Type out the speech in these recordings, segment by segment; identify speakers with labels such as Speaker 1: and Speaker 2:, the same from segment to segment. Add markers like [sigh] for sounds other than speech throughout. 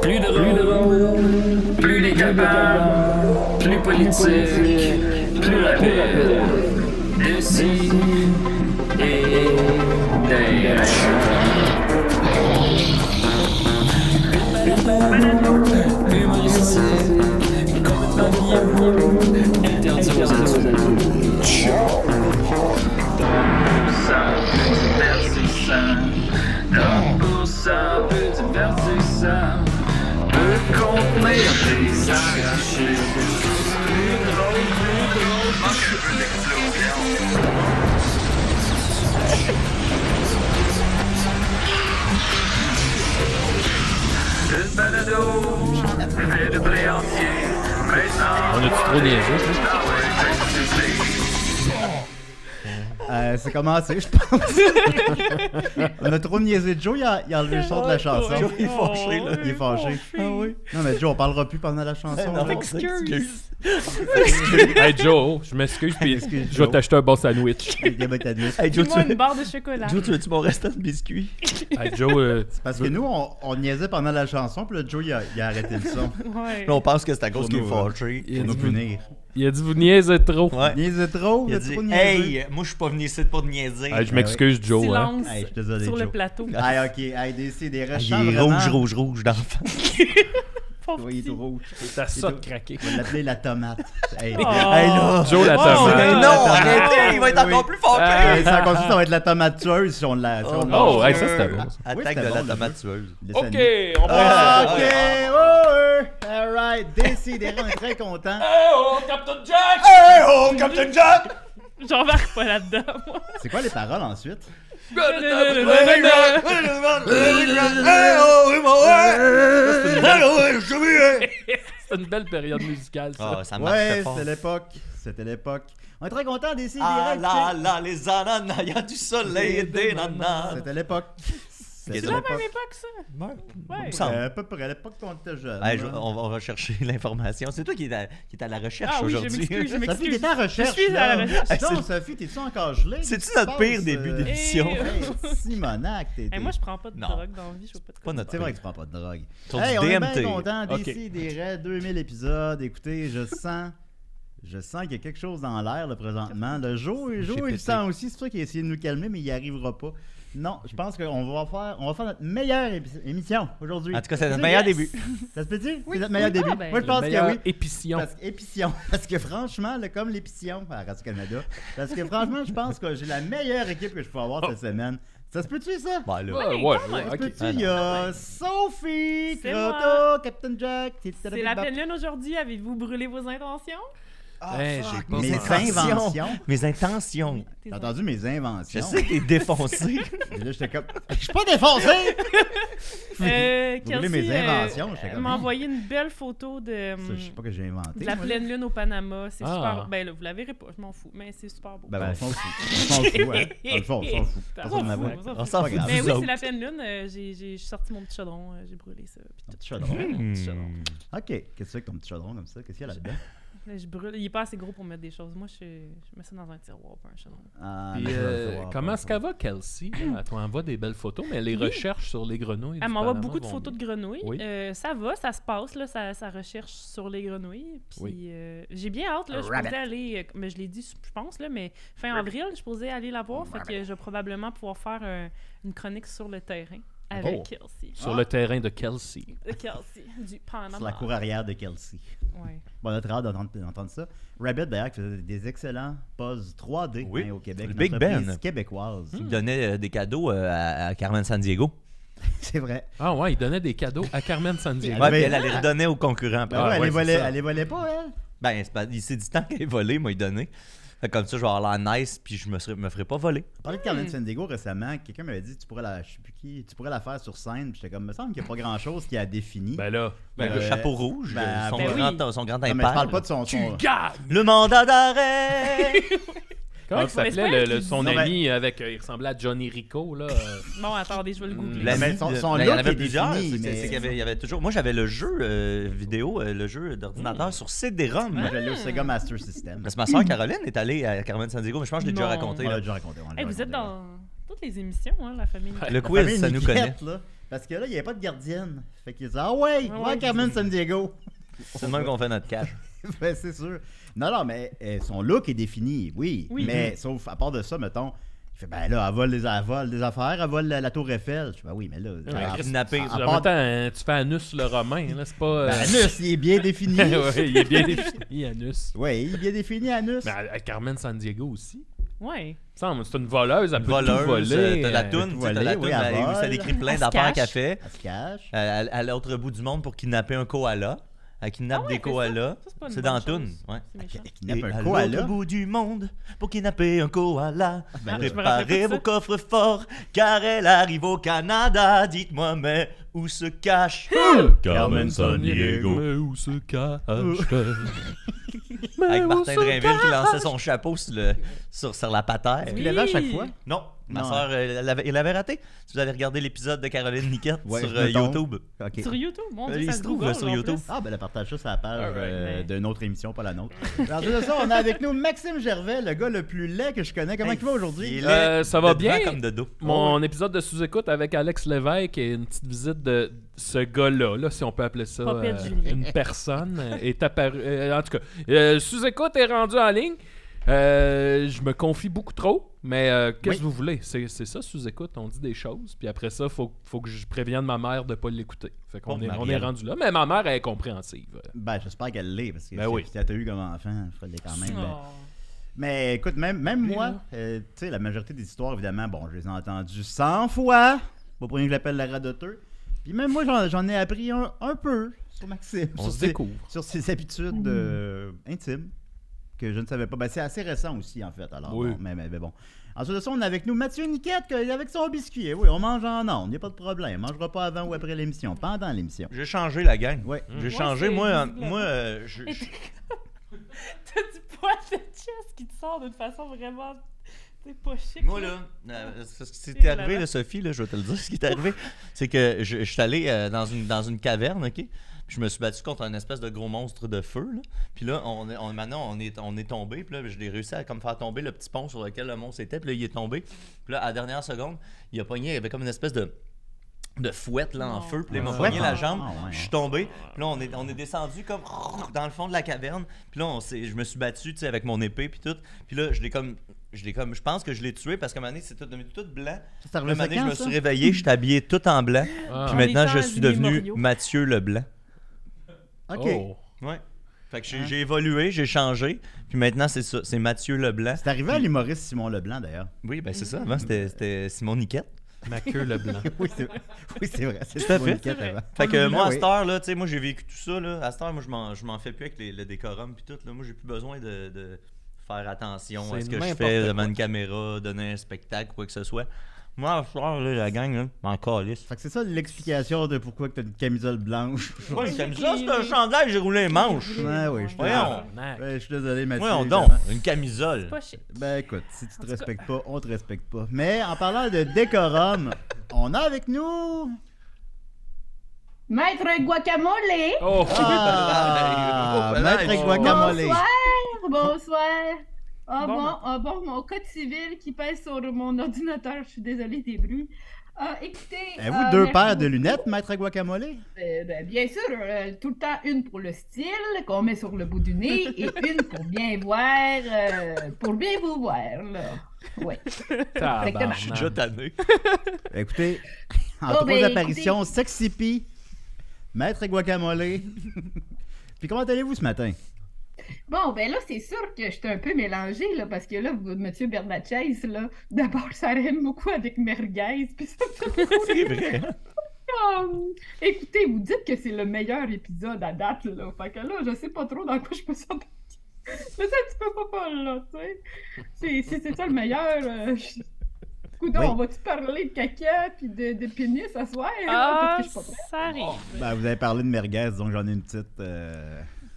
Speaker 1: Plus de rôle, plus décapable, plus politique, plus rapide. D'ici et d'ailleurs. Humoristique, complètement vieillot, interdit aux adultes. Ciao! Ça peut divertissant, donc pour ça peut divertissant, peut contenir des arachides. Plus drôle, plus drôle, plus drôle. Une balado, fait de blé entier, maintenant,
Speaker 2: On a-tu trop niaisé? ça?
Speaker 1: ah ouais, ben, tu sais.
Speaker 3: Euh, c'est commencé, je pense. On a trop niaisé. Joe, il a, il a enlevé le son de la chanson.
Speaker 4: Joe, il est fâché, là.
Speaker 3: Il est fâché.
Speaker 4: Ah oui.
Speaker 3: Non, mais Joe, on parlera plus pendant la chanson. là.
Speaker 4: Excuse.
Speaker 2: Hey Joe, je m'excuse, puis
Speaker 3: Excuse,
Speaker 2: je vais
Speaker 3: Joe.
Speaker 2: t'acheter un bon
Speaker 3: [laughs]
Speaker 2: sandwich.
Speaker 3: Les gars, ben, t'as dit.
Speaker 4: Hey, Joe, tu
Speaker 5: Fais-moi
Speaker 4: veux...
Speaker 5: une barre de chocolat.
Speaker 4: Joe, tu veux-tu mon restant de biscuits?
Speaker 2: Hey Joe, euh,
Speaker 3: Parce que nous, on, on niaisait pendant la chanson, puis là, Joe, il a, il a arrêté le son.
Speaker 5: Ouais.
Speaker 4: Là, on pense que c'est à cause qu'il est
Speaker 3: Pour nous,
Speaker 4: fâché.
Speaker 2: il, a
Speaker 3: Pour nous
Speaker 2: dit, vous-
Speaker 3: punir.
Speaker 2: il a dit vous niaisez trop.
Speaker 4: Ouais.
Speaker 3: Niaisez trop,
Speaker 4: Il
Speaker 3: il
Speaker 4: a
Speaker 3: a
Speaker 4: dit,
Speaker 3: trop niaisé.
Speaker 4: hey, euh, moi, je suis pas venu ici pour te niaiser.
Speaker 2: Hey, je m'excuse Joe. Hein.
Speaker 5: Silence
Speaker 3: Hey, je suis désolé,
Speaker 5: sur le
Speaker 3: Joe.
Speaker 5: plateau.
Speaker 3: Hey, ok, hey, DC, des restes.
Speaker 4: Ah, Il est rouge, rouge, rouge d'enfant.
Speaker 5: Pauvre
Speaker 3: Oui, il
Speaker 5: petit.
Speaker 3: est rouge.
Speaker 2: T'as ça de craquer.
Speaker 3: On va l'appeler la tomate.
Speaker 4: [laughs]
Speaker 3: Hey.
Speaker 5: Oh.
Speaker 4: [laughs] Hey, là.
Speaker 2: Joe la
Speaker 5: Oh,
Speaker 2: tomate.
Speaker 4: Mais
Speaker 5: Ah,
Speaker 4: non,
Speaker 5: attends.
Speaker 4: arrêtez, il va être
Speaker 3: Oui.
Speaker 4: encore plus fâché.
Speaker 2: Ah.
Speaker 3: Hey, ça, continue, ça va être la tomate tueuse si on l'a. si on l'a-
Speaker 2: Oh,
Speaker 4: mon
Speaker 2: hey,
Speaker 4: Dieu.
Speaker 2: ça, c'était bon, ça.
Speaker 3: Oui,
Speaker 4: Attaque
Speaker 3: c'était
Speaker 4: de
Speaker 3: bon,
Speaker 4: la
Speaker 3: le
Speaker 4: tomate
Speaker 3: jeu.
Speaker 4: tueuse.
Speaker 3: Le
Speaker 2: Ok,
Speaker 3: Sani.
Speaker 2: on passe.
Speaker 3: Ah, Ok, oh, all right, décidé, on est très content.
Speaker 2: Oh, Captain Jack! [laughs]
Speaker 4: Hey, oh, Captain Jack!
Speaker 5: J'embarque pas là-dedans, moi.
Speaker 3: [laughs] C'est quoi les paroles ensuite?
Speaker 4: hein.
Speaker 2: C'est une belle période musicale, ça.
Speaker 4: Ah, ça marche
Speaker 3: Ouais,
Speaker 4: fort.
Speaker 3: c'était l'époque. C'était l'époque. On est très content d'essayer
Speaker 4: Ah
Speaker 3: direct.
Speaker 4: là
Speaker 3: tu
Speaker 4: là, les ananas, il y a du soleil et des nanas.
Speaker 3: sais. C'était l'époque.
Speaker 4: C'est
Speaker 3: C'était
Speaker 4: la
Speaker 5: À la même époque, ça. Ouais.
Speaker 4: Il me semble.
Speaker 3: Euh, à peu près l'époque qu'on était jeune.
Speaker 4: Hey, je- on, va- on va chercher [laughs] l'information. C'est toi qui es à, qui est à la recherche
Speaker 5: Ah oui, je
Speaker 4: aujourd'hui.
Speaker 5: m'excuse, je
Speaker 3: Sophie,
Speaker 5: m'excuse.
Speaker 3: t'étais à la recherche.
Speaker 5: Je suis à la
Speaker 3: là.
Speaker 5: recherche.
Speaker 3: Hey, Non, Sophie, t'es-tu encore gelée?
Speaker 4: C'est-tu
Speaker 3: Qu'est-ce qui
Speaker 4: notre
Speaker 3: se
Speaker 4: pire
Speaker 3: passe,
Speaker 4: début
Speaker 3: euh,
Speaker 4: d'émission?
Speaker 5: Et-
Speaker 3: hey, Simonac, t'es.
Speaker 5: Hey, moi, je prends pas de
Speaker 4: Non.
Speaker 5: drogue dans la vie, je veux pas de
Speaker 4: Pas notre
Speaker 3: C'est vrai que tu prends pas de drogue.
Speaker 4: Sur
Speaker 3: hey,
Speaker 4: du
Speaker 3: on est
Speaker 4: DMT.
Speaker 3: bien content
Speaker 2: Ok.
Speaker 3: d'ici des raids, 2000 épisodes. Écoutez, je sens, je sens qu'il y a quelque chose dans l'air là, présentement. Le jour, le jour,
Speaker 4: J'ai
Speaker 3: il le
Speaker 4: pété.
Speaker 3: sent aussi. C'est toi qui a essayé de nous calmer, mais il n'y arrivera pas. Non, je pense qu'on va faire, on va faire notre meilleure épi- émission aujourd'hui.
Speaker 4: En tout cas, c'est notre
Speaker 3: Yes.
Speaker 4: meilleur début.
Speaker 3: Ça se peut dire? c'est notre meilleur
Speaker 5: Ah,
Speaker 3: début.
Speaker 5: ben.
Speaker 3: Moi,
Speaker 2: Le
Speaker 3: je pense
Speaker 2: meilleur
Speaker 3: que oui.
Speaker 2: Épicillon.
Speaker 3: Parce que, épition. [laughs] Parce que franchement, là, comme l'épition à Radio-Canada, parce que franchement, je pense que j'ai la meilleure équipe que je peux avoir
Speaker 4: Oh.
Speaker 3: cette semaine. Ça se peut-tu, ça?
Speaker 4: Bah, là.
Speaker 2: Ouais, ouais, ouais,
Speaker 3: Est-ce
Speaker 2: ok.
Speaker 3: que tu y as Sophie,
Speaker 5: Ah, C'est
Speaker 3: Croto,
Speaker 5: moi.
Speaker 3: Captain Jack,
Speaker 5: C'est la pleine lune aujourd'hui. Avez-vous brûlé vos intentions? Ah,
Speaker 2: Hey, j'ai pas
Speaker 3: Ah, Mes
Speaker 2: pensé.
Speaker 3: inventions.
Speaker 4: Mes intentions.
Speaker 3: T'as entendu mes
Speaker 4: Je
Speaker 3: inventions?
Speaker 4: sais que t'es défoncé.
Speaker 3: Et là, j'étais
Speaker 5: Ah,
Speaker 3: comme. [laughs] Je suis pas défoncé!
Speaker 5: Euh,
Speaker 3: Vous voulez
Speaker 5: Kelsey,
Speaker 3: mes
Speaker 5: euh,
Speaker 3: inventions? J'étais comme, Ah,
Speaker 5: m'a envoyé une belle photo de,
Speaker 3: Ça, Je sais pas que j'ai inventé.
Speaker 5: de la
Speaker 3: moi.
Speaker 5: pleine lune au Panama. C'est
Speaker 2: Ah.
Speaker 5: super. Ben là, vous la verrez pas, je m'en fous. Mais c'est super beau.
Speaker 3: Ben, ben, on s'en fout. On s'en fout, hein. Dans le fond, on s'en
Speaker 5: [laughs]
Speaker 3: fout.
Speaker 5: T'as-
Speaker 3: Personne
Speaker 5: on
Speaker 3: n'a
Speaker 5: s'en
Speaker 3: voix.
Speaker 5: fout, on s'en
Speaker 4: On
Speaker 5: fout.
Speaker 4: s'en fout
Speaker 3: grave.
Speaker 4: de
Speaker 5: Mais
Speaker 4: vous
Speaker 5: Ben oui, c'est
Speaker 4: autres.
Speaker 5: la pleine lune. euh, j'ai j'ai- j'ai sorti mon petit chaudron, euh, j'ai brûlé ça. Puis
Speaker 3: Petit
Speaker 5: tout.
Speaker 3: chaudron.
Speaker 4: Hmm.
Speaker 5: Mon petit chaudron.
Speaker 3: Ok, qu'est-ce que c'est que ton petit chaudron comme ça? Qu'est-ce qu'il y a là-dedans?
Speaker 5: [laughs] Là, je brûle. Il est pas assez gros pour mettre des choses. Moi, je, je mets ça dans un tiroir, pas un chaudron.
Speaker 3: Ah,
Speaker 2: Puis,
Speaker 3: mais je vais le
Speaker 2: euh,
Speaker 3: voir,
Speaker 2: comment
Speaker 3: par
Speaker 2: est-ce qu'elle va, Kelsey? là? Elle t'envoie des belles photos, mais les
Speaker 5: Oui.
Speaker 2: recherches sur les grenouilles.
Speaker 5: Elle
Speaker 2: du
Speaker 5: m'envoie
Speaker 2: Panama
Speaker 5: beaucoup de
Speaker 2: vont
Speaker 5: photos de
Speaker 2: bien.
Speaker 5: grenouilles.
Speaker 2: Oui.
Speaker 5: Euh, ça va, ça se passe, là, sa, sa recherche sur les grenouilles. Puis
Speaker 2: Oui.
Speaker 5: euh, j'ai bien hâte, là, je
Speaker 3: Rabbit.
Speaker 5: posais aller, euh, mais je l'ai dit, je pense, là, mais fin avril, je posais aller la voir. Fait que je vais probablement pouvoir faire euh, une chronique sur le terrain avec
Speaker 2: Oh.
Speaker 5: Kelsey.
Speaker 2: Sur le terrain de Kelsey.
Speaker 5: Euh, Kelsey, du Panama.
Speaker 3: exemple. Sur la cour arrière de Kelsey.
Speaker 5: Ouais.
Speaker 3: Bon, on a très hâte d'entendre, d'entendre ça. Rabbit, d'ailleurs, qui faisait des excellents poses 3D
Speaker 4: Oui.
Speaker 3: hein, au Québec.
Speaker 4: Le
Speaker 3: une
Speaker 4: Big
Speaker 3: entreprise
Speaker 4: Ben.
Speaker 3: québécoise.
Speaker 4: Il donnait euh, des cadeaux euh, à, à Carmen San Diego.
Speaker 3: [laughs] C'est vrai.
Speaker 2: Ah ouais, il donnait des cadeaux à Carmen Sandiego.
Speaker 3: Ouais,
Speaker 4: Ouais, puis
Speaker 3: mais-
Speaker 4: elle, elle les redonnait aux concurrents.
Speaker 3: Ben
Speaker 2: Ah,
Speaker 3: ouais, elle,
Speaker 2: ouais,
Speaker 3: les
Speaker 2: c'est
Speaker 3: volait,
Speaker 2: ça.
Speaker 3: elle les volait pas, elle.
Speaker 4: Ben, c'est pas, il s'est dit tant qu'elle est volée, moi, il donnait. Fait que comme ça, je vais avoir l'air nice, puis je me, serais, me ferai pas voler.
Speaker 3: On parlait de Carmen Sandiego récemment. Quelqu'un m'avait dit, tu pourrais la, je sais plus qui, tu pourrais la faire sur scène. Puis J'étais comme, me semble qu'il n'y a pas grand chose qui a défini.
Speaker 2: Ben là,
Speaker 4: Ben,
Speaker 3: Euh,
Speaker 4: le chapeau rouge, euh,
Speaker 3: ben,
Speaker 4: son,
Speaker 5: ben
Speaker 4: grand,
Speaker 5: oui.
Speaker 4: son grand
Speaker 3: non,
Speaker 4: impact.
Speaker 3: mais je parle pas de son.
Speaker 2: tu
Speaker 3: son...
Speaker 2: gagnes!
Speaker 4: Le mandat
Speaker 3: [laughs]
Speaker 4: d'arrêt!
Speaker 2: Comment il
Speaker 5: mais c'est pas
Speaker 2: s'appelait
Speaker 5: elle
Speaker 2: le- le- son
Speaker 3: dit- Non,
Speaker 2: ami avec. euh, il ressemblait à Johnny Rico, là. euh,
Speaker 5: Bon, attendez, je vais le googler.
Speaker 4: La
Speaker 3: mais
Speaker 4: vie
Speaker 3: son-
Speaker 4: de-
Speaker 3: son
Speaker 4: Ben, il y en
Speaker 3: look
Speaker 4: avait
Speaker 3: est
Speaker 4: plusieurs.
Speaker 3: défini,
Speaker 4: c'est- c'est-
Speaker 3: mais-
Speaker 4: c'est qu'il y avait- il y avait toujours. Moi, j'avais le jeu euh, vidéo, euh, le jeu d'ordinateur
Speaker 3: Mm.
Speaker 4: sur CD-ROM.
Speaker 3: Moi, j'allais au Sega Master System.
Speaker 4: Parce que ma soeur Caroline est allée à Carmen San Diego, mais je pense que je l'ai déjà
Speaker 5: Non.
Speaker 4: raconté.
Speaker 3: On
Speaker 4: là.
Speaker 3: l'a déjà raconté. on l'a
Speaker 5: Hey, vous
Speaker 3: raconté,
Speaker 5: êtes
Speaker 3: là.
Speaker 5: dans toutes les émissions, hein, la famille.
Speaker 4: Le
Speaker 3: La
Speaker 4: quiz,
Speaker 3: famille
Speaker 4: ça nous connaît.
Speaker 3: Niquette, là. Parce que là, il n'y avait pas de gardienne. Fait qu'ils disaient Ah ouais,
Speaker 5: Ah
Speaker 3: va à
Speaker 5: ouais.
Speaker 3: Carmen San [laughs] Diego.
Speaker 4: C'est le même qu'on fait notre cash.
Speaker 3: Ben, c'est sûr. Non, non, mais euh, son look est défini, oui.
Speaker 5: Oui.
Speaker 3: Mais sauf, à part de ça, mettons, il fait ben là, elle vole des, elle vole des affaires, elle vole la, la Tour Eiffel. Je fais ben oui, mais là.
Speaker 2: Ouais,
Speaker 3: elle-
Speaker 4: Kidnappé.
Speaker 3: Ah,
Speaker 2: En
Speaker 3: part-
Speaker 2: même temps, hein, tu fais Anus le Romain, là, c'est pas. euh, [laughs]
Speaker 3: ben, Anus, il est bien défini.
Speaker 2: Ouais, il est bien défini, Anus.
Speaker 3: Oui, il est bien défini, Anus.
Speaker 2: Mais à- à Carmen San Diego aussi. Il
Speaker 5: Ouais.
Speaker 2: me semble, C'est une voleuse, elle peut tout
Speaker 4: Voleuse,
Speaker 2: voler.
Speaker 4: euh, t'as la
Speaker 2: euh,
Speaker 4: toune, tu sais,
Speaker 3: voler,
Speaker 4: t'as la
Speaker 3: oui,
Speaker 4: toune,
Speaker 3: elle
Speaker 4: elle- où ça
Speaker 3: vole.
Speaker 4: décrit plein
Speaker 5: Elle se
Speaker 4: d'affaires
Speaker 5: cache.
Speaker 4: qu'elle fait.
Speaker 3: Elle se cache.
Speaker 4: à, à- à l'autre bout du monde pour kidnapper un koala. Elle kidnappe
Speaker 5: Ah ouais,
Speaker 4: des
Speaker 5: elle fait ça?
Speaker 4: koalas.
Speaker 5: Ça, c'est pas une
Speaker 4: C'est
Speaker 5: bonne
Speaker 4: dans
Speaker 5: chose.
Speaker 4: Toon. Ouais.
Speaker 5: C'est méchant.
Speaker 3: Qui n'a
Speaker 4: Et
Speaker 3: pas
Speaker 4: à
Speaker 3: un koala.
Speaker 4: l'autre bout du monde pour kidnapper un koala.
Speaker 3: Ben là,
Speaker 5: je me rappelais pas
Speaker 4: Préparez
Speaker 5: de
Speaker 4: vos
Speaker 5: ça.
Speaker 4: coffres forts car elle arrive au Canada. Dites-moi, mais où se cache
Speaker 2: Hmm,
Speaker 3: Carmen San Diego.
Speaker 2: Mais où se cache
Speaker 4: Avec Martin Drainville qui lançait son chapeau sur, le, sur, sur la patère.
Speaker 3: Tu l'avais à chaque
Speaker 5: Oui.
Speaker 3: fois.
Speaker 4: Non, ma
Speaker 3: Non. hein.
Speaker 4: soeur, euh, elle l'avait- il l'avait raté. Si vous allez regarder l'épisode de Caroline Niquette
Speaker 3: Ouais,
Speaker 4: sur
Speaker 3: je
Speaker 4: euh,
Speaker 3: me tombe.
Speaker 4: YouTube.
Speaker 3: OK.
Speaker 5: Sur YouTube, mon
Speaker 4: Euh,
Speaker 5: Dieu,
Speaker 4: il
Speaker 5: ça
Speaker 4: se
Speaker 5: se
Speaker 4: trouve,
Speaker 5: Google,
Speaker 4: sur
Speaker 5: en
Speaker 4: YouTube.
Speaker 5: plus.
Speaker 3: Ah, ben la partage ça sur la page
Speaker 2: All right,
Speaker 3: euh,
Speaker 5: mais-
Speaker 3: d'une autre émission, pas la nôtre. En plus de ça, on est avec nous Maxime Gervais, le gars le plus laid que je connais. Comment
Speaker 4: Hey,
Speaker 3: il va aujourd'hui?
Speaker 4: Ben, il est
Speaker 2: Euh, ça va
Speaker 4: de devant
Speaker 2: bien.
Speaker 4: comme de dos.
Speaker 2: Mon épisode de sous-écoute avec Alex Lévesque et une petite visite de ce gars-là, là, si on peut appeler ça
Speaker 5: Pas Pierre
Speaker 2: euh,
Speaker 5: Julien.
Speaker 2: une personne, euh, est apparu. euh, en tout cas, euh, sous-écoute est rendu en ligne. Euh, je me confie beaucoup trop, mais euh, qu'est-ce que vous voulez? C'est c'est ça, sous-écoute. On dit des choses, puis après ça, faut, faut que je prévienne ma mère de ne pas l'écouter. Fait qu'on
Speaker 4: Pauvre
Speaker 2: est, on est
Speaker 4: Marielle.
Speaker 2: rendu là. Mais ma mère, elle est compréhensive.
Speaker 3: Ben, j'espère qu'elle l'est, parce que
Speaker 2: Ben
Speaker 3: si-
Speaker 2: oui.
Speaker 3: si elle t'a eu comme enfant, je ferais quand même. ben-
Speaker 5: Oh.
Speaker 3: Mais écoute, même, même
Speaker 2: Lui,
Speaker 3: moi,
Speaker 2: là.
Speaker 3: euh, tu sais, la majorité des histoires, évidemment, bon, je les ai entendues 100 fois. Pas pour rien que je l'appelle la radoteuse. Puis même moi, j'en- j'en ai appris un, un peu sur Maxime.
Speaker 2: On
Speaker 3: sur
Speaker 2: se
Speaker 3: ses-
Speaker 2: découvre.
Speaker 3: Sur ses habitudes euh, intimes que je ne savais pas. Ben, c'est assez récent aussi, en fait. Alors,
Speaker 2: Oui.
Speaker 3: bon, mais, mais- mais bon. Ensuite de ça, on a avec nous Mathieu Niquette, que- avec son biscuit. Eh Oui, on mange en ondes, il n'y a pas de problème. On ne mangera pas avant ou après l'émission, pendant l'émission.
Speaker 4: J'ai changé la gang.
Speaker 3: Ouais.
Speaker 4: J'ai
Speaker 5: Ouais,
Speaker 4: changé.
Speaker 5: c'est
Speaker 4: Moi, euh,
Speaker 5: visible.
Speaker 4: moi euh, je- je-
Speaker 5: [laughs] T'as du poil de chest qui te sort d'une façon vraiment. T'es pas chic.
Speaker 4: Moi, là, euh, c'est parce que c'était arrivé, là, Sophie, là, je vais te le dire, ce qui est [laughs] arrivé, c'est que je, je suis allé euh, dans, une, dans une caverne, OK? Puis je me suis battu contre un espèce de gros monstre de feu, là. Puis là, on, est- on- maintenant, on est, on est tombé, puis là, je l'ai réussi à comme faire tomber le petit pont sur lequel le monstre était, puis là, il est tombé. Puis là, à la dernière seconde, il a pogné, il y avait comme une espèce de de fouette là en
Speaker 5: Non.
Speaker 4: feu, puis là, il m'a
Speaker 3: Fouette
Speaker 4: pogné
Speaker 3: en-
Speaker 4: la jambe,
Speaker 3: Ah, ouais.
Speaker 4: je suis tombé, puis là on est, on est descendu comme dans le fond de la caverne, puis là on s'est- je me suis battu tu sais, avec mon épée puis tout, puis là je l'ai comme je l'ai comme je pense que je l'ai tué parce qu'à un moment donné c'est tout devenu tout blanc.
Speaker 3: Ça
Speaker 4: Puis à un
Speaker 3: revient
Speaker 4: moment
Speaker 3: à
Speaker 4: donné, je
Speaker 3: quand,
Speaker 4: me
Speaker 3: ça?
Speaker 4: suis réveillé, je suis habillé tout en blanc,
Speaker 2: Ah.
Speaker 4: puis
Speaker 5: On
Speaker 4: maintenant
Speaker 5: est
Speaker 4: je
Speaker 5: dans
Speaker 4: suis
Speaker 5: une
Speaker 4: devenu
Speaker 5: mémorio.
Speaker 4: Mathieu Leblanc.
Speaker 3: OK.
Speaker 2: Oh.
Speaker 4: Ouais. Fait que j'ai
Speaker 3: Hein?
Speaker 4: j'ai évolué, j'ai changé, puis maintenant c'est ça, c'est Mathieu Leblanc.
Speaker 3: C'est arrivé à l'humoriste Simon Leblanc, d'ailleurs.
Speaker 4: Oui, ben c'est ça, avant c'était- c'était Simon Niquette.
Speaker 2: Ma queue le [laughs] blanc.
Speaker 3: [laughs] Oui, c'est vrai. Oui, c'est vrai. C'est
Speaker 4: Tout à
Speaker 3: Simon
Speaker 4: fait.
Speaker 3: Niquette
Speaker 5: C'est vrai.
Speaker 3: avant.
Speaker 4: Fait que
Speaker 3: Ah
Speaker 4: moi, à
Speaker 3: oui.
Speaker 4: cette heure, là, tu sais, moi, j'ai vécu tout ça, là. À cette heure, moi, je m'en, je m'en fais plus avec les- le décorum puis tout, là. Moi, j'ai plus besoin de, de faire attention à
Speaker 2: C'est
Speaker 4: ce que je
Speaker 2: n'importe
Speaker 4: fais
Speaker 2: quoi.
Speaker 4: devant une caméra, donner un spectacle, quoi que ce soit. Moi, à cette heure, là, la gang, là, m'en calisse.
Speaker 3: Fait que c'est ça l'explication de pourquoi que t'as une camisole blanche.
Speaker 4: Ouais,
Speaker 5: j'aime
Speaker 4: ça,
Speaker 5: ça,
Speaker 4: c'est
Speaker 5: c'est
Speaker 4: un chandail, j'ai roulé les manches.
Speaker 3: Ouais, oui, je
Speaker 4: Voyons.
Speaker 2: Tabarnak.
Speaker 3: Ouais, je suis désolé, Mathieu.
Speaker 4: Voyons donc,
Speaker 3: évidemment.
Speaker 4: une camisole.
Speaker 5: Pas chic.
Speaker 3: Ben écoute, si tu
Speaker 5: En
Speaker 3: te
Speaker 5: tout
Speaker 3: respectes pas, on te respecte pas. Mais en parlant de décorum, on a avec nous.
Speaker 6: Maître Guacamole!
Speaker 2: Oh!
Speaker 3: Ah,
Speaker 4: Oh,
Speaker 3: Maître
Speaker 4: oh.
Speaker 3: Guacamole.
Speaker 6: Bonsoir! Bonsoir! Ah
Speaker 5: Bon,
Speaker 6: bon,
Speaker 5: ben.
Speaker 6: ah bon, mon code civil qui pèse sur mon ordinateur, je suis désolée des bruits. Ah, écoutez.
Speaker 3: Avez-vous
Speaker 6: euh,
Speaker 3: Eh deux
Speaker 6: merci
Speaker 3: paires de
Speaker 6: beaucoup.
Speaker 3: lunettes, Maître Guacamole?
Speaker 6: Euh, ben, bien sûr, euh, tout le temps une pour le style qu'on met sur le bout du nez
Speaker 3: [laughs]
Speaker 6: et une pour bien voir, euh, pour bien vous voir, là. Ouais.
Speaker 2: Tabarnak.
Speaker 6: Je
Speaker 4: Je suis déjà tanné.
Speaker 6: [laughs]
Speaker 3: Écoutez, en
Speaker 6: Oh,
Speaker 3: trois
Speaker 6: ben,
Speaker 3: apparitions, Sexy P, Maître Guacamole. [laughs] Puis comment allez-vous ce matin?
Speaker 6: Bon, ben là, c'est sûr que j'étais un peu mélangée, là, parce que là, vous- monsieur Bernatchez, là, d'abord, ça rime beaucoup avec merguez, puis ça
Speaker 4: [laughs] C'est vrai.
Speaker 6: Um, écoutez, vous dites que c'est le meilleur épisode à date, là. Fait que là, je sais pas trop dans quoi je peux sortir. [laughs] Mais c'est un petit peu pas folle, là, tu sais. C'est- Si c'est ça le meilleur. euh, je- Coudon,
Speaker 3: Oui.
Speaker 6: on va-tu parler de caca puis de, de pénis à soir? hein?
Speaker 5: Ah,
Speaker 6: Parce que je suis pas prête.
Speaker 5: ça arrive.
Speaker 3: Ben, vous avez parlé de merguez, donc j'en ai une petite. euh,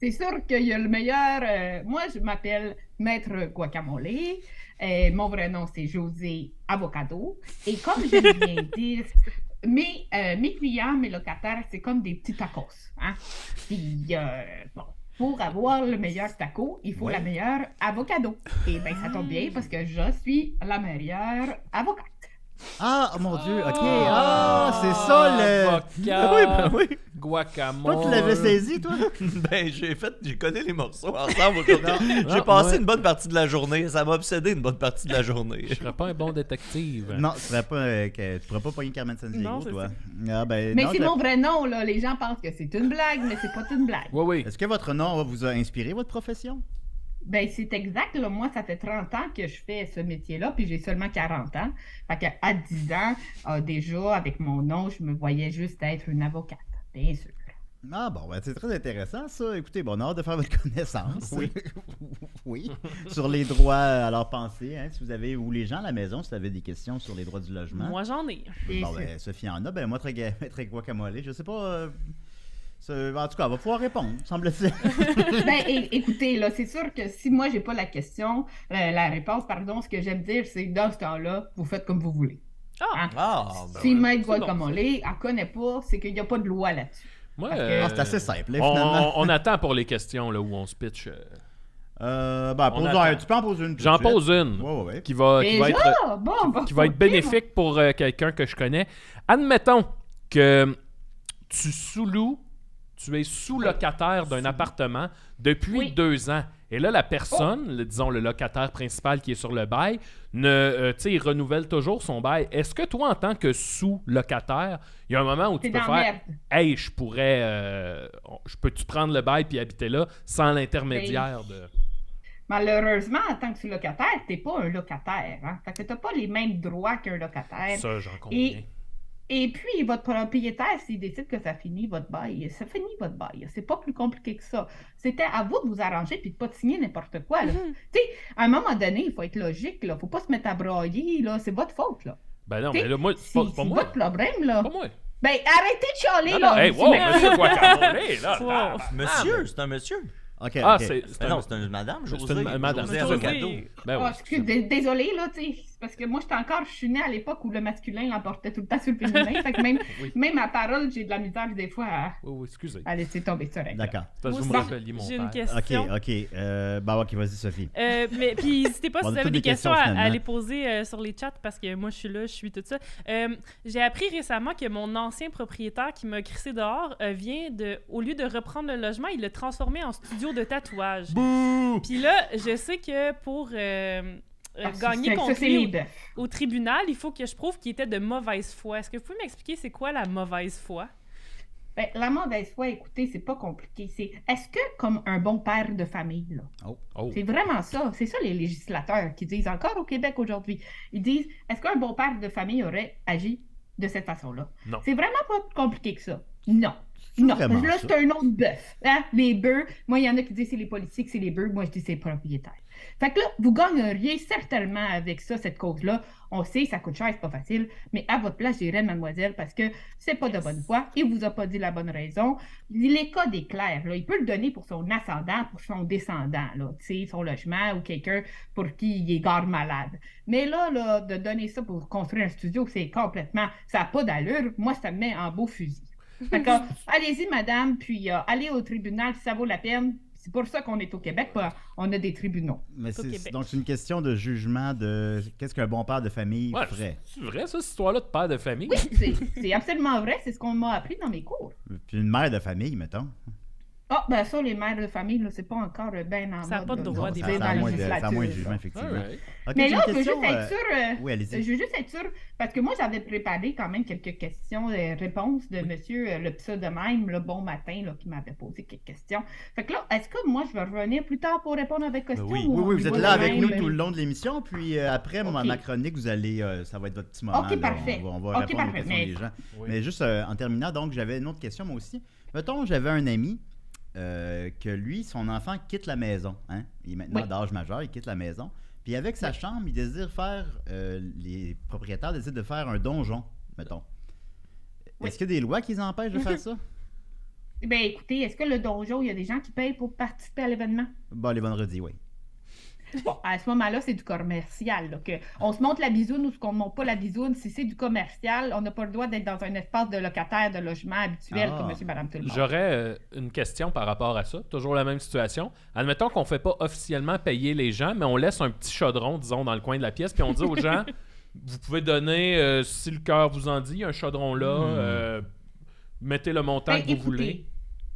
Speaker 6: C'est sûr qu'il y a le meilleur. euh, moi, je m'appelle Maître Guacamole. et mon vrai nom, c'est José Avocado. Et comme j'aime bien
Speaker 3: [laughs]
Speaker 6: dire, mes, euh, mes clients, mes locataires, c'est comme des petits tacos. Hein? Puis, euh, bon, pour avoir le meilleur taco, il faut la meilleure avocado. Et bien, ça tombe bien parce que je suis la meilleure avocate.
Speaker 3: Ah, mon Dieu, ok. Ah, c'est ça le. [laughs]
Speaker 2: Vodka,
Speaker 4: Ah oui, ben oui.
Speaker 2: guacamole.
Speaker 3: Toi, tu l'avais saisi, toi?
Speaker 4: [laughs] Ben, j'ai fait, j'ai collé les morceaux ensemble aujourd'hui.
Speaker 3: Non,
Speaker 4: J'ai passé
Speaker 3: ouais.
Speaker 4: une bonne partie de la journée. Ça m'a obsédé une bonne partie de la journée.
Speaker 3: [laughs]
Speaker 2: Je serais pas un bon détective.
Speaker 3: Non, tu pourrais pas, euh, que- tu pourrais pas pogner Carmen Sandiego,
Speaker 5: Non, je
Speaker 3: toi. Ah, ben,
Speaker 6: Mais
Speaker 3: non,
Speaker 6: c'est
Speaker 3: je-
Speaker 6: mon vrai nom, là. Les gens pensent que c'est une blague, mais c'est pas une blague.
Speaker 2: Oui, oui.
Speaker 3: Est-ce que votre nom vous a inspiré votre profession?
Speaker 6: Ben, c'est exact. Là. Moi, ça fait 30 ans que je fais ce métier-là, puis j'ai seulement 40 ans. Fait qu'à à 10 ans, euh, déjà, avec mon nom, je me voyais juste être une avocate,
Speaker 2: [laughs]
Speaker 6: bien sûr.
Speaker 3: Ah bon, ben, c'est très intéressant ça. Écoutez, bon, on a hâte de faire votre [laughs] connaissance. Oui. oui. Sur les droits, euh, alors pensez, hein, si vous avez, ou les gens à la maison, si vous avez des questions sur les droits du logement.
Speaker 5: Moi, j'en ai.
Speaker 6: Bien
Speaker 3: bon,
Speaker 6: sûr.
Speaker 3: ben, Sophie en a, ben moi, très, ga- [laughs] très guacamole, je sais pas. euh, ce- ben, en tout cas, elle va pouvoir répondre, semble-t-il.
Speaker 6: Ben, é- écoutez, là, c'est sûr que si moi, j'ai pas la question, euh, la réponse, pardon, ce que j'aime dire, c'est que dans ce temps-là, vous faites comme vous voulez.
Speaker 5: Ah,
Speaker 4: Ah, ben
Speaker 6: si
Speaker 4: ouais.
Speaker 6: Maître
Speaker 5: C'est bon,
Speaker 6: Guacamole, elle connaît pas, c'est qu'il n'y a pas de loi là-dessus.
Speaker 2: Moi,
Speaker 6: Parce que-
Speaker 2: [laughs] euh,
Speaker 3: Ah, c'est assez simple, hein,
Speaker 2: on,
Speaker 3: finalement.
Speaker 2: on attend pour les questions là, où on se pitch. euh.
Speaker 3: Euh, ben, pose
Speaker 2: on
Speaker 3: un.
Speaker 2: attend.
Speaker 3: Tu peux en poser une. tout de
Speaker 2: J'en
Speaker 3: suite.
Speaker 2: pose une
Speaker 3: Ouais, ouais, ouais.
Speaker 2: qui va, Ah, qui
Speaker 6: Déjà?
Speaker 2: va être, euh,
Speaker 6: Bon, bon,
Speaker 2: qui va être
Speaker 6: ok,
Speaker 2: bénéfique pour euh, quelqu'un que je connais. Admettons que tu sous-loues, tu es sous-locataire d'un appartement depuis
Speaker 6: Oui.
Speaker 2: deux ans. Et là, la personne, le- disons le locataire principal qui est sur le bail, ne, euh, tu sais, il renouvelle toujours son bail. Est-ce que toi, en tant que sous-locataire, il y a un moment où
Speaker 6: T'es
Speaker 2: tu peux
Speaker 6: dans
Speaker 2: faire
Speaker 6: merde.
Speaker 2: Hey, je pourrais. euh, on- je peux-tu prendre le bail puis habiter là sans
Speaker 6: Ben,
Speaker 2: l'intermédiaire de.
Speaker 6: Malheureusement, en tant que sous-locataire, t'es pas un locataire. Hein? Fait que t'as pas les mêmes droits qu'un locataire.
Speaker 2: Ça, j'en conviens.
Speaker 6: Et puis, votre propriétaire, s'il décide que ça finit votre bail, ça finit votre bail. C'est pas plus compliqué que ça. C'était à vous de vous arranger puis de pas de signer n'importe quoi. là.
Speaker 5: Mhm.
Speaker 6: Tu sais, à un moment donné, il faut être logique. Là. Faut pas se mettre à broyer. Là. C'est votre faute. Là.
Speaker 2: Ben non,
Speaker 6: T'sais,
Speaker 2: mais là, moi, c'est
Speaker 6: C'est,
Speaker 2: pas, c'est pas
Speaker 6: c'est
Speaker 2: moi.
Speaker 6: votre problème. Là.
Speaker 2: Pas moi.
Speaker 6: Ben, arrêtez de chialer.
Speaker 2: Non,
Speaker 6: là,
Speaker 2: non, hey,
Speaker 6: monsieur
Speaker 2: wow,
Speaker 6: Mercier.
Speaker 2: monsieur Guacamole,
Speaker 6: [laughs]
Speaker 2: là.
Speaker 5: Wow.
Speaker 3: Ah, ben.
Speaker 4: Monsieur, c'est un monsieur.
Speaker 3: Ok,
Speaker 2: Ah,
Speaker 3: ok.
Speaker 2: c'est
Speaker 4: Ben
Speaker 2: c'est
Speaker 4: non,
Speaker 2: un.
Speaker 4: c'est une madame,
Speaker 2: C'est une
Speaker 4: José.
Speaker 2: ma- madame,
Speaker 4: José
Speaker 2: excusez-moi.
Speaker 4: Avocado.
Speaker 2: Ben
Speaker 6: Ah,
Speaker 2: oui.
Speaker 6: excuse, dé- désolée, là, tu sais, c'est parce que moi, j'étais encore, je suis née à l'époque où le masculin l'emportait tout le temps sur le
Speaker 2: [laughs]
Speaker 6: féminin, fait que même, même à parole, j'ai de la misère des fois à,
Speaker 2: Oui, oui, excusez.
Speaker 6: à laisser tomber sur elle.
Speaker 3: D'accord.
Speaker 2: C'est parce que
Speaker 5: Moi
Speaker 2: vous me
Speaker 5: aussi,
Speaker 2: rappeliez mon
Speaker 5: j'ai une
Speaker 2: père.
Speaker 3: Ok,
Speaker 5: question.
Speaker 3: ok. Euh, bah, ok, vas-y, Sophie.
Speaker 5: Euh, mais
Speaker 3: [laughs]
Speaker 5: puis n'hésitez pas
Speaker 3: Bon, on
Speaker 5: si
Speaker 3: a
Speaker 5: vous avez
Speaker 3: toutes
Speaker 5: des
Speaker 3: des questions,
Speaker 5: questions, à- à,
Speaker 3: finalement.
Speaker 5: les poser euh, sur les chats parce que moi je suis là, je suis tout ça. Euh, J'ai appris récemment que mon ancien propriétaire qui m'a crissé dehors euh, vient de, au lieu de reprendre le logement, il l'a transformé en studio de tatouage. Puis là, je sais que pour euh, euh,
Speaker 6: Ah,
Speaker 5: gagner
Speaker 6: c'est- ça,
Speaker 5: contre
Speaker 6: c'est
Speaker 5: lui
Speaker 6: les bœufs.
Speaker 5: au, au tribunal, il faut que je prouve qu'il était de mauvaise foi. Est-ce que vous pouvez m'expliquer c'est quoi la mauvaise foi?
Speaker 6: Ben, la mauvaise foi, écoutez, c'est pas compliqué. C'est est-ce que, comme un bon père de famille, là,
Speaker 2: Oh.
Speaker 6: c'est vraiment ça, c'est ça les législateurs qui disent encore au Québec aujourd'hui. Ils disent est-ce qu'un bon père de famille aurait agi de cette façon-là
Speaker 2: Non.
Speaker 6: C'est vraiment pas compliqué que ça. Non. Non,
Speaker 3: vraiment
Speaker 6: là,
Speaker 3: ça.
Speaker 6: c'est un autre bœuf. hein. Les bœufs, moi, il y en a qui disent c'est les politiques, c'est les bœufs, moi, je dis c'est les propriétaires. Fait que là, vous gagneriez certainement avec ça, cette cause-là. On sait, ça coûte cher, c'est pas facile, mais à votre place, j'irais, mademoiselle, parce que c'est pas de bonne foi, il vous a pas dit la bonne raison. Les cas d'éclair, là, il peut le donner pour son ascendant, pour son descendant, là, tu sais, son logement ou quelqu'un pour qui il est gare malade. Mais là, là, de donner ça pour construire un studio, c'est complètement, ça n'a pas d'allure. Moi, ça me met en beau fusil.
Speaker 5: [laughs]
Speaker 6: Fait que, allez-y, madame, puis euh, allez au tribunal si ça vaut la peine. C'est pour ça qu'on est au Québec, pas- on a des tribunaux.
Speaker 3: Mais
Speaker 5: Au
Speaker 3: c'est
Speaker 5: Québec.
Speaker 3: donc c'est une question de jugement de qu'est-ce qu'un bon père de famille
Speaker 2: Ouais,
Speaker 3: ferait.
Speaker 2: C'est vrai, ça, cette histoire-là de père de famille?
Speaker 6: Oui, c'est c'est absolument vrai, c'est ce qu'on m'a appris dans mes cours.
Speaker 3: Puis une mère de famille, mettons.
Speaker 6: Ah, ben ça, les mères de famille, là, c'est pas encore euh, ben en
Speaker 5: Ça a
Speaker 6: mode,
Speaker 5: pas de
Speaker 6: là,
Speaker 5: droit
Speaker 6: on
Speaker 5: des
Speaker 6: dit
Speaker 5: parents.
Speaker 3: ça
Speaker 6: dans
Speaker 3: a
Speaker 6: la
Speaker 3: moins de, ça a moins de
Speaker 6: législature,
Speaker 3: jugement,
Speaker 2: Ah,
Speaker 6: là.
Speaker 3: effectivement.
Speaker 2: ouais.
Speaker 3: Ok,
Speaker 6: Mais
Speaker 3: j'ai une
Speaker 6: là, je veux
Speaker 3: question,
Speaker 6: juste être
Speaker 3: euh,
Speaker 6: sûre, euh,
Speaker 3: Oui, allez-y.
Speaker 6: je veux juste être sûre, parce que moi, j'avais préparé quand même quelques questions, et réponses de monsieur euh, le pseudo-même, le bon matin, là, qui m'avait posé quelques questions. Fait que là, est-ce que moi, je vais revenir plus tard pour répondre à vos questions?
Speaker 4: oui.
Speaker 6: ou
Speaker 3: Ben Oui,
Speaker 6: on
Speaker 3: oui,
Speaker 6: y
Speaker 3: vous êtes
Speaker 6: va
Speaker 3: là
Speaker 6: de
Speaker 3: avec
Speaker 6: même? euh,
Speaker 3: nous tout le long de l'émission, puis euh, après ma-
Speaker 6: Ok.
Speaker 3: ma chronique, vous allez, euh, ça va être votre petit moment.
Speaker 6: Ok,
Speaker 3: là. On
Speaker 6: parfait.
Speaker 3: va- On va
Speaker 6: Ok,
Speaker 3: répondre aux
Speaker 6: parfait.
Speaker 3: questions
Speaker 6: Mais-
Speaker 3: des gens.
Speaker 2: Oui.
Speaker 3: Mais juste euh, en terminant, donc j'avais une autre question moi aussi. Mettons, j'avais un ami euh, que lui, son enfant quitte la maison. hein. Il est maintenant
Speaker 6: Oui.
Speaker 3: d'âge majeur, il quitte la maison. Puis avec sa chambre, il désire faire, euh, les propriétaires décident de faire un donjon, mettons.
Speaker 6: Oui. [laughs]
Speaker 3: Est-ce qu'il y a des lois qui les empêchent de faire ça?
Speaker 6: Ben écoutez, est-ce que le donjon, il y a des gens qui payent pour participer à l'événement?
Speaker 3: Bon, les vendredis, oui.
Speaker 6: Bon,
Speaker 3: Oh.
Speaker 6: à ce moment-là, c'est du commercial. là, que on se monte la bisoune ou ce qu'on ne monte pas la bisoune, si c'est du commercial, on n'a pas le droit d'être dans un espace de locataire de logement habituel
Speaker 3: Ah.
Speaker 6: comme monsieur, madame, tout le monde.
Speaker 2: J'aurais euh, une question par rapport à ça. Toujours la même situation. Admettons qu'on fait pas officiellement payer les gens, mais on laisse un petit chaudron, disons, dans le coin de la pièce, puis on dit aux
Speaker 6: [laughs]
Speaker 2: gens vous pouvez donner, euh, si le cœur vous en dit, un chaudron là. euh, mettez le montant
Speaker 6: Ben,
Speaker 2: que vous voulez.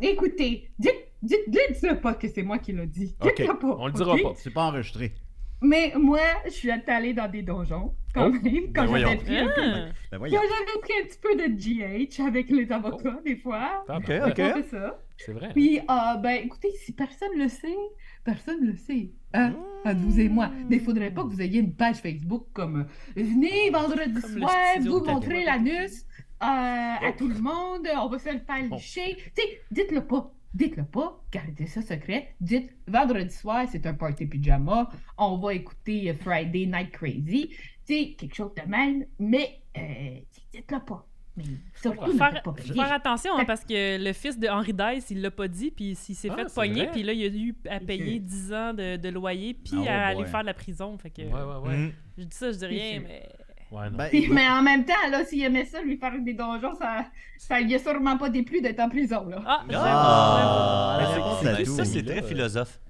Speaker 6: Écoutez, dites, dites, dites-le pas que c'est moi qui l'ai dit.
Speaker 3: Ok,
Speaker 6: Dites-le pas.
Speaker 2: On le dira
Speaker 6: ok?
Speaker 2: pas.
Speaker 3: C'est pas enregistré.
Speaker 6: Mais moi, je suis allée dans des donjons quand
Speaker 2: Oh,
Speaker 6: même,
Speaker 2: ben
Speaker 6: quand
Speaker 2: voyons.
Speaker 6: j'avais pris, un-
Speaker 5: Ah.
Speaker 3: Ben
Speaker 6: quand
Speaker 3: voyons.
Speaker 6: j'avais pris un petit peu de GH avec les avocats, des fois.
Speaker 2: Ah,
Speaker 4: Ok,
Speaker 2: ben,
Speaker 4: ok.
Speaker 6: On fait ça.
Speaker 2: C'est vrai.
Speaker 6: Puis, ah, ben, écoutez, si personne le sait, personne le sait. Hein? Entre vous et moi. Mais il faudrait pas que vous ayez une page Facebook comme euh, Venez vendredi
Speaker 5: Comme le
Speaker 6: soir,
Speaker 5: studio
Speaker 6: vous
Speaker 5: de Tatou.
Speaker 6: montrez l'anus euh, à tout le monde, on va se le faire licher. Tu sais, dites-le pas. Dites-le pas, gardez ça secret. Dites vendredi soir, c'est un party pyjama, on va écouter euh, Friday Night Crazy. Tu sais, quelque chose de même, mais euh, dites-le pas. Mais surtout, ne
Speaker 5: Faire,
Speaker 6: faites pas
Speaker 5: faut
Speaker 6: payer.
Speaker 5: faire attention, hein, parce que le fils de Henry Dice, il l'a pas dit, puis il s'est
Speaker 2: Ah,
Speaker 5: fait
Speaker 2: c'est
Speaker 5: pogner,
Speaker 2: vrai.
Speaker 5: puis là, il a eu à payer 10 ans de, de loyer, puis
Speaker 3: Oh
Speaker 5: à
Speaker 3: boy.
Speaker 5: aller faire de la prison. Fait que,
Speaker 2: Ouais, ouais, ouais.
Speaker 4: Mm.
Speaker 5: Je dis ça, je dis rien, mais...
Speaker 2: Ouais, non.
Speaker 3: Ben,
Speaker 6: Puis, mais en même temps, là, s'il aimait ça, lui faire des donjons, ça, ça lui a sûrement pas déplu d'être en prison, là.
Speaker 5: Ah! j'avoue,
Speaker 3: Ah.
Speaker 4: Mais
Speaker 5: j'avoue.
Speaker 4: c'est-
Speaker 3: réponse
Speaker 4: c'est-
Speaker 3: à tout,
Speaker 4: ça, c'est
Speaker 2: là,
Speaker 4: très
Speaker 2: euh,
Speaker 4: philosophe.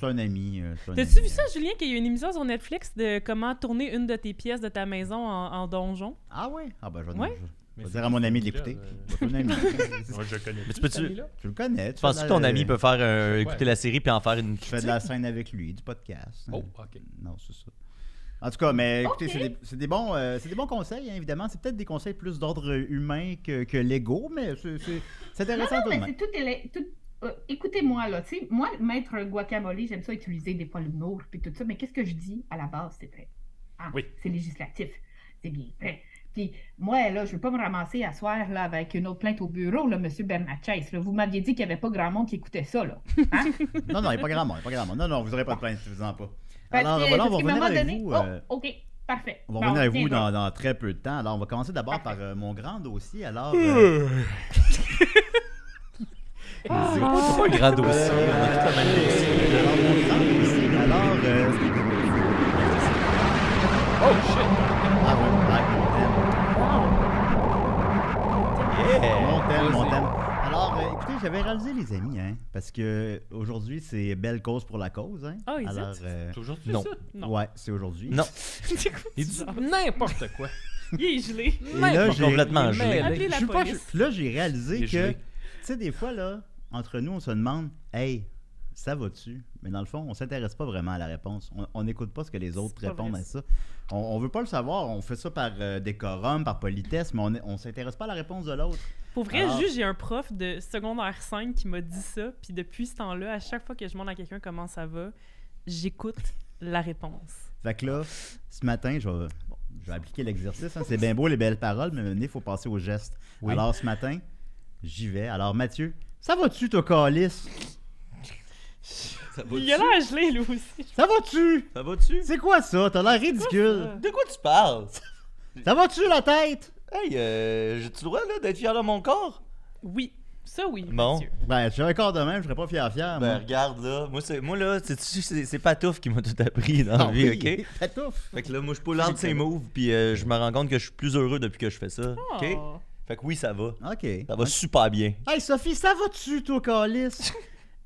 Speaker 3: C'est un ami. euh, c'est un
Speaker 5: T'as-tu
Speaker 3: ami.
Speaker 5: vu ça, Julien, qu'il y a une émission sur Netflix de comment tourner une de tes pièces de ta maison en, en donjon? [laughs]
Speaker 3: Ah ouais? Ah ben je vais,
Speaker 5: Ouais.
Speaker 3: je
Speaker 2: Mais
Speaker 3: vais
Speaker 2: c'est
Speaker 3: dire à mon ami de l'écouter.
Speaker 2: euh,
Speaker 3: Ton ami.
Speaker 4: [laughs]
Speaker 2: Moi, je connais.
Speaker 4: Mais
Speaker 2: plus
Speaker 4: tu peux-
Speaker 2: cet ami-là.
Speaker 3: tu le connais.
Speaker 4: Tu penses que ton ami peut faire euh, écouter la série puis en faire une
Speaker 3: Je fais de
Speaker 4: critique?
Speaker 3: la scène avec lui, du podcast. hein.
Speaker 2: Oh, ok.
Speaker 3: Non, c'est ça. En tout cas, mais écoutez,
Speaker 6: Ok.
Speaker 3: c'est des- c'est des, bons, euh, c'est des bons conseils, hein, évidemment. C'est peut-être des conseils plus d'ordre humain que, que légaux, mais c'est- c'est c'est
Speaker 6: Non,
Speaker 3: intéressant
Speaker 6: non,
Speaker 3: tout de
Speaker 6: mais
Speaker 3: même.
Speaker 6: c'est tout. éle- tout- euh, Écoutez-moi, là, tu sais, moi, maître guacamole, j'aime ça utiliser des fois l'humour puis tout ça, mais qu'est-ce que je dis à la base, c'est vrai. Ah,
Speaker 2: Oui.
Speaker 6: C'est législatif. C'est bien vrai. Puis moi, là, je veux pas me ramasser à soir là, avec une autre plainte au bureau, là, monsieur Bernatchez. Là. Vous m'aviez dit qu'il n'y avait pas grand monde qui écoutait ça, là.
Speaker 3: Non, non, il n'y a pas grand monde, il y a pas grand monde. Non, non, vous n'aurez pas de plainte, si vous en pas.
Speaker 6: Parce
Speaker 3: Alors,
Speaker 6: que-
Speaker 3: voilà, on va
Speaker 6: parce qu'à
Speaker 3: revenir
Speaker 6: un moment
Speaker 3: avec
Speaker 6: donné-
Speaker 3: vous.
Speaker 6: Oh,
Speaker 3: euh,
Speaker 6: OK, parfait.
Speaker 3: On va
Speaker 6: Bon,
Speaker 3: revenir à vous dans,
Speaker 6: tiens,
Speaker 3: dans très peu de temps. Alors, on va commencer d'abord par euh, mon grand dossier. Alors,
Speaker 2: Hum. [laughs]
Speaker 3: euh,
Speaker 2: Ah.
Speaker 4: C'est pas un grand dossier. On a tout le même dossier.
Speaker 3: alors, mon grand dossier. Alors, euh,
Speaker 2: Oh, shit.
Speaker 3: ah ouais, ouais,
Speaker 4: Yeah.
Speaker 3: mon thème, mon thème, mon
Speaker 2: Vas-y.
Speaker 3: thème. Alors, euh, écoutez, j'avais réalisé les amis, hein, parce que aujourd'hui, c'est belle cause pour la cause, hein.
Speaker 5: Oh, is it?
Speaker 3: Alors, euh,
Speaker 2: Toujours [laughs]
Speaker 4: Non.
Speaker 2: ça.
Speaker 5: Non.
Speaker 3: ouais, c'est aujourd'hui.
Speaker 4: Non,
Speaker 5: C'est quoi
Speaker 2: Il dit
Speaker 5: ça?
Speaker 2: n'importe quoi.
Speaker 5: Il est gelé.
Speaker 3: Et là,
Speaker 4: pas
Speaker 3: j'ai-
Speaker 4: [laughs] complètement
Speaker 2: Mais-
Speaker 4: gelé.
Speaker 5: Appelez la
Speaker 3: je suis pas-
Speaker 5: police.
Speaker 3: je- là, j'ai réalisé
Speaker 2: Il est
Speaker 3: que,
Speaker 2: gelé.
Speaker 3: tu sais, des fois, là, entre nous, on se demande, hey, ça va-tu? Mais dans le fond, on s'intéresse pas vraiment à la réponse. On- On n'écoute pas ce que les autres
Speaker 5: C'est pas
Speaker 3: répondent
Speaker 5: vrai,
Speaker 3: à ça. On, on veut pas le savoir. On fait ça par euh, décorum, par politesse, mais on, est- on s'intéresse pas à la réponse de l'autre.
Speaker 5: Pour vrai,
Speaker 2: Ah.
Speaker 3: Alors-
Speaker 5: juste, j'ai un prof de secondaire 5 qui m'a dit ça, puis depuis ce temps-là, à chaque fois que je demande à quelqu'un comment ça va, j'écoute la réponse.
Speaker 3: Fait que là, ce matin, je vais, je vais appliquer l'exercice. hein. C'est bien beau les belles paroles, mais il faut passer aux gestes.
Speaker 4: Oui.
Speaker 3: Alors, ce matin, j'y vais. Alors, Mathieu, ça va-tu, toi, calice?
Speaker 5: Il a l'air gelé, lui aussi.
Speaker 3: Ça va-tu?
Speaker 4: Ça va-tu?
Speaker 3: C'est quoi ça? T'as l'air ridicule.
Speaker 5: ça?
Speaker 4: De quoi tu parles?
Speaker 3: Ça va-tu, la tête?
Speaker 4: Hey, euh, j'ai-tu le droit là, d'être fier de mon corps?
Speaker 5: Oui, ça oui,
Speaker 4: Bon.
Speaker 5: monsieur.
Speaker 3: Ben, si j'avais un corps de même, je serais pas fier fier.
Speaker 4: Ben
Speaker 3: Ah, moi.
Speaker 4: regarde là, moi c'est moi là, c'est c'est c'est Patouf qui m'a tout appris dans la
Speaker 3: Ah
Speaker 4: vie,
Speaker 3: oui,
Speaker 4: ok.
Speaker 3: ça touffe.
Speaker 4: Fait que là, moi je pull out ses moves, puis euh, je me rends compte que je suis plus heureux depuis que je fais ça, ok.
Speaker 5: Oh.
Speaker 4: Fait que oui, ça va,
Speaker 3: OK.
Speaker 4: ça va super bien.
Speaker 3: Hey, Sophie, ça va-tu, toi,
Speaker 5: [laughs]
Speaker 3: calice?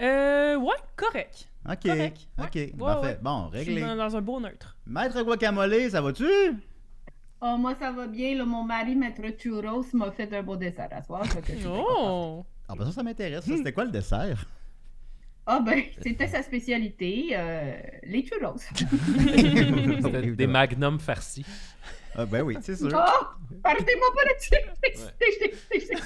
Speaker 5: Euh, ouais, correct.
Speaker 3: OK.
Speaker 5: Correct, ouais.
Speaker 3: OK,
Speaker 5: Ouais,
Speaker 3: parfait.
Speaker 5: ouais.
Speaker 3: Bon,
Speaker 5: Je suis
Speaker 3: réglé.
Speaker 5: dans, dans un beau neutre.
Speaker 3: Maître Guacamole, ça va-tu?
Speaker 6: Ah, moi, ça va bien. Là, mon mari, maître Churros, m'a fait un beau dessert à soir. fait que je suis bien
Speaker 5: Oh!
Speaker 6: contente.
Speaker 3: Ah, ben ça, ça m'intéresse. ça. C'était quoi le
Speaker 5: [laughs]
Speaker 3: dessert?
Speaker 6: Ah, ben, c'était sa spécialité, euh, les Churros.
Speaker 3: [laughs]
Speaker 2: C'était des magnums farcis.
Speaker 3: Ah, ben oui, c'est sûr.
Speaker 6: Oh, partez-moi pas là-dessus.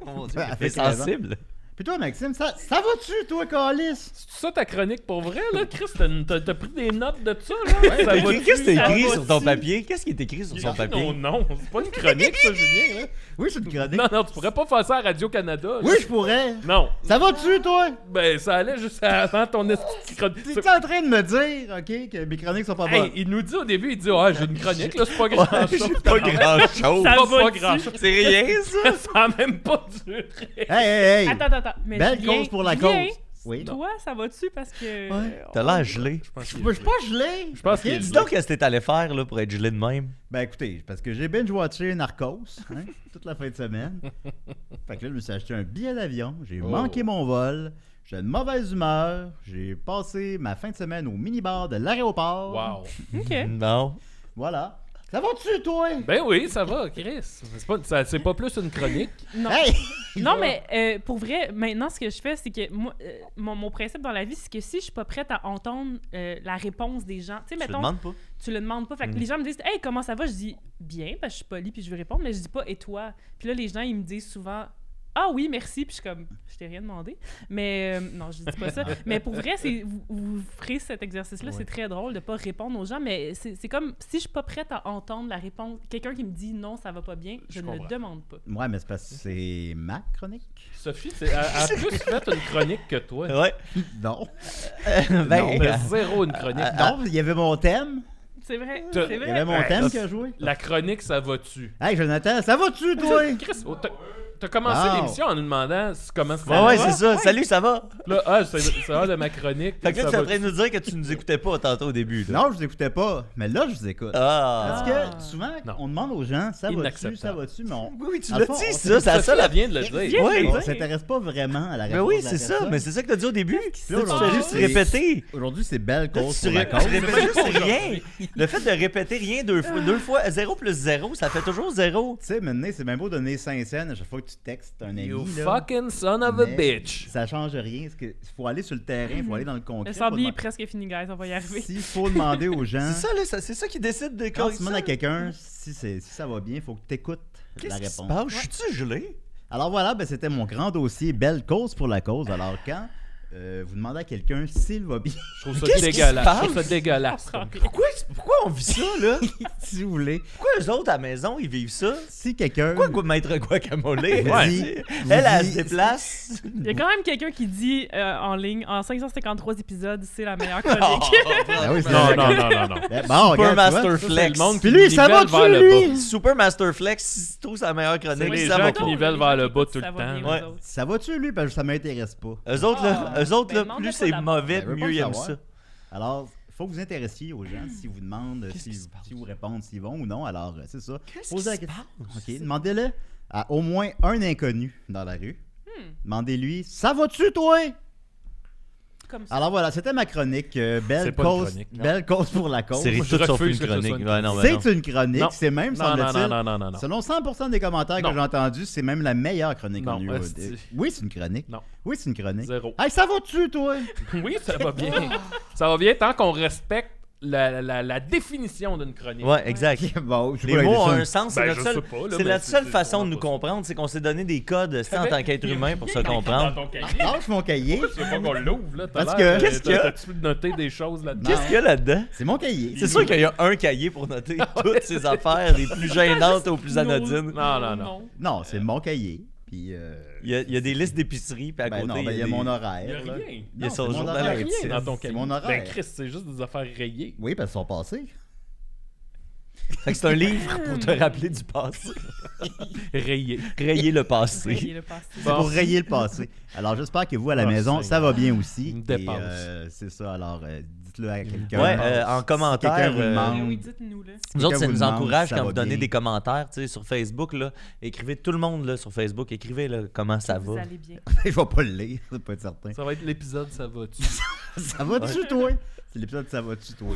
Speaker 4: Oh Mon
Speaker 3: Dieu,
Speaker 4: Dieu,
Speaker 3: avec
Speaker 4: sensible.
Speaker 5: [laughs]
Speaker 3: Puis toi, Maxime, ça, ça va-tu, toi, calice?
Speaker 2: ça ta chronique pour vrai, là, Chris? T'as- T'as t'as pris des notes de ça, là? Ça
Speaker 4: Mais
Speaker 2: va-tu?
Speaker 4: Qu'est-ce qui est
Speaker 2: Ça
Speaker 4: écrit
Speaker 2: va-tu?
Speaker 4: sur ton papier? Qu'est-ce qui est écrit sur son
Speaker 2: Non,
Speaker 4: papier?
Speaker 2: non, c'est pas une chronique, ça, Julien. là.
Speaker 3: Oui, c'est une chronique.
Speaker 2: Non, non, tu pourrais pas faire ça à Radio-Canada. là.
Speaker 3: Oui, je pourrais.
Speaker 2: Non.
Speaker 3: Ça va-tu, toi?
Speaker 2: Ben, ça allait juste avant ton esti de chronique.
Speaker 3: T'es en train de me dire, OK, que mes chroniques sont pas
Speaker 2: Hey,
Speaker 3: bonnes.
Speaker 2: il nous dit au début, il dit Ah, j'ai une chronique, là, c'est pas grand chose.
Speaker 4: [laughs] C'est pas grand chose.
Speaker 2: Ça
Speaker 5: Ça
Speaker 2: va pas
Speaker 5: va-tu?
Speaker 2: grand chose.
Speaker 4: C'est rien, ça.
Speaker 2: Ça a même pas duré.
Speaker 3: Hey, hey, hey.
Speaker 5: Attends, attends, attends. Mais
Speaker 3: Belle
Speaker 5: Julien-
Speaker 3: cause pour la
Speaker 5: Julien,
Speaker 3: cause. Oui.
Speaker 5: Toi, ça va-tu parce que.
Speaker 4: Ouais. T'as l'air gelé.
Speaker 3: Je je suis pas gelé.
Speaker 2: Je pense
Speaker 3: OK?
Speaker 2: qu'il est
Speaker 4: Dis donc, qu'est-ce que t'es allé faire là, pour être gelé de même?
Speaker 3: Ben écoutez, parce que j'ai binge-watché Narcos hein, [laughs] toute la fin de semaine. [laughs] Fait que là, je me suis acheté un billet d'avion, j'ai
Speaker 2: Oh.
Speaker 3: manqué mon vol, j'ai une mauvaise humeur, j'ai passé ma fin de semaine au minibar de l'aéroport.
Speaker 2: Wow.
Speaker 5: Ok.
Speaker 4: Non.
Speaker 3: Voilà. Ça va-tu, toi?
Speaker 2: Ben oui, ça va, Chris. C'est pas, ça- c'est pas plus une chronique.
Speaker 5: Non.
Speaker 3: Hey!
Speaker 5: Non, mais euh, pour vrai, maintenant, ce que je fais, c'est que moi, euh, mon, mon principe dans la vie, c'est que si je suis pas prête à entendre euh, la réponse des gens, tu sais,
Speaker 4: Je te
Speaker 5: mettons,
Speaker 4: demande pas.
Speaker 5: tu le demandes pas. Fait que
Speaker 4: Mm.
Speaker 5: les gens me disent Hey, comment ça va Je dis Bien, parce que je suis polie puis je veux répondre, mais je dis pas Et toi Puis là, les gens, ils me disent souvent Ah oui, merci. Puis je suis comme Je t'ai rien demandé. Mais euh, non, je dis pas ça. mais pour vrai, c'est, vous, vous ferez cet exercice-là.
Speaker 2: Ouais.
Speaker 5: C'est très drôle de pas répondre aux gens, mais c'est, c'est comme si je suis pas prête à entendre la réponse. Quelqu'un qui me dit Non, ça va pas bien, je,
Speaker 2: Je
Speaker 5: ne
Speaker 2: comprends.
Speaker 5: le demande pas.
Speaker 3: Ouais, mais c'est parce que c'est ma chronique.
Speaker 2: Sophie, c'est- elle elle a plus fait une chronique que toi.
Speaker 4: Ouais.
Speaker 3: Non. Euh,
Speaker 4: Ben, euh,
Speaker 2: Mais zéro une chronique.
Speaker 3: Non, il y avait mon thème.
Speaker 5: C'est vrai.
Speaker 2: Tu-
Speaker 5: C'est
Speaker 3: Il y
Speaker 5: vrai.
Speaker 3: avait mon
Speaker 2: Ouais,
Speaker 3: thème
Speaker 2: ça,
Speaker 3: que je jouais.
Speaker 2: La chronique, ça va-tu?
Speaker 3: Hey, Jonathan, ça va-tu, toi?
Speaker 2: Chris, oh, t'as- t'as commencé
Speaker 3: Wow.
Speaker 2: l'émission en nous demandant si- comment ça
Speaker 4: Ouais,
Speaker 2: va.
Speaker 4: ouais, c'est ça. Salut, ça va?
Speaker 2: Là, ah, c'est c'est hors de ma chronique.
Speaker 4: Fait que là,
Speaker 2: ça
Speaker 4: tu es en
Speaker 2: va-tu?
Speaker 4: train de nous dire que tu nous écoutais pas tantôt au début. Là.
Speaker 3: Non, je vous écoutais pas, mais là, je vous écoute. Parce
Speaker 5: Ah.
Speaker 4: Ah.
Speaker 3: que souvent,
Speaker 2: Non.
Speaker 3: on demande aux gens, ça va-tu,
Speaker 2: Inacceptable.
Speaker 3: ça va-tu, mais on,
Speaker 4: Oui, oui, tu
Speaker 3: Dans le
Speaker 4: l'as
Speaker 3: fond,
Speaker 4: dit,
Speaker 3: on-
Speaker 4: ça. C'est la
Speaker 2: Sophie,
Speaker 4: seule.
Speaker 2: elle vient de le dire.
Speaker 5: Viens de
Speaker 4: Ouais.
Speaker 5: le
Speaker 3: on
Speaker 5: dire.
Speaker 3: s'intéresse pas vraiment à la
Speaker 4: Mais
Speaker 3: réponse.
Speaker 4: oui,
Speaker 3: de la
Speaker 4: c'est ça.
Speaker 3: personne.
Speaker 4: Mais c'est ça que t'as dit au début.
Speaker 5: Qu'est-ce
Speaker 3: Là,
Speaker 5: qui se
Speaker 4: Tu
Speaker 3: aujourd'hui,
Speaker 4: fais
Speaker 5: passe?
Speaker 4: juste
Speaker 3: c'est-
Speaker 4: répéter.
Speaker 3: Aujourd'hui, c'est belle
Speaker 4: Là,
Speaker 3: cause
Speaker 4: tu
Speaker 3: pour la
Speaker 4: ré-
Speaker 3: cause.
Speaker 4: tu répètes juste rien. Le fait de répéter rien deux fois, deux fois, zéro plus zéro, ça fait toujours zéro.
Speaker 3: Tu sais, maintenant, c'est même beau donner 5 cents à chaque fois que tu textes un ami.
Speaker 2: You
Speaker 3: là,
Speaker 2: fucking son of a
Speaker 3: mais
Speaker 2: bitch.
Speaker 3: Ça change rien. Il faut aller sur le terrain, il faut aller dans le concret.
Speaker 5: Le
Speaker 3: faut
Speaker 5: sablier est
Speaker 3: demander-
Speaker 5: presque fini, guys. On va y arriver.
Speaker 3: S'il faut demander
Speaker 4: [laughs]
Speaker 3: aux gens,
Speaker 4: C'est ça, là, ça- c'est ça qui décide de
Speaker 3: quand
Speaker 4: ça-
Speaker 3: tu demandes à quelqu'un si, c'est- si ça va bien, il faut que tu écoutes la
Speaker 4: Qu'est-ce qui se
Speaker 3: réponse.
Speaker 4: passe? Je suis-tu gelé?
Speaker 3: Alors voilà, ben, c'était mon grand dossier, belle cause pour la cause. Alors quand euh, vous demandez à quelqu'un s'il va bien, [laughs]
Speaker 2: Je trouve ça
Speaker 4: Qu'est-ce qui se
Speaker 2: dégueulasse. Je trouve ça
Speaker 4: passe?
Speaker 5: On
Speaker 2: dégueulasse.
Speaker 5: se rend
Speaker 4: [laughs]
Speaker 5: compte.
Speaker 4: Pourquoi, pourquoi on vit ça, là?
Speaker 3: [laughs] si vous voulez, Hum.
Speaker 4: Pourquoi eux autres à la maison, ils vivent ça?
Speaker 3: si quelqu'un...
Speaker 4: Pourquoi quoi, Maître Guacamole?
Speaker 2: Ouais.
Speaker 4: dit-
Speaker 3: Dit-
Speaker 4: Elle, elle,
Speaker 3: dit-
Speaker 4: se déplace.
Speaker 5: Il y
Speaker 4: [laughs]
Speaker 5: a quand même quelqu'un qui dit euh, en ligne, en 553 épisodes, c'est la meilleure chronique.
Speaker 4: Oh,
Speaker 3: Ah oui, c'est
Speaker 2: Non,
Speaker 3: vrai.
Speaker 2: non, non, non, non.
Speaker 3: Ben, bon,
Speaker 4: Super
Speaker 3: regarde, tu vois.
Speaker 4: Master
Speaker 2: C'est le
Speaker 4: Flex.
Speaker 2: monde
Speaker 3: Puis
Speaker 2: qui
Speaker 3: lui, ça
Speaker 2: nivelle
Speaker 3: va-tu,
Speaker 2: vers le
Speaker 3: lui?
Speaker 2: bas.
Speaker 4: Super Master Flex, si tu trouves c'est la meilleure
Speaker 2: C'est
Speaker 4: chronique,
Speaker 2: les
Speaker 4: ça va
Speaker 2: gens
Speaker 4: pas.
Speaker 2: qui nivellent vers le bas tout le temps.
Speaker 4: Ouais.
Speaker 3: Ça va-tu, lui? Parce que ça m'intéresse pas.
Speaker 4: Eux autres, là,
Speaker 5: Ah,
Speaker 4: eux autres, là,
Speaker 5: ben,
Speaker 4: plus
Speaker 5: demande-le
Speaker 4: c'est
Speaker 5: pas d'abord.
Speaker 4: mauvais,
Speaker 3: Ben, veux pas
Speaker 4: mieux
Speaker 3: le
Speaker 4: ils aiment
Speaker 3: savoir.
Speaker 4: ça.
Speaker 3: Alors, faut que vous intéressiez aux gens s'ils vous demandent,
Speaker 4: Qu'est-ce
Speaker 3: s'ils
Speaker 4: qui se passe?
Speaker 3: s'ils vous répondent, s'ils vont ou non. Alors, euh, c'est ça.
Speaker 4: Qu'est-ce
Speaker 3: Posez la
Speaker 4: qui se
Speaker 3: question.
Speaker 4: passe?
Speaker 3: OK, demandez-le à au moins un inconnu dans la rue. Demandez-lui, ça va-tu, toi?
Speaker 5: Comme
Speaker 4: Ah,
Speaker 5: ça.
Speaker 3: Alors voilà, c'était ma chronique. euh,
Speaker 2: C'est
Speaker 3: belle,
Speaker 2: pas une
Speaker 3: cause,
Speaker 2: chronique, non.
Speaker 3: belle cause pour la cause.
Speaker 4: C'est
Speaker 2: moi, je
Speaker 4: tout sauf
Speaker 2: refuse que ce
Speaker 4: une
Speaker 2: soit une
Speaker 4: chronique.
Speaker 2: chronique.
Speaker 4: Ouais, non, ben non.
Speaker 3: C'est une chronique,
Speaker 2: Non.
Speaker 3: c'est même,
Speaker 2: Non, non,
Speaker 3: semble-t-il.
Speaker 2: non, non, non, non, non.
Speaker 3: Selon 100% des commentaires
Speaker 2: Non.
Speaker 3: que j'ai entendus, c'est même la meilleure chronique
Speaker 2: Non, [laughs]
Speaker 3: qu'on a eue.
Speaker 2: esti.
Speaker 3: Euh, Oui, c'est une chronique.
Speaker 2: Non.
Speaker 3: Oui, c'est une chronique.
Speaker 2: Zéro.
Speaker 3: Hey, ça va-tu, toi?
Speaker 2: [laughs] Oui, ça va bien. Ça va bien tant qu'on respecte la, la- la définition d'une chronique.
Speaker 4: Ouais, exact.
Speaker 3: [laughs] bon, je
Speaker 4: Les
Speaker 3: voulais
Speaker 4: mots ont
Speaker 3: dire
Speaker 4: un
Speaker 3: ça.
Speaker 4: sens, c'est
Speaker 2: Ben,
Speaker 4: notre
Speaker 2: je
Speaker 4: seule,
Speaker 2: sais pas, là,
Speaker 4: c'est
Speaker 2: mais
Speaker 4: la
Speaker 2: c'est-
Speaker 4: seule
Speaker 2: c'est-
Speaker 4: façon
Speaker 2: on
Speaker 4: de
Speaker 2: a
Speaker 4: nous
Speaker 2: pas ça.
Speaker 4: comprendre, c'est qu'on s'est donné des codes, c'est en tant qu'être humain pour
Speaker 2: [laughs]
Speaker 4: se
Speaker 2: Dans
Speaker 4: comprendre.
Speaker 2: ton cahier.
Speaker 3: Lâche mon cahier.
Speaker 2: Tu veux pas qu'on l'ouvre, là?
Speaker 3: Parce que-
Speaker 4: qu'est-ce qu'il y a?
Speaker 2: T'as-tu noté des choses là-dedans?
Speaker 4: Qu'est-ce qu'il y a là-dedans?
Speaker 3: C'est mon cahier.
Speaker 4: C'est sûr qu'il y a un cahier pour noter toutes ces affaires, des plus gênantes aux plus anodines.
Speaker 2: Ah Non, non, non.
Speaker 3: Non, c'est mon cahier. Puis. euh,
Speaker 4: Il y a, il y a des listes d'épicerie, puis à
Speaker 3: ben
Speaker 4: côté,
Speaker 3: non, ben, il y a
Speaker 4: des-
Speaker 3: mon
Speaker 2: Il y a
Speaker 3: horaire. là.
Speaker 2: rien.
Speaker 4: Il y
Speaker 3: Non,
Speaker 4: a son
Speaker 3: c'est mon
Speaker 4: journal
Speaker 3: horaire.
Speaker 2: Il y a rien dans ton
Speaker 3: C'est
Speaker 2: cahier.
Speaker 3: mon
Speaker 2: Ben,
Speaker 3: horaire.
Speaker 2: Chris, c'est juste des affaires rayées.
Speaker 3: Oui, parce qu'ils sont passés.
Speaker 4: [laughs] Fait que c'est un livre pour te rappeler du
Speaker 2: [laughs]
Speaker 4: passé.
Speaker 2: Rayées.
Speaker 4: Rayer le
Speaker 5: Il
Speaker 4: passé.
Speaker 5: est passé.
Speaker 3: C'est pour rayer le passé. Alors, j'espère que vous, à la
Speaker 2: Ah,
Speaker 3: maison,
Speaker 2: Seigneur.
Speaker 3: ça va bien aussi.
Speaker 2: Il me
Speaker 3: Et,
Speaker 2: dépasse.
Speaker 3: euh, c'est ça. Alors, euh, dites-le à quelqu'un.
Speaker 4: Ouais, euh, en commentaire.
Speaker 3: quelqu'un vous
Speaker 4: euh,
Speaker 3: demande.
Speaker 5: Mais oui, dites-nous, là.
Speaker 4: Nous autres, ça
Speaker 3: vous
Speaker 4: nous
Speaker 3: demande
Speaker 4: encourage
Speaker 3: si ça
Speaker 4: quand
Speaker 3: va
Speaker 4: vous donnez
Speaker 3: bien.
Speaker 4: des commentaires tu sais, sur Facebook. Là, écrivez tout le monde là, sur Facebook, écrivez là, comment ça
Speaker 5: Vous
Speaker 4: va.
Speaker 5: allez bien.
Speaker 3: [laughs]
Speaker 4: [laughs]
Speaker 3: je vais pas le lire, c'est pas être certain.
Speaker 2: Ça va être l'épisode, ça va-tu?
Speaker 3: Ça va-tu, toi? C'est l'épisode Ça va-tu, toi?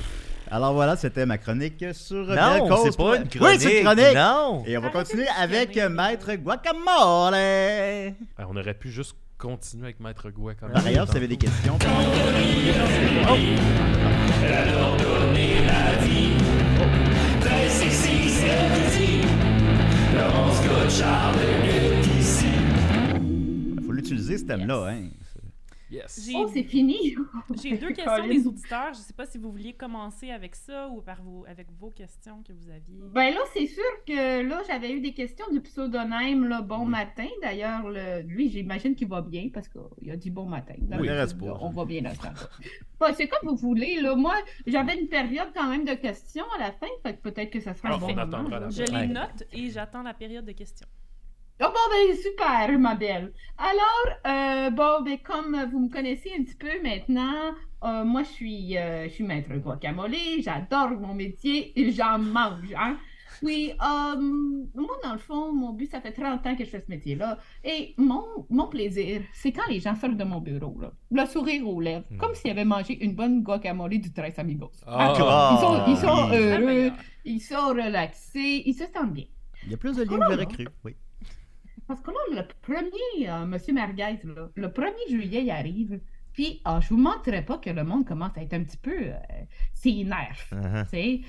Speaker 3: Alors, voilà, c'était ma chronique sur. Belle
Speaker 4: Non,
Speaker 3: Cause
Speaker 4: c'est
Speaker 3: pour
Speaker 4: pas
Speaker 3: la-
Speaker 4: une chronique.
Speaker 3: Oui, c'est une chronique.
Speaker 4: Non.
Speaker 3: Et on va
Speaker 5: Arrêtez
Speaker 3: continuer
Speaker 5: de
Speaker 3: avec
Speaker 5: chialer.
Speaker 3: Maître Guacamole.
Speaker 2: Ah, on aurait pu juste continuer avec Maître Gouet quand même.
Speaker 3: Par ailleurs, si vous avez des questions. Il faut l'utiliser, ce thème-là. Hein.
Speaker 2: Yes. [laughs]
Speaker 5: J'ai-
Speaker 6: Oh, c'est fini!
Speaker 5: J'ai
Speaker 6: [laughs]
Speaker 5: deux questions
Speaker 6: Colin.
Speaker 5: des auditeurs. Je ne sais pas si vous vouliez commencer avec ça ou par vos, avec vos questions que vous aviez.
Speaker 6: Ben là, c'est sûr que là, j'avais eu des questions du pseudonyme là, Bon
Speaker 4: Oui.
Speaker 6: Matin. D'ailleurs, le- lui, j'imagine qu'il va bien parce qu'il a dit Bon Matin. Donc,
Speaker 3: Oui.
Speaker 6: là,
Speaker 3: Reste pas.
Speaker 6: on va bien l'entendre. Bon, c'est comme vous voulez. Là. Moi, j'avais une période quand même de questions à la fin. Fait que peut-être que ça sera
Speaker 2: Ah,
Speaker 6: un bon
Speaker 2: on
Speaker 6: moment,
Speaker 2: attendra
Speaker 6: là.
Speaker 2: la
Speaker 5: Je
Speaker 2: fin.
Speaker 5: les
Speaker 4: Ouais.
Speaker 5: note et j'attends la période de questions.
Speaker 6: Ah bon, ben super, ma belle. Alors, euh, bon, ben comme vous me connaissez un petit peu maintenant, euh, moi je suis, euh, je suis maître guacamole, j'adore mon métier et j'en mange, hein. Oui, euh, moi dans le fond, mon but, ça fait 30 ans que je fais ce métier-là. Et mon, mon plaisir, c'est quand les gens sortent de mon bureau, là, le sourire aux lèvres,
Speaker 4: Mm.
Speaker 6: comme s'ils avaient mangé une bonne guacamole du Tres Amigos.
Speaker 2: Ah.
Speaker 6: Ils sont, ils sont
Speaker 4: oui.
Speaker 5: La
Speaker 6: heureux,
Speaker 5: meilleure.
Speaker 6: ils sont relaxés, ils se sentent bien.
Speaker 3: Il y a plus de livres que j'aurais cru. Oui.
Speaker 6: Parce que là, le premier, euh, Monsieur Marguerite, là, le 1er juillet, il arrive. Puis, ah, je vous montrerai pas que le monde commence à être un petit peu. euh, c'est nerfs.
Speaker 4: Uh-huh.
Speaker 6: Tu sais,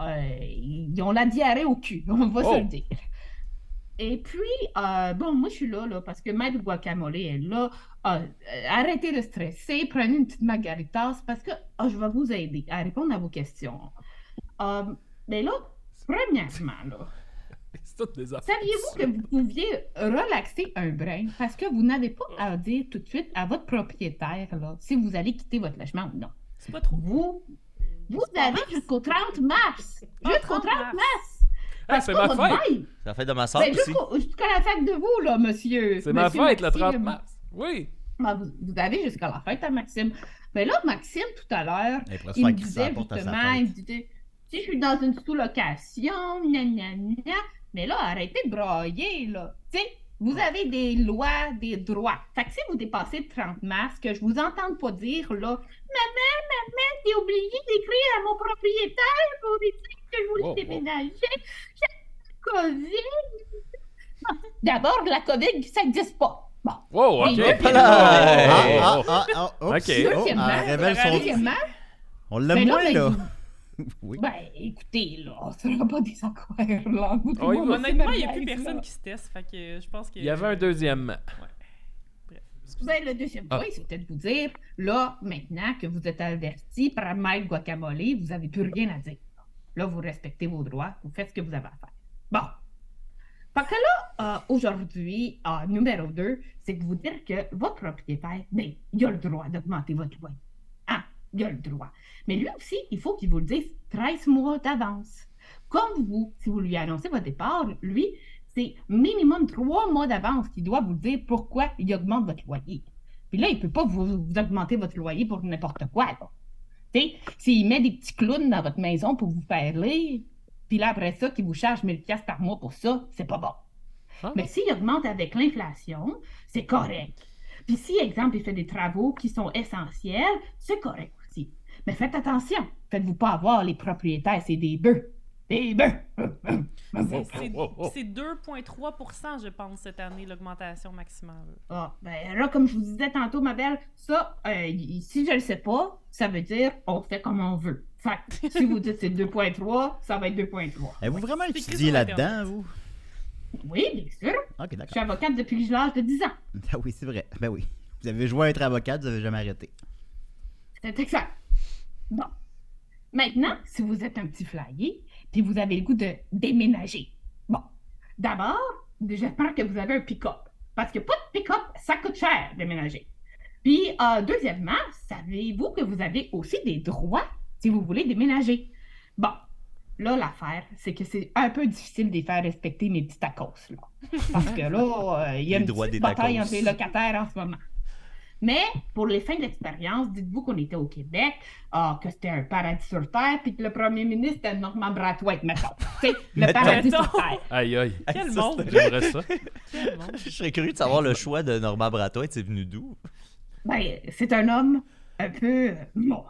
Speaker 6: Euh, ils ont la diarrhée au cul, on va
Speaker 2: Oh.
Speaker 6: se le dire. Et puis, euh, bon, moi, je suis là, là, parce que Maître Guacamole est là. Ah, euh, arrêtez de stresser, prenez une petite margaritas, parce que ah, je vais vous aider à répondre à vos questions. Euh, mais là, premièrement, là,
Speaker 2: C'est toutes des affaires.
Speaker 6: Saviez-vous que vous pouviez relaxer un brin parce que vous n'avez pas à dire tout de suite à votre propriétaire là, si vous allez quitter votre logement ou non.
Speaker 5: C'est pas trop.
Speaker 6: Vous, vous
Speaker 5: Jusqu'au
Speaker 6: avez
Speaker 5: mars.
Speaker 6: jusqu'au 30 mars.
Speaker 5: Ah,
Speaker 6: Jusqu'au
Speaker 5: 30
Speaker 6: 30
Speaker 5: mars.
Speaker 6: mars. Parce
Speaker 2: c'est
Speaker 6: que
Speaker 2: ma
Speaker 6: votre
Speaker 2: fête.
Speaker 6: bail-
Speaker 4: C'est la fête de ma soeur
Speaker 6: ben,
Speaker 4: [laughs] aussi.
Speaker 6: jusqu'au- Jusqu'à la fête de vous, là, monsieur.
Speaker 2: C'est ma
Speaker 6: monsieur
Speaker 2: fête le
Speaker 6: Maxime.
Speaker 2: 30 mars. Oui.
Speaker 6: Ben, vous, vous avez jusqu'à la fête à Maxime. Mais là, Maxime, tout à l'heure,
Speaker 3: Il pourrait se
Speaker 6: il me
Speaker 3: faire crisser à
Speaker 6: disait
Speaker 3: la porte à sa
Speaker 6: justement, il
Speaker 3: fête.
Speaker 6: me disait, si je suis dans une sous-location, gna gna gna, mais là, arrêtez de brailler, là. Tu sais, vous avez des lois, des droits. Fait que si vous dépassez le 30 mars, que je vous entende pas dire, là, maman, maman, j'ai oublié d'écrire à mon propriétaire pour lui dire que je voulais
Speaker 2: Wow, wow.
Speaker 6: déménager. J'ai la COVID. D'abord, la COVID, ça n'existe pas. Bon.
Speaker 2: Wow,
Speaker 6: Oui,
Speaker 2: ok.
Speaker 6: oui.
Speaker 4: Voilà.
Speaker 2: Oh, oh,
Speaker 3: Ah,
Speaker 2: oh.
Speaker 3: ah, ah, ah,
Speaker 2: Ok.
Speaker 3: oups. Oh, elle
Speaker 6: Deuxièmement,
Speaker 3: révèle son...
Speaker 6: deuxièmement,
Speaker 3: On l'a
Speaker 6: ben là,
Speaker 3: moins,
Speaker 6: ben,
Speaker 3: là.
Speaker 6: [laughs] vous-
Speaker 3: Oui.
Speaker 6: Ben, écoutez, là, on sera pas des aquaires, là. Vous-
Speaker 2: Oh, oui,
Speaker 6: vous-
Speaker 2: oui.
Speaker 5: Honnêtement, il n'y a plus
Speaker 6: Marguerite,
Speaker 5: personne
Speaker 6: là.
Speaker 5: qui se teste. Fait que je pense que.
Speaker 2: Il y avait un deuxième.
Speaker 6: Ben, le deuxième
Speaker 2: Ah.
Speaker 6: point, c'est peut-être vous dire, là, maintenant que vous êtes averti par Mike Guacamole, vous n'avez plus rien à dire. Là, vous respectez vos droits, vous faites ce que vous avez à faire. Bon. Parce que là, euh, aujourd'hui, euh, numéro 2, c'est de vous dire que votre propriétaire, ben, il a le droit d'augmenter votre loyer. Ah, il a le droit. Mais lui aussi, il faut qu'il vous le dise 13 mois d'avance. Comme vous, si vous lui annoncez votre départ, lui, c'est minimum trois mois d'avance qu'il doit vous dire pourquoi il augmente votre loyer. Puis là, il ne peut pas vous, vous augmenter votre loyer pour n'importe quoi. là. Tu sais, S'il met des petits clowns dans votre maison pour vous faire lire, puis là, après ça, qu'il vous charge 1000 pièces par mois pour ça, c'est pas bon.
Speaker 2: Ah.
Speaker 6: Mais s'il augmente avec l'inflation, c'est correct. Puis si, exemple, il fait des travaux qui sont essentiels, c'est correct aussi. Mais faites attention. Faites-vous pas avoir les propriétaires, c'est des bœufs. Des bœufs. Ah,
Speaker 5: C'est- c'est-
Speaker 2: Oh, oh, oh.
Speaker 5: C'est 2,3 je pense, cette année, l'augmentation maximale.
Speaker 6: Ah, ben là, comme je vous disais tantôt, ma belle, ça, euh, y- si je le sais pas, ça veut dire on fait comme on veut. Fait que si vous dites c'est 2.3, ça va être 2.3.
Speaker 3: Avez-vous vraiment
Speaker 5: écrit
Speaker 3: étudié
Speaker 5: sur Internet.
Speaker 3: là-dedans, vous?
Speaker 6: Oui, bien sûr.
Speaker 3: Ok,
Speaker 6: Je suis
Speaker 3: d'accord.
Speaker 6: avocate depuis l'âge de 10 ans.
Speaker 3: [laughs] Ben oui, c'est vrai. Ben oui. Vous avez joué à être avocate, vous avez jamais arrêté.
Speaker 6: C'est exact. Bon. Maintenant, si vous êtes un petit flyer, puis vous avez le goût de déménager. Bon. D'abord, j'espère que vous avez un pick-up. Parce que pas de pick-up, ça coûte cher, déménager. Puis, euh, deuxièmement, savez-vous que vous avez aussi des droits si vous voulez déménager? Bon. Là, l'affaire, c'est que c'est un peu difficile de les faire respecter mes petits tacos, là. Parce que là, euh, il y a
Speaker 4: Les
Speaker 6: une
Speaker 4: droits des
Speaker 6: petite bataille
Speaker 4: tacos.
Speaker 6: entre les locataires en ce moment. Mais pour les fins de l'expérience, dites-vous qu'on était au Québec, ah, que c'était un paradis sur Terre, puis que le premier ministre était Norman Brathwaite, mettons. Tu sais, le
Speaker 4: Mettons.
Speaker 6: paradis sur
Speaker 5: Mettons.
Speaker 6: Terre.
Speaker 2: Aïe, aïe.
Speaker 4: Hey,
Speaker 5: Quel
Speaker 2: [laughs]
Speaker 4: ça,
Speaker 5: monde!
Speaker 4: c'est-
Speaker 2: Oh, J'aimerais ça.
Speaker 5: Quel monde!
Speaker 4: Je serais curieux de savoir le choix de Norman Bratoit. C'est venu d'où?
Speaker 6: Ben, c'est un homme un peu. euh, bon,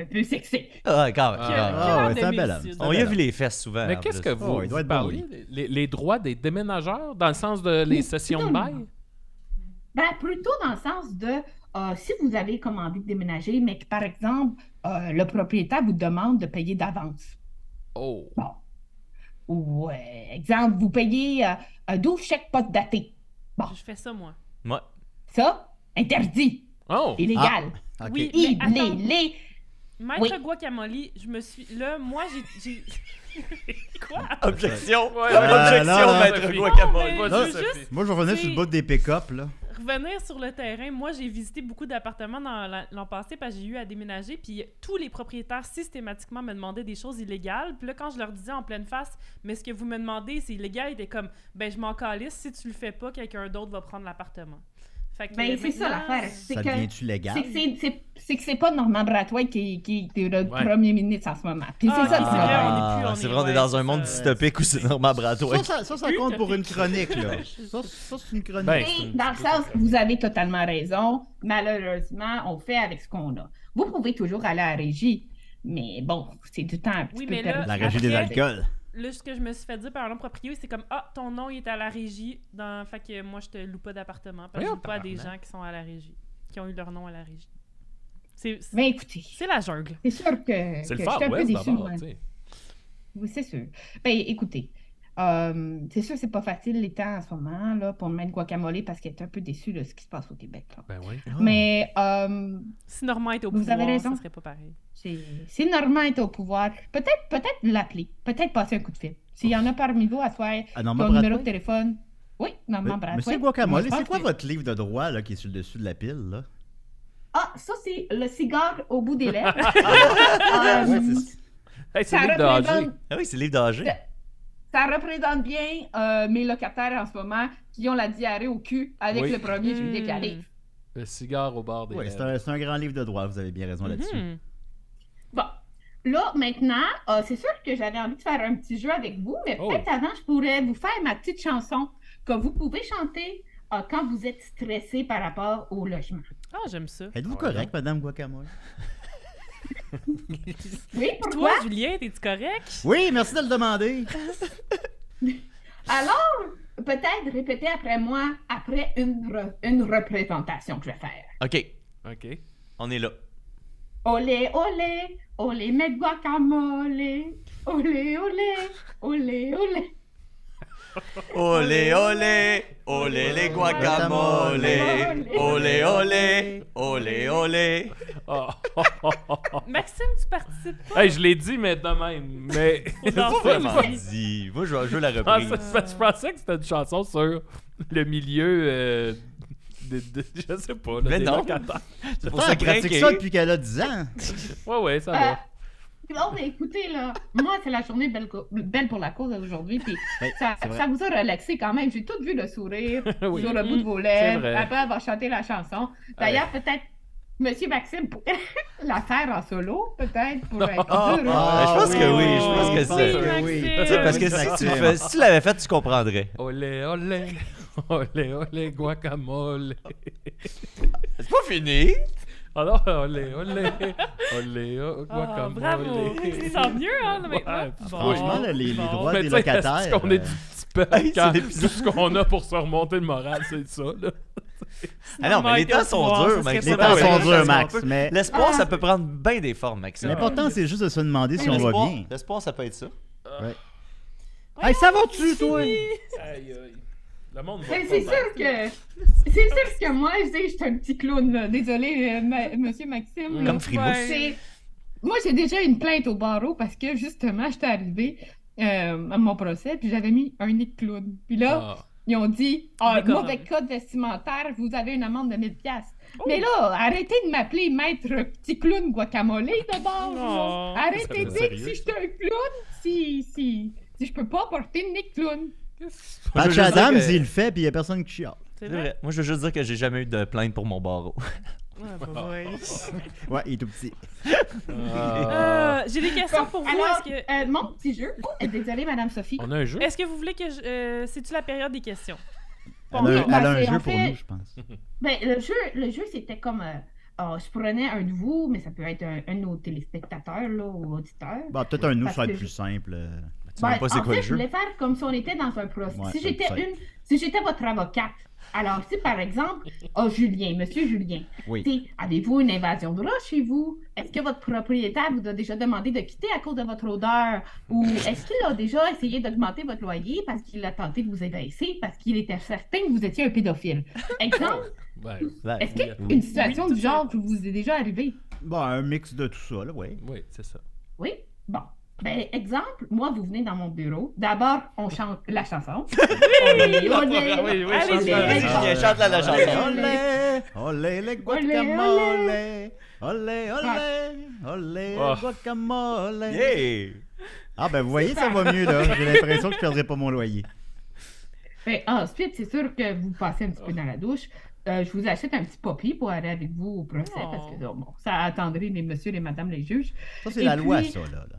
Speaker 6: un peu sexy.
Speaker 4: Ah, quand même.
Speaker 2: Ah.
Speaker 5: Quel
Speaker 4: quand même.
Speaker 3: Ah, ouais,
Speaker 5: homme
Speaker 3: c'est un
Speaker 5: de
Speaker 3: bel
Speaker 5: Mille
Speaker 3: homme.
Speaker 5: Sud.
Speaker 4: On y a vu les fesses souvent.
Speaker 2: Mais
Speaker 4: en
Speaker 2: qu'est-ce que
Speaker 4: plus.
Speaker 2: vous,
Speaker 3: Oh, il doit
Speaker 2: vous
Speaker 3: être
Speaker 2: parlez? Les, les droits des déménageurs dans le sens de les sessions de bail?
Speaker 6: Ben, plutôt dans le sens de euh, si vous avez comme envie de déménager, mais que par exemple, euh, le propriétaire vous demande de payer d'avance.
Speaker 2: Oh.
Speaker 6: Bon. Ou, euh, exemple, vous payez euh, euh, 12 chèques pas datés.
Speaker 5: Je fais ça, moi.
Speaker 4: Ouais.
Speaker 6: Ça, interdit.
Speaker 2: Oh!
Speaker 6: Illégal. Ben,
Speaker 3: Ok.
Speaker 5: Oui, ah, mais attends,
Speaker 6: Illé-
Speaker 5: Maître
Speaker 6: Oui.
Speaker 5: Guacamole, je me suis. Là, moi, j'ai. j'ai- [laughs] Quoi?
Speaker 4: Objection!
Speaker 2: Ouais,
Speaker 3: Euh, non, non,
Speaker 4: Objection, maître
Speaker 2: Sophie.
Speaker 4: Guacamole.
Speaker 5: Non, mais
Speaker 3: Non,
Speaker 5: je veux
Speaker 2: Sophie.
Speaker 5: juste
Speaker 3: Moi, je vais revenir sur le bout des pick-up, là.
Speaker 5: revenir sur le terrain. Moi, j'ai visité beaucoup d'appartements dans la- l'an passé parce que j'ai eu à déménager. Puis tous les propriétaires systématiquement me demandaient des choses illégales. Puis là, quand je leur disais en pleine face, mais ce que vous me demandez, c'est illégal, ils étaient comme, ben, je m'en calisse. Si tu le fais pas, quelqu'un d'autre va prendre l'appartement. Fait que,
Speaker 6: Ben,
Speaker 5: euh,
Speaker 6: c'est ça
Speaker 5: maintenant,
Speaker 6: l'affaire. C'est
Speaker 3: Ça
Speaker 6: que
Speaker 3: devient-tu légal?
Speaker 6: c'est que c'est- c'est- c'est que c'est pas Norman Brathwaite qui, qui est le
Speaker 2: Ouais.
Speaker 6: premier ministre en ce moment. Puis
Speaker 5: Ah,
Speaker 6: c'est ça le
Speaker 5: ok, c'est
Speaker 6: problème.
Speaker 5: vrai, on est plus- on
Speaker 4: Ah,
Speaker 5: est-
Speaker 4: C'est vrai, on
Speaker 5: ouais,
Speaker 4: est dans
Speaker 5: c'est
Speaker 4: un
Speaker 5: ça.
Speaker 4: monde dystopique où c'est Norman Brathwaite.
Speaker 3: Ça, ça, ça, ça compte pour une chronique, là. [laughs] Ça, ça, c'est une chronique.
Speaker 2: Ben,
Speaker 6: Et dans le sens, vous avez totalement raison. Malheureusement, on fait avec ce qu'on a. Vous pouvez toujours aller à la régie, mais bon, c'est du temps un petit
Speaker 5: Oui,
Speaker 6: peu
Speaker 5: mais là,
Speaker 6: perdu.
Speaker 3: la régie des
Speaker 5: après-
Speaker 3: alcools.
Speaker 5: Là, ce que je me suis fait dire par un proprio, c'est comme Ah, ton nom il est à la régie. Dans... Fait que moi, je te loue pas d'appartement. Parce que je
Speaker 2: Voyons,
Speaker 5: loue pas à des
Speaker 2: tabarnak.
Speaker 5: gens qui sont à la régie, qui ont eu leur nom à la régie. C'est c'est-
Speaker 6: Mais Ben, écoutez,
Speaker 5: c'est la jungle.
Speaker 6: c'est sûr que,
Speaker 2: C'est
Speaker 6: que
Speaker 2: le
Speaker 6: je
Speaker 2: Far
Speaker 6: suis un peu
Speaker 2: West
Speaker 6: déçue.
Speaker 2: d'abord,
Speaker 6: moi.
Speaker 2: tu sais.
Speaker 6: Oui, c'est sûr. Ben, écoutez, euh, c'est sûr que c'est pas facile les temps en ce moment là, pour mettre guacamole parce qu'elle est un peu déçue de ce qui se passe au Québec. là.
Speaker 2: Ben oui.
Speaker 3: Ah. Oh.
Speaker 6: Mais euh,
Speaker 5: Si Normand était au
Speaker 6: Vous
Speaker 5: pouvoir,
Speaker 6: avez raison.
Speaker 5: ça serait pas pareil.
Speaker 6: c'est- si Normand est au pouvoir, peut-être peut-être l'appeler, peut-être passer un coup de fil. S'il y en a parmi vous à soir,
Speaker 3: Ah,
Speaker 6: ton
Speaker 3: Norman
Speaker 6: numéro de
Speaker 3: Brathwaite.
Speaker 6: téléphone. Oui, Normand
Speaker 3: Mais-
Speaker 6: Brathwaite.
Speaker 3: Monsieur
Speaker 6: Moi,
Speaker 3: Guacamole,
Speaker 6: je
Speaker 3: c'est
Speaker 6: pense
Speaker 3: quoi
Speaker 6: que-
Speaker 3: votre livre de droit, là, qui est sur le dessus de la pile, là?
Speaker 6: Ah, ça, c'est le cigare au bout
Speaker 3: [laughs]
Speaker 6: des lèvres.
Speaker 3: Ouais,
Speaker 6: Euh,
Speaker 3: c'est-
Speaker 2: Hey, c'est
Speaker 6: ça,
Speaker 2: Nick Danger.
Speaker 6: représente,
Speaker 4: Ah oui, c'est le livre d'âge.
Speaker 6: ça représente bien euh, mes locataires en ce moment qui ont la diarrhée au cul avec
Speaker 2: Oui.
Speaker 6: le premier juillet
Speaker 5: Hmm.
Speaker 6: qui arrive.
Speaker 2: Le cigare au bord des
Speaker 3: ouais, c'est
Speaker 2: lèvres.
Speaker 3: un, c'est un grand livre de droit, vous avez bien raison là-dessus.
Speaker 5: Mhm.
Speaker 6: Bon. Là, maintenant, euh, c'est sûr que j'avais envie de faire un petit jeu avec vous, mais
Speaker 2: Oh.
Speaker 6: peut-être avant, je pourrais vous faire ma petite chanson que vous pouvez chanter euh, quand vous êtes stressé par rapport au logement.
Speaker 5: Ah, j'aime ça.
Speaker 3: Êtes-vous
Speaker 2: Ouais,
Speaker 3: correct, Madame Guacamole?
Speaker 6: Oui,
Speaker 5: Toi,
Speaker 6: pourquoi?
Speaker 5: Julien, t'es-tu correct?
Speaker 3: Oui, merci de le demander.
Speaker 6: Alors, peut-être répétez après moi, après une, re- une représentation que je vais faire.
Speaker 4: Ok,
Speaker 2: OK.
Speaker 4: on est là.
Speaker 6: Olé, olé, olé, mes guacamole. Olé, olé, olé, olé.
Speaker 4: Olé, olé, olé les guacamole. Olé, olé, olé, olé.
Speaker 2: Oh. [laughs]
Speaker 5: Maxime, tu participes pas?
Speaker 2: hey, je l'ai dit, mais de même. Mais.
Speaker 5: Non,
Speaker 2: [laughs] C'est
Speaker 4: Vraiment
Speaker 2: pas-
Speaker 4: dit. Moi, je veux- je veux la
Speaker 2: Je pensais,
Speaker 4: reprise.
Speaker 2: parce que je pensais que c'était une chanson sur le milieu. euh, de, de- je sais pas. Là,
Speaker 4: Mais
Speaker 2: des
Speaker 4: non.
Speaker 2: locataires.
Speaker 4: C'est pour
Speaker 3: Ah,
Speaker 4: ça
Speaker 3: elle pratique
Speaker 4: craquer.
Speaker 3: ça depuis qu'elle a 10 ans.
Speaker 2: Ouais, ouais, ça
Speaker 6: Euh,
Speaker 2: va.
Speaker 6: Non, mais écoutez, là, moi, c'est la journée belle, co- belle pour la cause aujourd'hui, puis
Speaker 3: Ben,
Speaker 6: ça,
Speaker 3: c'est vrai.
Speaker 6: ça vous a relaxé quand même. J'ai tout vu le sourire
Speaker 2: [laughs] Oui.
Speaker 6: sur le bout de vos
Speaker 2: C'est
Speaker 6: lèvres.
Speaker 2: vrai.
Speaker 6: Après avoir chanté la chanson. D'ailleurs, peut-être Monsieur Maxime pourrait [laughs] la faire en solo, peut-être, pour être
Speaker 4: Ah,
Speaker 6: heureux.
Speaker 4: ah, je pense que oui, je pense que
Speaker 5: Oui,
Speaker 4: c'est.
Speaker 5: oui.
Speaker 4: Tu sais, parce que si tu, le fais- si tu l'avais fait, tu comprendrais.
Speaker 2: Olé, olé. [laughs] Olé, olé, guacamole. [laughs] Ah
Speaker 4: C'est pas fini.
Speaker 2: Alors, olé, olé. [laughs] Olé, oh,
Speaker 5: Ah,
Speaker 2: guacamole. [laughs]
Speaker 5: bravo! Tu te sens mieux, hein, là, maintenant?
Speaker 2: Ouais,
Speaker 5: Bon,
Speaker 3: franchement, là, les- les
Speaker 5: bon.
Speaker 3: droits-
Speaker 2: Mais
Speaker 3: des
Speaker 2: tu sais,
Speaker 3: locataires,
Speaker 2: est-ce qu'on est du
Speaker 3: euh,
Speaker 2: petit peu
Speaker 4: Hey, c'est
Speaker 2: quand
Speaker 4: l'épisode.
Speaker 2: tout ce qu'on a pour se remonter le moral, c'est ça, là.
Speaker 4: Ah non, mais les temps sont durs, Max.
Speaker 5: Max.
Speaker 3: Les
Speaker 4: C'est
Speaker 3: temps
Speaker 4: vrai,
Speaker 3: sont
Speaker 4: c'est
Speaker 3: durs,
Speaker 4: vrai,
Speaker 3: Max,
Speaker 4: c'est un peu-
Speaker 3: mais
Speaker 4: L'espoir,
Speaker 6: Ah.
Speaker 4: ça peut prendre bien des formes, Maxime.
Speaker 3: l'important, c'est juste de se demander si on va
Speaker 4: L'espoir-
Speaker 3: bien.
Speaker 4: L'espoir, ça peut être ça.
Speaker 3: Hey, ça va-tu, toi?
Speaker 2: Aïe, aïe. Le monde va
Speaker 6: Ben, c'est
Speaker 2: tomber.
Speaker 6: sûr que. C'est sûr que moi, je dis, je suis un petit clown, là. Désolé, euh, ma- monsieur Maxime. là.
Speaker 4: Comme Frimousse.
Speaker 5: Ben,
Speaker 6: C'est- Moi, j'ai déjà une plainte au barreau parce que justement, j'étais arrivée euh, à mon procès, puis j'avais mis un nez de clown. Puis là,
Speaker 2: Ah.
Speaker 6: ils ont dit Ah,
Speaker 5: Décorant.
Speaker 6: mauvais code vestimentaire, vous avez une amende de 1000$. piastres.
Speaker 5: Oh.
Speaker 6: Mais là, arrêtez de m'appeler maître petit clown guacamole d'abord.
Speaker 5: Non.
Speaker 6: Arrêtez de
Speaker 2: Ça fait
Speaker 6: dire que
Speaker 2: sérieux,
Speaker 6: si je suis un clown, si, si, si je peux pas porter une nez de clown.
Speaker 4: Je veux
Speaker 3: Patch
Speaker 4: juste dire
Speaker 3: Adams,
Speaker 4: que-
Speaker 3: il le fait, puis il n'y a personne qui chiale.
Speaker 5: C'est
Speaker 4: C'est
Speaker 5: vrai?
Speaker 6: Ah,
Speaker 4: vrai. Moi, je veux juste dire que j'ai jamais eu de plainte pour mon barreau.
Speaker 5: Ouais, bah, ouais.
Speaker 3: Ouais, il est tout petit.
Speaker 2: Ah.
Speaker 5: Euh, J'ai des questions pour vous.
Speaker 6: Alors,
Speaker 5: Est-ce que,
Speaker 6: euh, mon petit jeu. Oh, désolée, Madame Sophie.
Speaker 2: On a un jeu.
Speaker 5: est-ce que vous voulez que je. euh, C'est-tu la période des questions?
Speaker 2: Ah,
Speaker 3: Elle a, un-
Speaker 6: Ben,
Speaker 3: elle a un
Speaker 6: c'est- en
Speaker 3: jeu pour
Speaker 6: fait-
Speaker 3: nous, je pense.
Speaker 6: Ben, le jeu, le jeu c'était comme. euh, oh, je prenais un de vous, mais ça peut être un, un de nos téléspectateurs là, ou auditeurs.
Speaker 3: Bah, peut-être un nous,
Speaker 6: Parce
Speaker 3: ça va
Speaker 6: que-
Speaker 3: être plus simple. euh.
Speaker 4: Tu sais
Speaker 6: Ben,
Speaker 4: même pas c'est
Speaker 6: en
Speaker 4: quoi
Speaker 6: fait,
Speaker 4: le
Speaker 6: je
Speaker 4: jeu.
Speaker 6: voulais faire comme si on était dans un procès.
Speaker 3: Ouais,
Speaker 6: si
Speaker 3: c'est
Speaker 6: j'étais
Speaker 3: ça.
Speaker 6: une, si j'étais votre avocate, alors si par exemple, oh Julien, Monsieur Julien,
Speaker 3: Oui.
Speaker 6: c'est, avez-vous une invasion de rats chez vous Est-ce que votre propriétaire vous a déjà demandé de quitter à cause de votre odeur Ou est-ce qu'il a déjà essayé d'augmenter votre loyer parce qu'il a tenté de vous évincer parce qu'il était certain que vous étiez un pédophile Exemple.
Speaker 2: Ouais.
Speaker 4: Ouais.
Speaker 6: Est-ce qu'il y a
Speaker 2: Oui.
Speaker 6: une situation
Speaker 5: Oui,
Speaker 6: du
Speaker 5: tout à
Speaker 6: genre qui vous est déjà arrivée?
Speaker 3: Bon, un mix de tout ça, là, ouais.
Speaker 2: Oui, c'est ça.
Speaker 6: Oui? Bon. Ben, exemple, moi, vous venez dans mon bureau. D'abord, on chante la chanson. On
Speaker 2: Oui,
Speaker 6: est-
Speaker 2: oui,
Speaker 6: Allez,
Speaker 2: chanson.
Speaker 6: les-
Speaker 4: Vas-y, viens, chante-la, la
Speaker 3: Euh, Olé,
Speaker 4: chanson.
Speaker 3: olé, olé, le guacamole. Olé, olé, olé,
Speaker 2: Oh.
Speaker 3: le guacamole.
Speaker 4: Yeah!
Speaker 3: Ah, ben, vous voyez, ça va mieux, là. J'ai l'impression que je perdrai pas mon loyer.
Speaker 6: Ben, ensuite, c'est sûr que vous passez un petit peu dans la douche. Euh, je vous achète un petit papier pour aller avec vous au procès
Speaker 5: Oh.
Speaker 6: parce que bon, ça attendrait les messieurs et madame les juges.
Speaker 3: Ça, c'est
Speaker 6: Et
Speaker 3: la loi,
Speaker 6: puis-
Speaker 3: ça, là. là.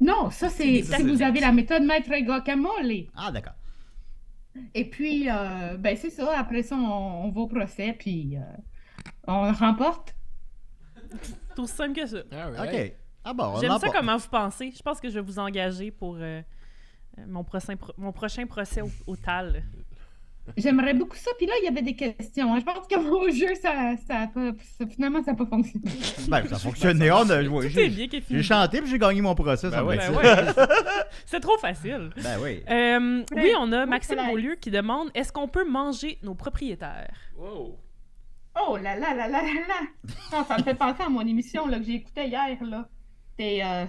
Speaker 6: Non, ça, c'est
Speaker 5: C'est des
Speaker 6: si vous
Speaker 5: tactiques.
Speaker 6: avez la méthode maître guacamole.
Speaker 3: Ah, d'accord.
Speaker 6: Et puis, euh, ben, c'est ça. Après ça, on, on va au procès, puis euh, on remporte.
Speaker 5: C'est aussi simple que ça.
Speaker 2: Alright.
Speaker 3: OK. Ah, bon, on
Speaker 5: J'aime ça
Speaker 3: emporte.
Speaker 5: comment vous pensez. Je pense que je vais vous engager pour euh, euh, mon, prochain pro- mon prochain procès au, au TAL.
Speaker 6: J'aimerais beaucoup ça. Puis là, il y avait des questions. hein. Je pense que au jeu, ça, ça a pas- ça- finalement, ça n'a pas fonctionné.
Speaker 3: Ben, ça fonctionnait. On
Speaker 2: Euh,
Speaker 3: a- ouais,
Speaker 5: Tout
Speaker 3: J'ai
Speaker 5: est bien qui est fini.
Speaker 3: j'ai chanté, puis j'ai gagné mon procès.
Speaker 2: Ben
Speaker 3: ça me
Speaker 2: ouais.
Speaker 3: dit.
Speaker 5: Ben ouais. [laughs] C'est trop facile.
Speaker 3: Ben oui.
Speaker 5: Euh,
Speaker 6: Ouais.
Speaker 5: oui, on a
Speaker 6: Bon
Speaker 5: Maxime
Speaker 6: soleil.
Speaker 5: Beaulieu qui demande est-ce qu'on peut manger nos propriétaires
Speaker 2: Wow.
Speaker 6: Oh là là là là là là! Non, ça me fait penser à mon émission là, que j'ai écoutée hier. là. C'était euh,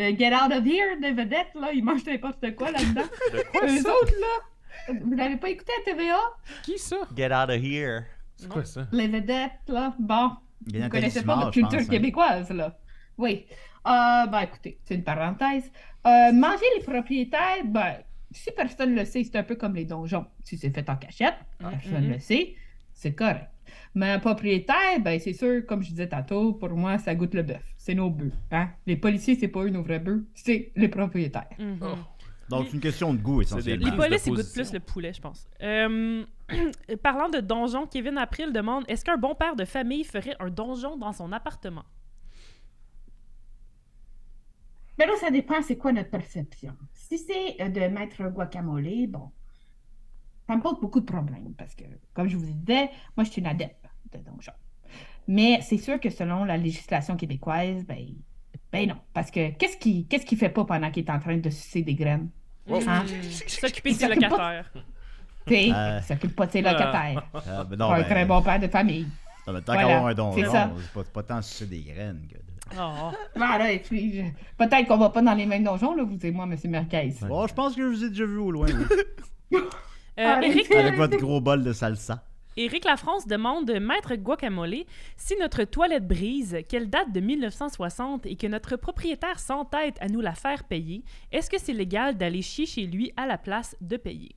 Speaker 6: euh, Get Out of Here des vedettes. là. Ils mangent n'importe quoi là-dedans. Eux autres, là, vous n'avez pas écouté à TVA?
Speaker 2: Qui ça?
Speaker 4: Get out of here.
Speaker 2: C'est
Speaker 5: Non.
Speaker 2: quoi ça?
Speaker 6: Les vedettes, là, bon,
Speaker 3: Il y a
Speaker 6: vous ne
Speaker 3: Nathalie
Speaker 6: connaissez pas
Speaker 3: Simard,
Speaker 6: notre
Speaker 3: je pense,
Speaker 6: culture
Speaker 3: hein.
Speaker 6: québécoise, là. Oui. Euh, ben, écoutez, c'est une parenthèse. Euh, manger les propriétaires, ben, si personne ne le sait, c'est un peu comme les donjons. Si c'est fait en cachette, personne ne le sait, c'est correct. Mais un propriétaire, ben, c'est sûr, comme je disais tantôt, pour moi, ça goûte le bœuf. C'est nos bœufs. Hein? Les policiers, c'est pas eux nos vrais bœufs, c'est les propriétaires.
Speaker 5: Mhm.
Speaker 2: Oh.
Speaker 3: Donc, c'est une question de goût,
Speaker 2: des
Speaker 5: Les
Speaker 2: prises
Speaker 3: essentiellement.
Speaker 2: de
Speaker 5: polices, ils goûtent
Speaker 2: position.
Speaker 5: plus le poulet, je pense. Euh, [clears throat] parlant de donjon, Kevin April demande est-ce qu'un bon père de famille ferait un donjon dans son appartement
Speaker 6: Mais là, ça dépend, c'est quoi notre perception. Si c'est euh, de mettre un guacamole, bon, ça me pose beaucoup de problèmes parce que, comme je vous disais, moi, je suis une adepte de donjon. Mais c'est sûr que selon la législation québécoise, ben, ben non. Parce que qu'est-ce qui qu'est-ce qui fait pas pendant qu'il est en train de sucer des graines? Hein?
Speaker 5: S'occuper de ses
Speaker 6: Il s'occupe
Speaker 5: locataires.
Speaker 6: T'sais,
Speaker 3: Euh.
Speaker 6: il s'occupe pas de ses locataires.
Speaker 3: Ah, ben non,
Speaker 6: Pas un
Speaker 3: ben,
Speaker 6: très bon père de famille.
Speaker 3: non, ben, tant
Speaker 6: Voilà,
Speaker 3: qu'à avoir un don,
Speaker 6: c'est
Speaker 3: non,
Speaker 6: ça.
Speaker 3: c'est pas, c'est pas tant sucer des graines que de...
Speaker 5: Oh.
Speaker 6: Voilà, Ah, et puis, je- peut-être qu'on va pas dans les mêmes donjons, là, vous et moi, M. Merquez.
Speaker 3: Bon, je pense que je vous ai déjà vu au loin, oui. [laughs]
Speaker 5: Euh,
Speaker 6: Arrêtez.
Speaker 5: Eric,
Speaker 3: Avec votre gros bol de salsa.
Speaker 5: Éric Lafrance demande Maître Guacamole, si notre toilette brise, qu'elle date de 1960 et que notre propriétaire s'entête à nous la faire payer, est-ce que c'est légal d'aller chier chez lui à la place de payer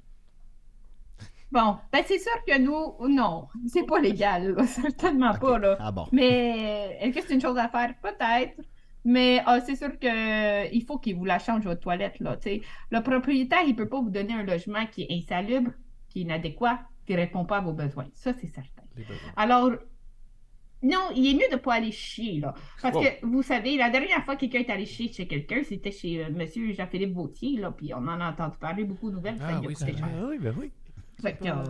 Speaker 6: Bon, ben c'est sûr que nous, non, c'est pas légal, là, certainement
Speaker 3: Ok.
Speaker 6: pas, là.
Speaker 3: Ah bon.
Speaker 6: Mais est-ce que c'est une chose à faire? Peut-être. Mais ah, c'est sûr que il faut qu'il vous la change votre toilette, là. tu sais. Le propriétaire, il peut pas vous donner un logement qui est insalubre, qui est inadéquat, qui répond pas à vos besoins. Ça, c'est certain.
Speaker 2: Les besoins.
Speaker 6: Alors, non, il est mieux de pas aller chier, là. Parce
Speaker 2: Wow.
Speaker 6: que, vous savez, la dernière fois que quelqu'un est allé chier chez quelqu'un, c'était chez euh, Monsieur Jean-Philippe Vautier, là. Puis on en a entendu parler beaucoup de nouvelles.
Speaker 2: Ah
Speaker 6: ça lui a
Speaker 2: oui,
Speaker 6: coûté
Speaker 2: c'est
Speaker 6: cher.
Speaker 4: oui, ben oui.
Speaker 6: Fait que, euh,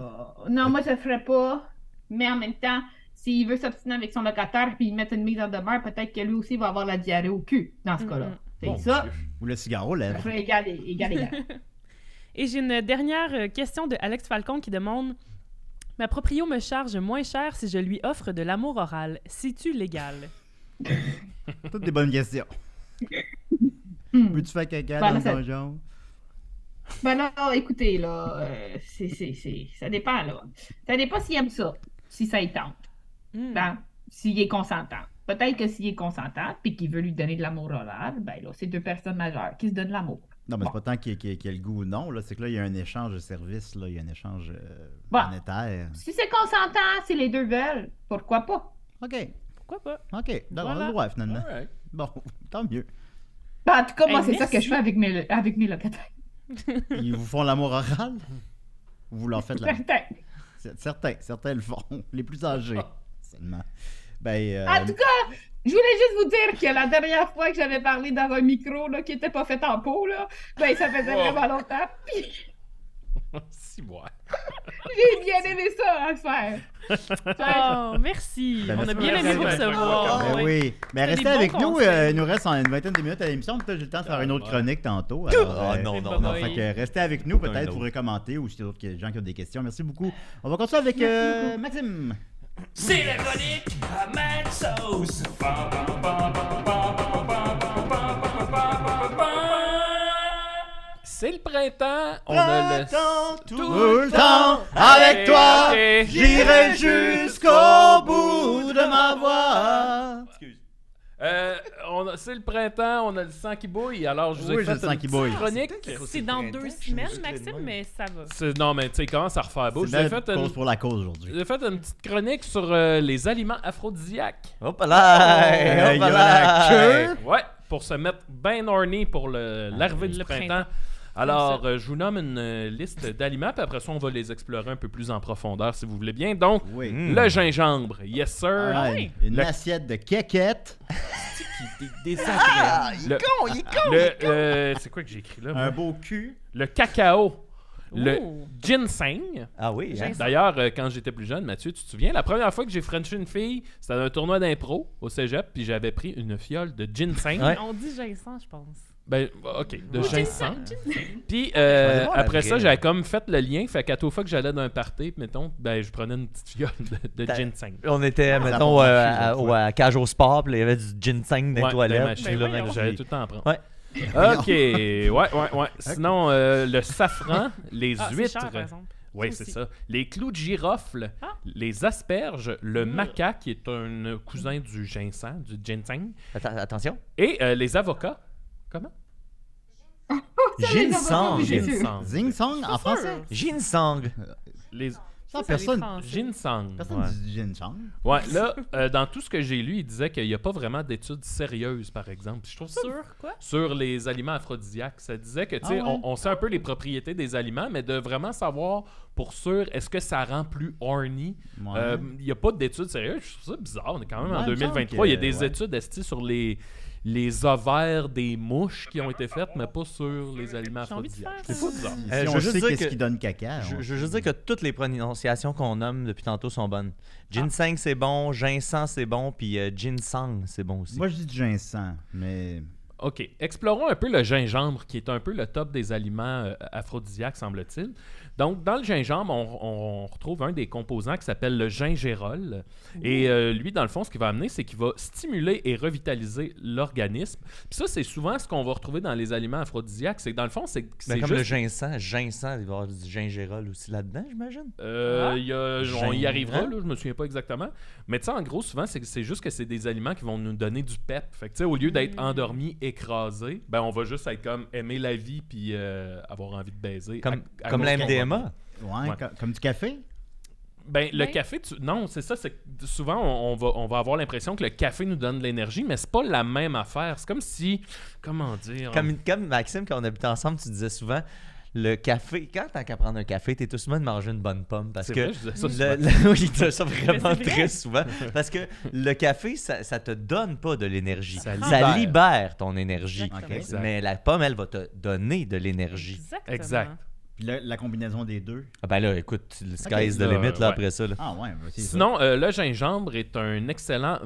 Speaker 6: non, moi, je le ferais pas. Mais en même temps, s'il veut s'obstiner avec son locataire puis il met une mise en demeure, peut-être que lui aussi va avoir la diarrhée au cul dans ce
Speaker 5: Mm,
Speaker 6: cas-là.
Speaker 5: mm.
Speaker 6: C'est
Speaker 2: Bon
Speaker 6: ça.
Speaker 2: Dieu.
Speaker 3: Ou le cigare aux
Speaker 6: Je
Speaker 3: lèvres.
Speaker 6: ferais égal et égal, égal.
Speaker 5: Et j'ai une dernière euh, question de Alex Falcon qui demande Ma proprio me charge moins cher si je lui offre de l'amour oral. C'est-tu légal
Speaker 3: Toutes des bonnes questions. [laughs]
Speaker 6: Hmm.
Speaker 3: Peux-tu faire caca
Speaker 6: Voilà,
Speaker 3: dans
Speaker 6: ça-
Speaker 3: le donjon?
Speaker 6: Ben là, écoutez, là, euh, c'est, c'est, c'est, ça dépend, là. Ça dépend s'il aime ça, si ça y tente,
Speaker 5: Hmm.
Speaker 6: hein, s'il est consentant. Peut-être que s'il est consentant puis qu'il veut lui donner de l'amour oral, ben là, c'est deux personnes majeures qui se donnent l'amour.
Speaker 3: Non, mais c'est
Speaker 6: Bon.
Speaker 3: pas tant qu'il y, ait- qu'il y ait- qu'il y ait le goût ou non. là. C'est que là, il y a un échange de services. là. Il y a un échange euh,
Speaker 6: Bon.
Speaker 3: monétaire.
Speaker 6: Si c'est consentant, si les deux veulent, pourquoi pas?
Speaker 3: OK.
Speaker 5: Pourquoi pas
Speaker 3: OK. D'accord, on a
Speaker 5: Voilà.
Speaker 3: le droit, finalement.
Speaker 2: Alright.
Speaker 3: Bon, [laughs] tant mieux.
Speaker 6: Ben, en tout cas, moi,
Speaker 5: Hey,
Speaker 6: c'est ça que
Speaker 5: merci.
Speaker 6: je fais avec mes, avec mes locataires.
Speaker 3: Ils vous font l'amour oral? Vous leur faites
Speaker 6: [laughs]
Speaker 3: la...
Speaker 6: Certain.
Speaker 3: C'est- Certains, certains le font. [laughs] Les plus âgés, seulement. Ben, euh,
Speaker 6: En Ah, tout cas, je voulais juste vous dire que la dernière fois que j'avais parlé dans un micro là, qui n'était pas fait en peau, là, ben, ça faisait
Speaker 2: Wow.
Speaker 6: vraiment longtemps. [laughs] Puis,
Speaker 2: si, ouais.
Speaker 6: J'ai bien aimé ça à le faire.
Speaker 5: Oh, merci.
Speaker 3: Ben,
Speaker 5: On a
Speaker 3: merci
Speaker 5: bien
Speaker 3: pour
Speaker 5: aimé
Speaker 3: la
Speaker 5: vous
Speaker 2: présentation.
Speaker 5: recevoir.
Speaker 3: Ben
Speaker 5: Ouais.
Speaker 3: oui. Mais
Speaker 5: des
Speaker 3: restez
Speaker 5: bons
Speaker 3: avec nous.
Speaker 5: conseils.
Speaker 3: euh, il nous reste en- une vingtaine de minutes à l'émission. Peut-être j'ai le temps de faire une autre
Speaker 2: ouais.
Speaker 3: chronique tantôt. alors,
Speaker 4: Ah
Speaker 3: euh,
Speaker 4: non, non,
Speaker 5: Bye-bye.
Speaker 4: non.
Speaker 3: Fait que restez avec nous,
Speaker 4: Un
Speaker 3: peut-être,
Speaker 4: autre.
Speaker 3: pour commenter ou si d'autres gens qui ont des questions. Merci beaucoup. On va continuer avec euh, Maxime.
Speaker 1: C'est la chronique à Maxos.
Speaker 2: C'est le printemps. On a le.
Speaker 4: tout,
Speaker 3: Tout le temps avec toi,
Speaker 2: Ok.
Speaker 3: j'irai jusqu'au bout de ma voix.
Speaker 2: Euh, on a- c'est le printemps, on a le sang qui bouille, alors je vous ai
Speaker 3: Oui, j'ai
Speaker 2: fait
Speaker 3: le sang
Speaker 2: une
Speaker 3: qui
Speaker 2: petite
Speaker 3: bouille.
Speaker 2: chronique.
Speaker 5: C'est dans deux semaines, Maxime, mais ça va.
Speaker 2: C'est- Non, mais tu sais, il commence à refaire beau.
Speaker 3: C'est
Speaker 2: Je vous ai
Speaker 3: belle
Speaker 2: fait
Speaker 3: cause
Speaker 2: une
Speaker 3: pour la cause aujourd'hui.
Speaker 2: J'ai fait une petite chronique sur euh, les aliments aphrodisiaques.
Speaker 4: Hop là!
Speaker 3: Euh,
Speaker 4: Hop
Speaker 3: y a la
Speaker 4: là!
Speaker 3: queue.
Speaker 2: Ouais, pour se mettre bien orné pour
Speaker 3: Ah,
Speaker 2: le, l'arrivée
Speaker 5: oui.
Speaker 2: du
Speaker 5: Le
Speaker 2: printemps.
Speaker 5: printemps.
Speaker 2: Alors,
Speaker 5: Comme
Speaker 2: euh, je vous nomme une euh, liste d'aliments, puis après ça, on va les explorer un peu plus en profondeur si vous voulez bien. Donc,
Speaker 3: Oui.
Speaker 4: Mm.
Speaker 2: le gingembre, yes sir.
Speaker 3: Ah,
Speaker 5: oui.
Speaker 3: Hmm. Une
Speaker 2: Le-
Speaker 3: assiette de quéquette, [laughs]
Speaker 2: Qui est désagréable. Le- le, euh, c'est quoi que j'ai écrit là? moi?
Speaker 3: un beau cul.
Speaker 2: Le cacao, le
Speaker 5: Ouh.
Speaker 2: ginseng.
Speaker 4: Ah oui, hein?
Speaker 2: D'ailleurs, euh, quand j'étais plus jeune, Mathieu, tu te souviens, la première fois que j'ai frenché une fille, c'était dans un tournoi d'impro au cégep, puis j'avais pris une fiole de ginseng.
Speaker 4: Ouais.
Speaker 5: On dit Jason, je pense.
Speaker 2: Ben, ok, de ginseng. Puis
Speaker 4: Je
Speaker 2: euh,
Speaker 4: vais voir la
Speaker 2: après ça,
Speaker 4: vraie.
Speaker 2: j'avais comme fait le lien. Fait qu'à toute fois que j'allais dans un party, mettons, ben je prenais une petite fiole de, de
Speaker 4: T'as-
Speaker 2: ginseng.
Speaker 4: On était, mettons,
Speaker 3: apporte
Speaker 4: euh,
Speaker 3: la
Speaker 4: à,
Speaker 3: chose,
Speaker 4: au- à Cage au Sport, puis il y avait du ginseng dans
Speaker 2: Ouais,
Speaker 4: les toilettes.
Speaker 2: machines,
Speaker 5: Ben
Speaker 4: puis là,
Speaker 5: voyons.
Speaker 4: ben,
Speaker 2: J'allais
Speaker 4: j'ai-
Speaker 2: tout le temps en prendre.
Speaker 4: Ouais.
Speaker 2: Ok, ouais, ouais, ouais. Sinon, euh, le safran, les
Speaker 5: Ah, c'est
Speaker 2: huîtres.
Speaker 5: cher, par exemple.
Speaker 2: Oui,
Speaker 5: Ça
Speaker 2: c'est
Speaker 5: aussi.
Speaker 2: ça. Les clous de girofle,
Speaker 5: Ah.
Speaker 2: les asperges, le
Speaker 5: Mm.
Speaker 2: maca, qui est un euh, cousin du ginseng, du ginseng,
Speaker 4: Atten- attention.
Speaker 2: et euh, les avocats. Comment?
Speaker 4: Ginseng.
Speaker 6: J'ai vu.
Speaker 2: Ginseng.
Speaker 3: Zing song en français.
Speaker 4: Ginseng.
Speaker 2: Les...
Speaker 3: Ça,
Speaker 5: Ça, c'est les
Speaker 3: personne
Speaker 5: Français.
Speaker 2: Ginseng.
Speaker 3: personne
Speaker 4: Ouais.
Speaker 3: dit gin song.
Speaker 2: Ouais, là, euh, dans tout ce que j'ai lu, il disait qu'il n'y a pas vraiment d'études sérieuses, par exemple. Puis Je trouve ça
Speaker 5: Sur quoi?
Speaker 2: sur les aliments aphrodisiaques. Ça disait que, tu sais,
Speaker 3: Ah ouais?
Speaker 2: on, on sait un peu les propriétés des aliments, mais de vraiment savoir pour sûr, est-ce que ça rend plus horny?
Speaker 3: Ouais.
Speaker 2: Euh, Il n'y a pas d'études sérieuses. Je trouve ça bizarre. On est quand même en
Speaker 3: Ouais, il me semble
Speaker 2: 2023. Il y a
Speaker 3: que-
Speaker 2: des
Speaker 3: ouais.
Speaker 2: études esti, sur les, les ovaires des mouches qui ont été faites, mais pas sur les aliments
Speaker 5: J'ai envie de faire
Speaker 2: aphrodisiaques.
Speaker 5: ça.
Speaker 2: C'est pas bizarre.
Speaker 3: Si
Speaker 4: Euh, je
Speaker 3: on
Speaker 4: veux juste
Speaker 3: sait
Speaker 4: dire
Speaker 3: qu'est-ce
Speaker 4: que-
Speaker 3: qui donne
Speaker 2: Ah,
Speaker 3: caca.
Speaker 4: Je,
Speaker 3: on-
Speaker 4: je veux juste dire que toutes les prononciations qu'on nomme depuis tantôt sont bonnes.
Speaker 2: Ah.
Speaker 4: Ginseng, c'est bon. Ginseng, c'est bon. Puis euh, ginseng, c'est bon aussi.
Speaker 3: Moi, je dis du ginseng, mais.
Speaker 2: OK. Explorons un peu le gingembre, qui est un peu le top des aliments euh, aphrodisiaques, semble-t-il. Donc, dans le gingembre, on, on retrouve un des composants qui s'appelle le gingérol. Et euh, lui, dans le fond, ce qu'il va amener, c'est qu'il va stimuler et revitaliser l'organisme. Puis ça, c'est souvent ce qu'on va retrouver dans les aliments aphrodisiaques. C'est que dans le fond, c'est
Speaker 4: Ben,
Speaker 2: c'est
Speaker 4: comme le
Speaker 2: juste...
Speaker 4: ginseng. Ginseng, il va y avoir du gingérol aussi là-dedans, j'imagine. Ah.
Speaker 2: Euh, il y a- on y
Speaker 4: Gingin-
Speaker 2: arrivera,
Speaker 4: hein?
Speaker 2: là, je me souviens pas exactement. Mais tu sais, en gros, souvent, c'est c'est juste que c'est des aliments qui vont nous donner du pep. Fait que tu sais, au lieu d'être
Speaker 4: Hmm.
Speaker 2: endormi, écrasé, ben on va juste être comme aimer la vie puis euh, avoir envie de baiser.
Speaker 4: Comme,
Speaker 2: à- à
Speaker 4: comme
Speaker 2: cause
Speaker 4: la
Speaker 2: qu'on-
Speaker 4: MDMA.
Speaker 3: Ouais,
Speaker 2: Ouais.
Speaker 3: co- comme du café.
Speaker 2: Ben, le
Speaker 5: Ouais.
Speaker 2: café, tu- non, c'est ça. c'est que Souvent, on, on va, on va avoir l'impression que le café nous donne de l'énergie, mais c'est pas la même affaire. C'est comme si. Comment dire
Speaker 4: Comme, comme Maxime, quand on habitait ensemble, tu disais souvent le café. Quand t'as qu'à prendre un café, t'es tout souvent de manger une bonne pomme. Parce
Speaker 2: C'est
Speaker 4: que
Speaker 2: vrai, je disais ça souvent.
Speaker 4: le- le- [laughs] oui, il disait ça
Speaker 5: Mais
Speaker 4: vraiment
Speaker 5: c'est vrai.
Speaker 2: [laughs]
Speaker 4: très souvent. Parce que le café, ça, ça te donne pas de l'énergie. Ça,
Speaker 2: libère.
Speaker 4: libère ton énergie.
Speaker 5: Exactement.
Speaker 3: Ok.
Speaker 2: Exact.
Speaker 4: Mais la pomme, elle va te donner de l'énergie.
Speaker 5: Exactement.
Speaker 2: Exact.
Speaker 3: Puis la, la combinaison des deux.
Speaker 4: Ah ben là, écoute, le sky is the
Speaker 2: Là,
Speaker 4: limit là,
Speaker 2: ouais.
Speaker 4: après ça. là.
Speaker 3: Ah ouais, bah, c'est ça.
Speaker 2: Sinon, euh, le gingembre est un excellent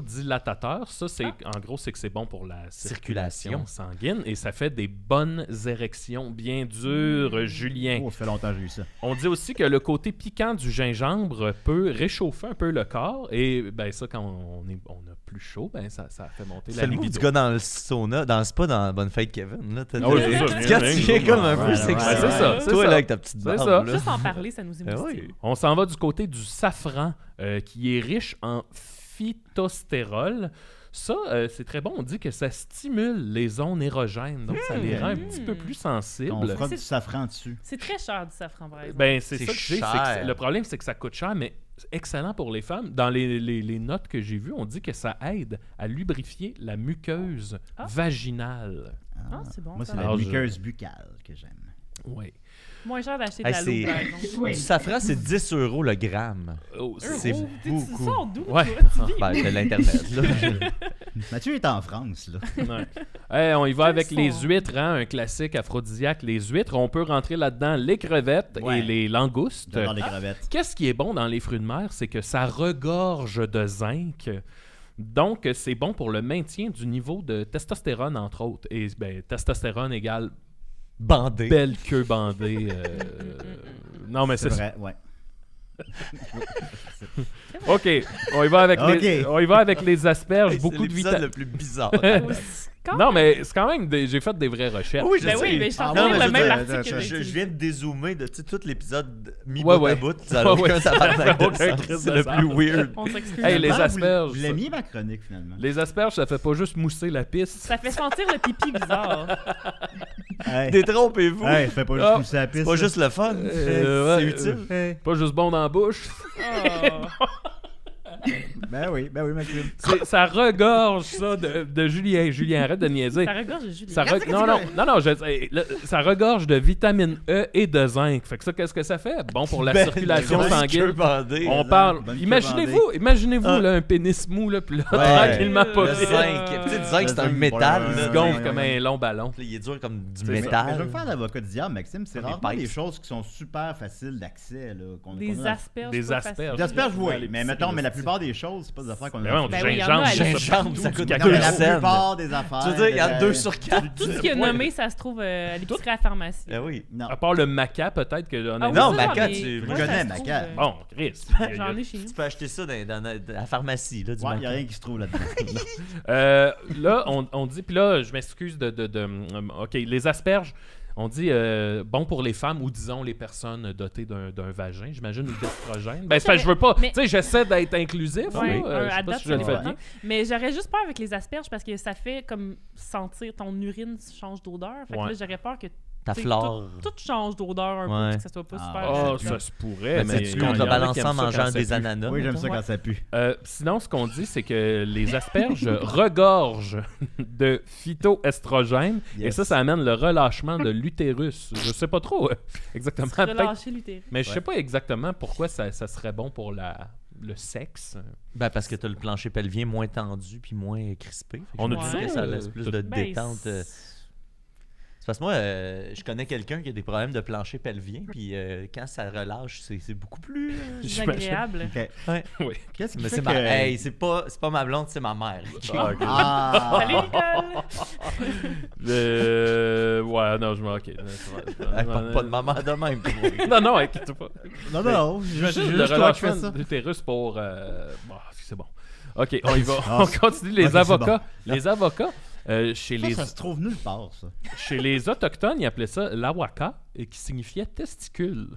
Speaker 2: vasodilatateur. Ça, c'est en gros, c'est que c'est bon pour la circulation,
Speaker 4: Ah! Circulation.
Speaker 2: sanguine et ça fait des bonnes érections bien dures,
Speaker 4: Mmh.
Speaker 2: euh, Julien.
Speaker 3: Oh, ça fait longtemps que j'ai eu ça.
Speaker 2: On dit aussi que le côté piquant du gingembre peut réchauffer un peu le corps et ben ça, quand on, est, on a plus chaud, ben ça, ça fait monter
Speaker 4: C'est
Speaker 2: la
Speaker 4: le move du
Speaker 2: libido.
Speaker 4: gars dans le sauna, dans le spa, dans Bonne Fête Kevin. Là, T'as-
Speaker 2: Ah oui,
Speaker 4: t'as-
Speaker 2: c'est ça,
Speaker 4: tu
Speaker 2: viens,
Speaker 4: tu
Speaker 2: viens,
Speaker 4: viens comme un
Speaker 3: ouais,
Speaker 4: peu
Speaker 3: ouais,
Speaker 4: sexuel.
Speaker 3: ouais, c'est
Speaker 2: ça, c'est
Speaker 4: Toi,
Speaker 2: ça.
Speaker 4: là, avec ta petite
Speaker 2: C'est
Speaker 4: barbe.
Speaker 2: ça.
Speaker 4: là.
Speaker 5: Juste en parler, ça nous
Speaker 4: Ah
Speaker 5: émoustille.
Speaker 4: oui.
Speaker 2: On s'en va du côté du safran euh, qui est riche en phytostérol. Ça, euh, c'est très bon. On dit que ça stimule les zones érogènes, donc ça les rend un petit peu plus
Speaker 3: On
Speaker 2: sensibles.
Speaker 3: frotte
Speaker 5: C'est-
Speaker 3: du safran dessus.
Speaker 5: C'est très cher du safran, par exemple.
Speaker 2: Ben, c'est
Speaker 4: C'est
Speaker 2: ça que j'ai, c'est que
Speaker 4: cher.
Speaker 2: c'est- le problème, c'est que ça coûte cher, mais c'est excellent pour les femmes. Dans les, les- les notes que j'ai vues, on dit que ça aide à lubrifier la muqueuse
Speaker 5: Ah.
Speaker 2: vaginale.
Speaker 5: Ah, c'est bon.
Speaker 3: Moi,
Speaker 5: ça.
Speaker 3: c'est la
Speaker 2: Alors, je-
Speaker 3: muqueuse buccale que j'aime.
Speaker 2: Oui.
Speaker 5: Moins cher d'acheter de
Speaker 4: Hey,
Speaker 5: la
Speaker 4: c'est-
Speaker 5: loupe, par
Speaker 6: [laughs]
Speaker 5: exemple.
Speaker 4: Du
Speaker 6: Oui.
Speaker 4: safran, c'est 10 euros le gramme.
Speaker 2: Oh, c'est-
Speaker 4: C'est
Speaker 5: Oh, t'es-
Speaker 4: beaucoup.
Speaker 5: Tu sors d'où,
Speaker 2: Ouais.
Speaker 4: [laughs]
Speaker 5: [laughs] toi? Tu vis-
Speaker 2: [laughs]
Speaker 4: Ben, de l'Internet. là.
Speaker 3: Mathieu est en France, là.
Speaker 2: Ouais. Eh, on y va
Speaker 5: Quels
Speaker 2: avec les
Speaker 5: sont-
Speaker 2: huîtres, hein, un classique aphrodisiaque, les huîtres. On peut rentrer là-dedans les crevettes
Speaker 3: Ouais.
Speaker 2: et les langoustes.
Speaker 3: J'adore les crevettes.
Speaker 2: Qu'est-ce qui est bon dans les fruits de mer, c'est que ça regorge de zinc. Donc, c'est bon pour le maintien du niveau de testostérone, entre autres. Et ben, testostérone égale
Speaker 4: Bandé.
Speaker 2: belle queue bandée. euh, Non, mais
Speaker 3: C'est
Speaker 2: c'est ça.
Speaker 3: vrai, ouais.
Speaker 2: OK, on y va avec, Les,
Speaker 3: Ok.
Speaker 2: on y va avec les asperges.
Speaker 4: Hey,
Speaker 2: beaucoup
Speaker 4: c'est
Speaker 2: de
Speaker 4: l'épisode
Speaker 2: vitamines. [laughs]
Speaker 4: le plus bizarre. Ben
Speaker 5: Quand-
Speaker 2: Non, mais c'est quand même... des- J'ai fait des vraies recherches.
Speaker 4: oui,
Speaker 5: Ben oui, mais je t'en
Speaker 4: Non, mais
Speaker 5: le
Speaker 4: je veux
Speaker 5: même
Speaker 4: dire,
Speaker 5: article.
Speaker 3: je-
Speaker 5: que
Speaker 4: Je,
Speaker 5: j'ai
Speaker 4: je viens de dézoomer de tu sais, tout l'épisode mi
Speaker 2: Ouais,
Speaker 4: bout
Speaker 2: ouais.
Speaker 4: à bout. Ça n'a
Speaker 2: Ouais, ouais.
Speaker 4: aucun tabarnak de
Speaker 2: Aucun
Speaker 4: sens.
Speaker 2: crise
Speaker 4: C'est
Speaker 2: de
Speaker 4: le
Speaker 2: sens.
Speaker 4: plus weird.
Speaker 5: On s'excuse.
Speaker 2: Hey, les
Speaker 3: Finalement, vous-
Speaker 2: asperges,
Speaker 3: Vous l'aimiez ma chronique, finalement.
Speaker 2: Les asperges, ça fait pas juste mousser la piste.
Speaker 5: Ça fait sentir le pipi bizarre.
Speaker 3: Hey,
Speaker 4: Détrompez-vous.
Speaker 3: hey, fais pas
Speaker 2: Ah,
Speaker 3: juste pousser la piste.
Speaker 4: C'est pas juste le fun.
Speaker 2: Euh,
Speaker 4: c'est
Speaker 2: ouais,
Speaker 4: utile.
Speaker 2: Pas juste bon dans la bouche.
Speaker 5: Oh.
Speaker 3: Ben oui, ben oui, ma chronique.
Speaker 2: C'est- ça regorge, ça, de, de Julien. Julien, arrête de niaiser.
Speaker 5: Ça regorge de Julien.
Speaker 2: Ça re- Non, non, non, non, je- eh, le- ça regorge de vitamine E et de zinc. Fait que ça, qu'est-ce que ça fait? Bon pour la
Speaker 4: Ben,
Speaker 2: circulation
Speaker 4: grosse queue
Speaker 2: sanguine.
Speaker 4: bandée.
Speaker 2: On
Speaker 3: Bonne
Speaker 2: parle.
Speaker 3: queue
Speaker 2: Imaginez-vous, imaginez-vous
Speaker 4: Ah.
Speaker 2: là, un pénis mou, là, puis là,
Speaker 4: Ouais.
Speaker 2: tranquillement
Speaker 5: Le
Speaker 2: pas
Speaker 4: Le
Speaker 5: Euh,
Speaker 2: vite.
Speaker 4: zinc. Tu sais, le zinc, c'est un
Speaker 3: zinc,
Speaker 4: métal.
Speaker 3: voilà.
Speaker 4: là.
Speaker 3: Il
Speaker 2: gonfle
Speaker 3: ouais,
Speaker 2: comme
Speaker 3: ouais.
Speaker 2: un long ballon.
Speaker 4: Il est dur comme du
Speaker 3: Mais- mais je vais
Speaker 4: métal.
Speaker 3: me faire l'avocat du diable, Maxime. C'est
Speaker 4: Comme les
Speaker 3: rarement des
Speaker 4: pipes.
Speaker 3: choses qui sont super faciles d'accès. là, qu'on- qu'on
Speaker 5: Des
Speaker 3: a-
Speaker 5: asperges.
Speaker 2: Des
Speaker 5: pas faciles.
Speaker 2: asperges.
Speaker 3: J'espère que
Speaker 2: Ouais, les
Speaker 3: oui. Mais
Speaker 2: petits,
Speaker 3: mettons,
Speaker 2: les
Speaker 3: mais la
Speaker 2: petits.
Speaker 3: plupart des choses, c'est pas des affaires qu'on a.
Speaker 2: Mais ouais,
Speaker 5: Ben oui, y en
Speaker 2: gingembre,
Speaker 5: a,
Speaker 2: ça
Speaker 5: elle-
Speaker 4: Gingembre, ça coûte
Speaker 2: du
Speaker 3: Non,
Speaker 2: cacao.
Speaker 3: mais la
Speaker 4: scène.
Speaker 3: plupart des affaires.
Speaker 4: Tu veux dire, il y en a
Speaker 3: euh,
Speaker 4: deux sur quatre.
Speaker 5: Tout ce qui est nommé, ça se trouve euh, à l'épicerie à la pharmacie.
Speaker 4: Ah oui.
Speaker 3: Non.
Speaker 2: À part le maca, peut-être que. on a-
Speaker 5: Ah oui,
Speaker 4: Non,
Speaker 5: ça,
Speaker 4: Maca,
Speaker 5: j'en ai-
Speaker 4: tu-
Speaker 5: moi,
Speaker 3: je
Speaker 5: ça
Speaker 3: connais
Speaker 5: se trouve,
Speaker 3: Maca.
Speaker 5: euh,
Speaker 2: Bon, Chris.
Speaker 3: Ah,
Speaker 5: J'en ai chez nous.
Speaker 4: Tu peux acheter ça dans, dans- dans la pharmacie, là, du
Speaker 3: Ouais, il n'y a
Speaker 4: matin.
Speaker 3: rien qui se trouve là-dedans.
Speaker 2: Euh, là, on, on dit, puis là, je m'excuse de, de- de- hum, OK, les asperges, on dit euh, bon pour les femmes ou disons les personnes dotées d'un d'un vagin, j'imagine, ou d'estrogène. Ben, c'est parce que je veux pas.
Speaker 5: Mais-
Speaker 2: Tu sais, j'essaie d'être inclusif.
Speaker 5: Ouais,
Speaker 2: là,
Speaker 5: un
Speaker 2: euh, je sais
Speaker 5: à
Speaker 2: pas
Speaker 5: date,
Speaker 2: si je le
Speaker 5: c'est
Speaker 2: fais
Speaker 5: important.
Speaker 2: bien.
Speaker 5: Mais j'aurais juste peur avec les asperges parce que ça fait comme sentir ton urine change d'odeur. Fait que
Speaker 2: Ouais.
Speaker 5: là, j'aurais peur que
Speaker 4: Ta
Speaker 5: tu sais,
Speaker 4: flore.
Speaker 5: Tout, tout change d'odeur un
Speaker 4: Ouais.
Speaker 5: peu, que ça soit pas
Speaker 3: Ah,
Speaker 5: super. euh,
Speaker 2: Oh,
Speaker 5: acceptable.
Speaker 2: ça se pourrait,
Speaker 4: Mais
Speaker 2: mais.
Speaker 4: tu
Speaker 2: il y en a qui aiment
Speaker 4: contrebalances
Speaker 2: ça
Speaker 4: en
Speaker 2: quand
Speaker 4: mangeant
Speaker 2: ça
Speaker 4: des
Speaker 2: pue.
Speaker 4: ananas.
Speaker 3: Oui, j'aime
Speaker 4: mettons.
Speaker 3: ça quand ça pue.
Speaker 2: Euh, sinon, ce qu'on dit, c'est que les
Speaker 4: [laughs]
Speaker 2: asperges regorgent de phytoestrogènes et
Speaker 3: Yes.
Speaker 2: ça, ça amène le relâchement de l'utérus. Je sais pas trop euh, exactement.
Speaker 5: Se
Speaker 2: Peut-être- [laughs]
Speaker 5: relâcher l'utérus.
Speaker 2: Mais je
Speaker 4: Ouais.
Speaker 2: sais pas exactement pourquoi ça, ça serait bon pour la, le sexe.
Speaker 4: Ben, parce que t'as le plancher pelvien moins tendu puis moins crispé. Fait que
Speaker 2: On
Speaker 4: je
Speaker 5: a
Speaker 4: me
Speaker 5: du
Speaker 4: dis que
Speaker 5: ça,
Speaker 4: ça
Speaker 2: euh,
Speaker 4: laisse plus
Speaker 2: tout-
Speaker 4: de
Speaker 5: Ben,
Speaker 4: détente. euh.
Speaker 5: c'est-
Speaker 4: C'est parce que moi, euh, je connais quelqu'un qui a des problèmes de plancher pelvien, puis euh, quand ça relâche, c'est c'est beaucoup
Speaker 2: [laughs]
Speaker 4: plus. euh,
Speaker 5: c'est agréable.
Speaker 3: Ok.
Speaker 4: Ouais.
Speaker 2: Oui.
Speaker 3: Qu'est-ce qui
Speaker 4: Mais
Speaker 3: fait
Speaker 4: c'est ma...
Speaker 3: que-
Speaker 4: hey, c'est pas, c'est pas ma blonde, c'est ma mère.
Speaker 5: Salut,
Speaker 3: Ah!
Speaker 5: Nicole!
Speaker 2: Euh, ouais, non, je m'en ok. non, c'est vrai, je m'en-
Speaker 4: Elle parle pas de maman de même. toi.
Speaker 2: Non, non, inquiète pas.
Speaker 3: Non, non, non, je
Speaker 2: Juste
Speaker 3: suis
Speaker 2: le
Speaker 3: juste toi qui fais
Speaker 2: relâchement
Speaker 3: ça.
Speaker 2: d'utérus pour. euh, bon, c'est bon. Ok, on y va.
Speaker 3: Ah.
Speaker 2: On continue. Les
Speaker 3: Ok, c'est
Speaker 2: avocats. Les avocats. euh, chez,
Speaker 3: Ça,
Speaker 2: les,
Speaker 3: ça se trouve nulle part, ça.
Speaker 2: chez les Autochtones, ils appelaient ça l'awaka, et qui signifiait testicule.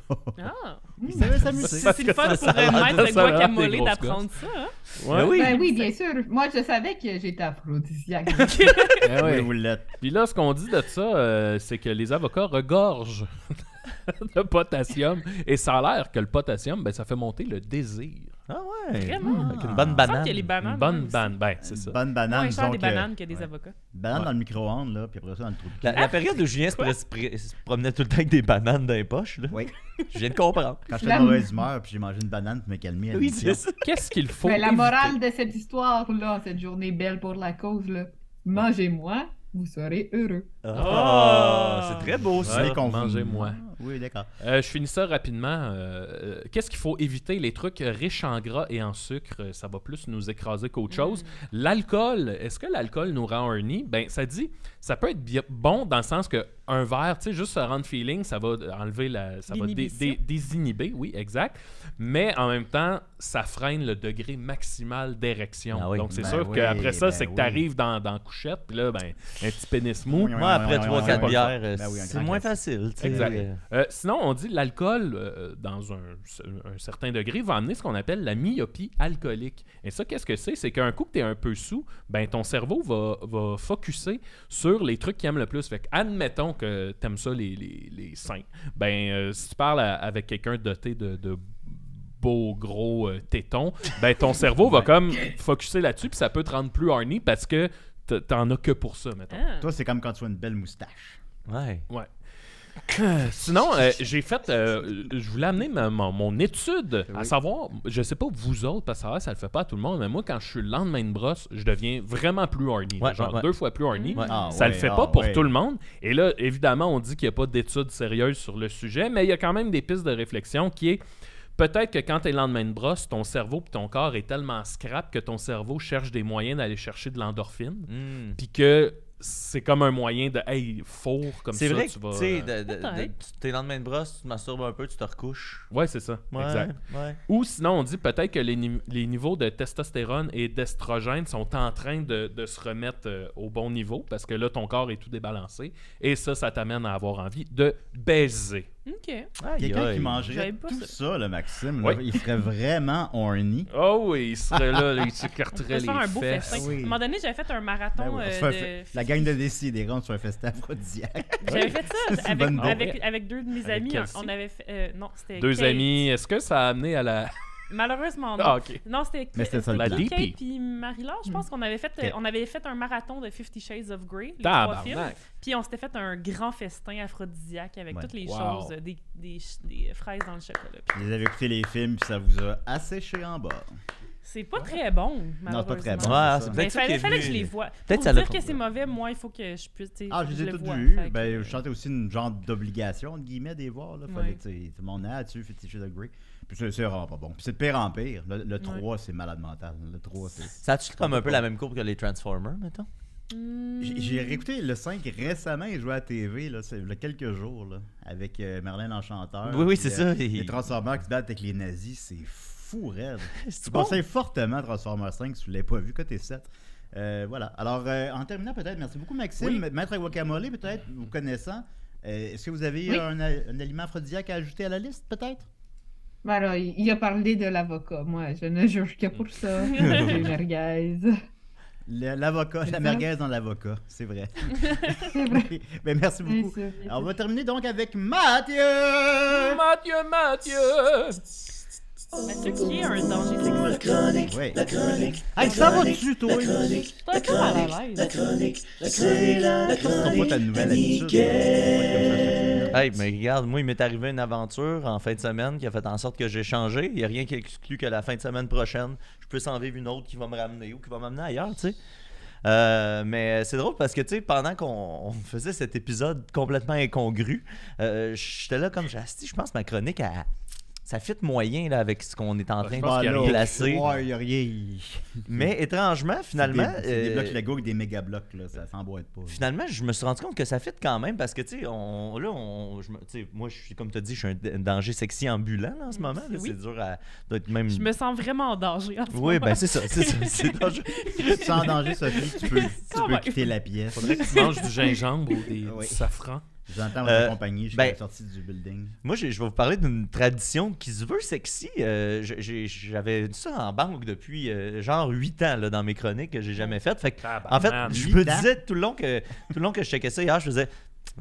Speaker 5: Ah.
Speaker 3: Ils savaient s'amuser.
Speaker 5: C'est c'est le fun pour euh, maître
Speaker 2: ça
Speaker 5: de bois
Speaker 2: a l'air des
Speaker 5: camolé
Speaker 2: grosses
Speaker 5: d'apprendre ça. hein?
Speaker 2: Ouais,
Speaker 4: [laughs] Ben oui.
Speaker 6: Ben oui, bien sûr. Moi, je savais que j'étais aphrodisiaque. Ben,
Speaker 2: eh
Speaker 3: Oui,
Speaker 2: oui.
Speaker 3: vous l'êtes.
Speaker 2: Puis là, ce qu'on dit de ça, euh, c'est que les avocats regorgent [laughs] de potassium, et ça a l'air que le potassium, ben, ça fait monter le désir.
Speaker 4: Ah ouais.
Speaker 5: Vraiment.
Speaker 4: Avec
Speaker 5: Il
Speaker 4: une bonne
Speaker 5: me semble
Speaker 4: banane.
Speaker 5: qu'il y a les bananes.
Speaker 2: Une bonne
Speaker 5: banane.
Speaker 2: banane, ben, c'est ça.
Speaker 3: Bonne
Speaker 5: Moins
Speaker 3: banane,
Speaker 5: cher
Speaker 3: disons
Speaker 5: des
Speaker 3: que-
Speaker 5: bananes que des
Speaker 3: Ouais.
Speaker 5: avocats.
Speaker 3: Banane
Speaker 2: Ouais.
Speaker 3: dans le micro-ondes, là, puis après ça, dans le trou de cul.
Speaker 4: La, la période où Julien se, pres- se pr- se promenait tout le temps avec des bananes dans les poches, là.
Speaker 3: Oui.
Speaker 4: je viens de comprendre.
Speaker 3: Quand j'étais
Speaker 6: La-
Speaker 3: de mauvaise humeur, puis j'ai mangé une banane pour me calmer. à
Speaker 4: Oui,
Speaker 3: l'émission.
Speaker 4: c'est ça.
Speaker 2: Qu'est-ce qu'il faut
Speaker 6: Mais la
Speaker 2: éviter?
Speaker 6: morale de cette histoire-là, cette journée belle pour la cause, là, mangez-moi, vous serez heureux.
Speaker 4: Ah, c'est très beau, ça.
Speaker 2: Ouais.
Speaker 3: C'est qu'on vous-
Speaker 2: Mangez-moi.
Speaker 3: Ah, Oui, d'accord.
Speaker 2: Euh, je finis ça rapidement. Euh, euh, Qu'est-ce qu'il faut éviter? Les trucs riches en gras et en sucre, euh, ça va plus nous écraser qu'autre chose. L'alcool, est-ce que l'alcool nous rend horny? Ben, ça dit, ça peut être bien- bon dans le sens que un verre, tu sais, juste ça rend feeling, ça va enlever la... Ça va dé-
Speaker 5: L'inhibition.
Speaker 2: dé- désinhiber, oui, exact. Mais en même temps, ça freine le degré maximal d'érection.
Speaker 4: Ah oui,
Speaker 2: Donc, c'est
Speaker 3: ben
Speaker 2: sûr
Speaker 3: oui,
Speaker 2: qu'après ça,
Speaker 3: ben
Speaker 2: c'est que
Speaker 3: oui.
Speaker 2: tu arrives dans, dans la couchette, puis là, ben, un petit pénis mou.
Speaker 4: Moi, après
Speaker 3: Ouais,
Speaker 4: 3-4
Speaker 3: ouais, ouais,
Speaker 4: bières, euh,
Speaker 3: Ben oui, un
Speaker 4: c'est
Speaker 3: grand
Speaker 4: moins
Speaker 3: classique.
Speaker 4: facile. tu sais.
Speaker 2: Exact.
Speaker 4: Euh,
Speaker 2: Euh, sinon, on dit l'alcool, euh, dans un, un certain degré, va amener ce qu'on appelle la myopie alcoolique. Et ça, qu'est-ce que c'est? C'est qu'un coup que tu es un peu sous, ben ton cerveau va, va focuser sur les trucs qu'il aime le plus. Fait que, admettons que tu aimes ça, les, les, les seins. Ben, euh, si tu parles à- avec quelqu'un doté de, de beaux gros euh, tétons, ben ton cerveau va comme focuser là-dessus, puis ça peut te rendre plus horny parce que t- t'en as que pour ça, mettons.
Speaker 5: Ah.
Speaker 3: Toi, c'est comme quand tu as une belle moustache.
Speaker 4: Ouais.
Speaker 2: Ouais. Sinon, euh, j'ai fait. euh, je voulais amener ma- mon, mon étude, à savoir, je sais pas vous autres, parce que ça, va, ça le fait pas à tout le monde, mais moi, quand je suis le lendemain de brosse, je deviens vraiment plus horny.
Speaker 4: Ouais,
Speaker 2: genre
Speaker 4: ouais, ouais.
Speaker 2: deux fois plus horny.
Speaker 4: Ouais.
Speaker 3: Ah,
Speaker 2: Ça
Speaker 3: ouais,
Speaker 2: le fait
Speaker 3: ah,
Speaker 2: pas pour
Speaker 3: ouais.
Speaker 2: tout le monde. Et là, évidemment, on dit qu'il n'y a pas d'études sérieuses sur le sujet, mais il y a quand même des pistes de réflexion qui est peut-être que quand tu es le lendemain de brosse, ton cerveau et ton corps est tellement scrap que ton cerveau cherche des moyens d'aller chercher de l'endorphine,
Speaker 4: Hmm.
Speaker 2: puis que c'est comme un moyen de hey, four comme ça,
Speaker 4: C'est vrai que
Speaker 2: tu vas.
Speaker 4: tu sais,
Speaker 3: euh,
Speaker 4: de- de- de-
Speaker 5: Peut-être.
Speaker 4: tu- tes lendemains de brosse, tu te masturbes un peu, tu te recouches.
Speaker 2: Ouais, c'est ça.
Speaker 4: Ouais,
Speaker 2: Exact.
Speaker 4: ouais.
Speaker 2: Ou sinon, on dit peut-être que les, ni- les niveaux de testostérone et d'estrogène sont en train de, de se remettre euh, au bon niveau parce que là, ton corps est tout débalancé. Et ça, ça t'amène à avoir envie de baiser.
Speaker 5: OK.
Speaker 3: Quelqu'un qui
Speaker 5: J'avais
Speaker 3: mangerait
Speaker 5: pas
Speaker 3: tout
Speaker 5: ça.
Speaker 3: ça, le Maxime, là,
Speaker 2: Ouais.
Speaker 3: il serait vraiment horny.
Speaker 2: Oh oui, il serait là, là, il
Speaker 5: On
Speaker 2: s'écarterait
Speaker 5: pourrait se
Speaker 2: les
Speaker 5: faire un beau
Speaker 2: fesses.
Speaker 5: fessin.
Speaker 3: Oui.
Speaker 5: À un moment donné, j'avais fait un
Speaker 3: Ben
Speaker 5: marathon
Speaker 3: oui, on se
Speaker 5: euh,
Speaker 3: fait-
Speaker 5: de...
Speaker 3: La gang de Décidérons sur un festin [laughs] aphrodisiaque.
Speaker 5: J'avais fait
Speaker 3: [laughs] C'est
Speaker 5: ça
Speaker 3: une
Speaker 5: avec,
Speaker 3: bonne idée.
Speaker 5: avec, avec deux de mes
Speaker 2: Avec
Speaker 5: amis.
Speaker 2: Kelsey.
Speaker 5: On avait fait... euh, non, c'était
Speaker 2: Deux
Speaker 5: Kate.
Speaker 2: amis, est-ce que ça a amené à la...
Speaker 5: Malheureusement, non.
Speaker 2: Ah, ok.
Speaker 5: Non, c'était
Speaker 3: Mais c'était ça le Hmm.
Speaker 2: La
Speaker 3: plan.
Speaker 2: deep.
Speaker 5: Kate puis Marie-Laure, je pense qu'on avait fait euh,
Speaker 3: Ok.
Speaker 5: on avait fait un marathon de Fifty Shades of Grey, les trois films.
Speaker 2: Tabarnak.
Speaker 5: Puis on s'était fait un grand festin aphrodisiaque avec
Speaker 3: Ouais.
Speaker 5: toutes les
Speaker 2: Wow.
Speaker 5: choses, euh, des, des ch- des fraises dans le chocolat. Puis
Speaker 3: Vous avez écouté les films, puis ça vous a asséché en bas.
Speaker 5: C'est pas très bon,
Speaker 3: Non, c'est pas très
Speaker 5: malheureusement.
Speaker 3: bon.
Speaker 4: Ouais,
Speaker 3: c'est ça.
Speaker 4: c'est
Speaker 5: Mais
Speaker 4: peut-être ça qui
Speaker 5: fallait,
Speaker 4: est
Speaker 5: fallait que je
Speaker 4: venu.
Speaker 5: les voie.
Speaker 4: Peut-être
Speaker 5: Pour
Speaker 4: ça l'a
Speaker 5: dire
Speaker 4: pour-
Speaker 5: que c'est mauvais, moi, il faut que je puisse. tu sais,
Speaker 3: Ah,
Speaker 5: faut
Speaker 3: je les
Speaker 5: que
Speaker 3: ai
Speaker 5: le
Speaker 3: toutes
Speaker 5: voie.
Speaker 3: vues.
Speaker 5: Fait que- euh,
Speaker 3: Ben, je chantais aussi une genre d'obligation, entre guillemets, des voir. Là. Fallait,
Speaker 5: Ouais.
Speaker 3: que, tu sais, tout le monde a là-dessus, fétiché de Grey. Puis c'est c'est vraiment pas bon. Puis c'est de pire en pire. Le, le 3, c'est malade mental. Le 3, c'est.
Speaker 4: Ça a-tu comme un peu la même courbe que les Transformers, mettons?
Speaker 5: Hmm.
Speaker 3: J'ai j'ai réécouté le 5 récemment, il jouait à la TV, là, c'est- il y a quelques jours, là, avec euh, Merlin l'Enchanteur.
Speaker 4: Oui, oui,
Speaker 3: puis,
Speaker 4: c'est
Speaker 3: euh,
Speaker 4: ça, il-
Speaker 3: Les Transformers qui se battent avec les nazis, c'est fou, raide.
Speaker 4: C'est
Speaker 3: Je conseille fortement Transformers 5 si tu ne l'as pas vu, côté 7. Euh, voilà. Alors, euh, en terminant, peut-être, merci beaucoup, Maxime.
Speaker 2: Oui.
Speaker 3: Maître Guacamole, peut-être, vous connaissant, euh, est-ce que vous avez
Speaker 5: Oui.
Speaker 3: un, a- un aliment aphrodisiaque à ajouter à la liste, peut-être
Speaker 6: Ben là, il il a parlé de l'avocat. Moi, je ne juge que pour ça. Les merguez.
Speaker 3: Le- L'avocat,
Speaker 6: C'est
Speaker 3: la
Speaker 6: ça.
Speaker 3: merguez dans l'avocat, c'est vrai.
Speaker 6: C'est vrai.
Speaker 3: [laughs] Mais merci beaucoup.
Speaker 6: C'est ça.
Speaker 3: Alors, on va terminer donc avec Mathieu.
Speaker 2: Mathieu, Mathieu!
Speaker 5: Mathieu, qui est un danger sexuel?
Speaker 3: Oui. Hey, ça va-tu, toi
Speaker 5: T'es comme à la l'aise.
Speaker 3: Comme pas ta nouvelle habitude. là.
Speaker 4: Hey, mais regarde, moi, il m'est arrivé une aventure en fin de semaine qui a fait en sorte que j'ai changé. Il n'y a rien qui exclut que la fin de semaine prochaine, je puisse en vivre une autre qui va me ramener ou qui va m'amener ailleurs, tu sais. Euh, mais c'est drôle parce que, tu sais, pendant qu'on on faisait cet épisode complètement incongru, euh, j'étais là comme, j'ai Asti, je pense que ma chronique, elle- ça fit moyen là, avec ce qu'on est en
Speaker 2: Bah, Je
Speaker 4: train de
Speaker 2: pense qu'il y a
Speaker 3: là,
Speaker 2: rien.
Speaker 4: Placé.
Speaker 3: Ouais, y a rien. C'est
Speaker 4: Mais étrangement,
Speaker 3: des-
Speaker 4: finalement.
Speaker 3: C'est des
Speaker 4: euh,
Speaker 3: blocs Lego avec des méga blocs, là. Ça s'emboîte pas.
Speaker 4: Finalement, je me suis rendu compte que ça fit quand même parce que, tu sais, on, là, on, je me- tu sais, moi, je suis, comme tu as dit, je suis un, d- un danger sexy ambulant là, en ce moment. là.
Speaker 5: Mm, Oui.
Speaker 4: C'est dur à. d'être même.
Speaker 5: Je me sens vraiment en danger. en ce
Speaker 4: Oui,
Speaker 5: moment.
Speaker 4: ben c'est ça,
Speaker 5: [laughs]
Speaker 4: c'est ça, c'est dangereux.
Speaker 3: Sans danger, Sophie,
Speaker 4: [laughs]
Speaker 3: tu peux, tu
Speaker 5: Quand
Speaker 3: peux
Speaker 5: même.
Speaker 3: quitter la pièce.
Speaker 2: Faudrait que tu manges du gingembre ou des,
Speaker 3: Oui.
Speaker 2: du safran.
Speaker 3: J'entends votre
Speaker 4: Euh,
Speaker 3: compagnie, je suis
Speaker 4: ben-
Speaker 3: à la sortie du building.
Speaker 4: Moi, j'ai- je vais vous parler d'une tradition qui se veut sexy. Euh, j'ai- j'ai- J'avais ça en banque depuis euh, genre 8 ans là, dans mes chroniques que j'ai jamais faites. Fait que En fait,
Speaker 2: Tabarnak.
Speaker 4: je
Speaker 3: huit
Speaker 4: me
Speaker 3: ans.
Speaker 4: disais tout le long que tout le long que je checkais ça hier, je faisais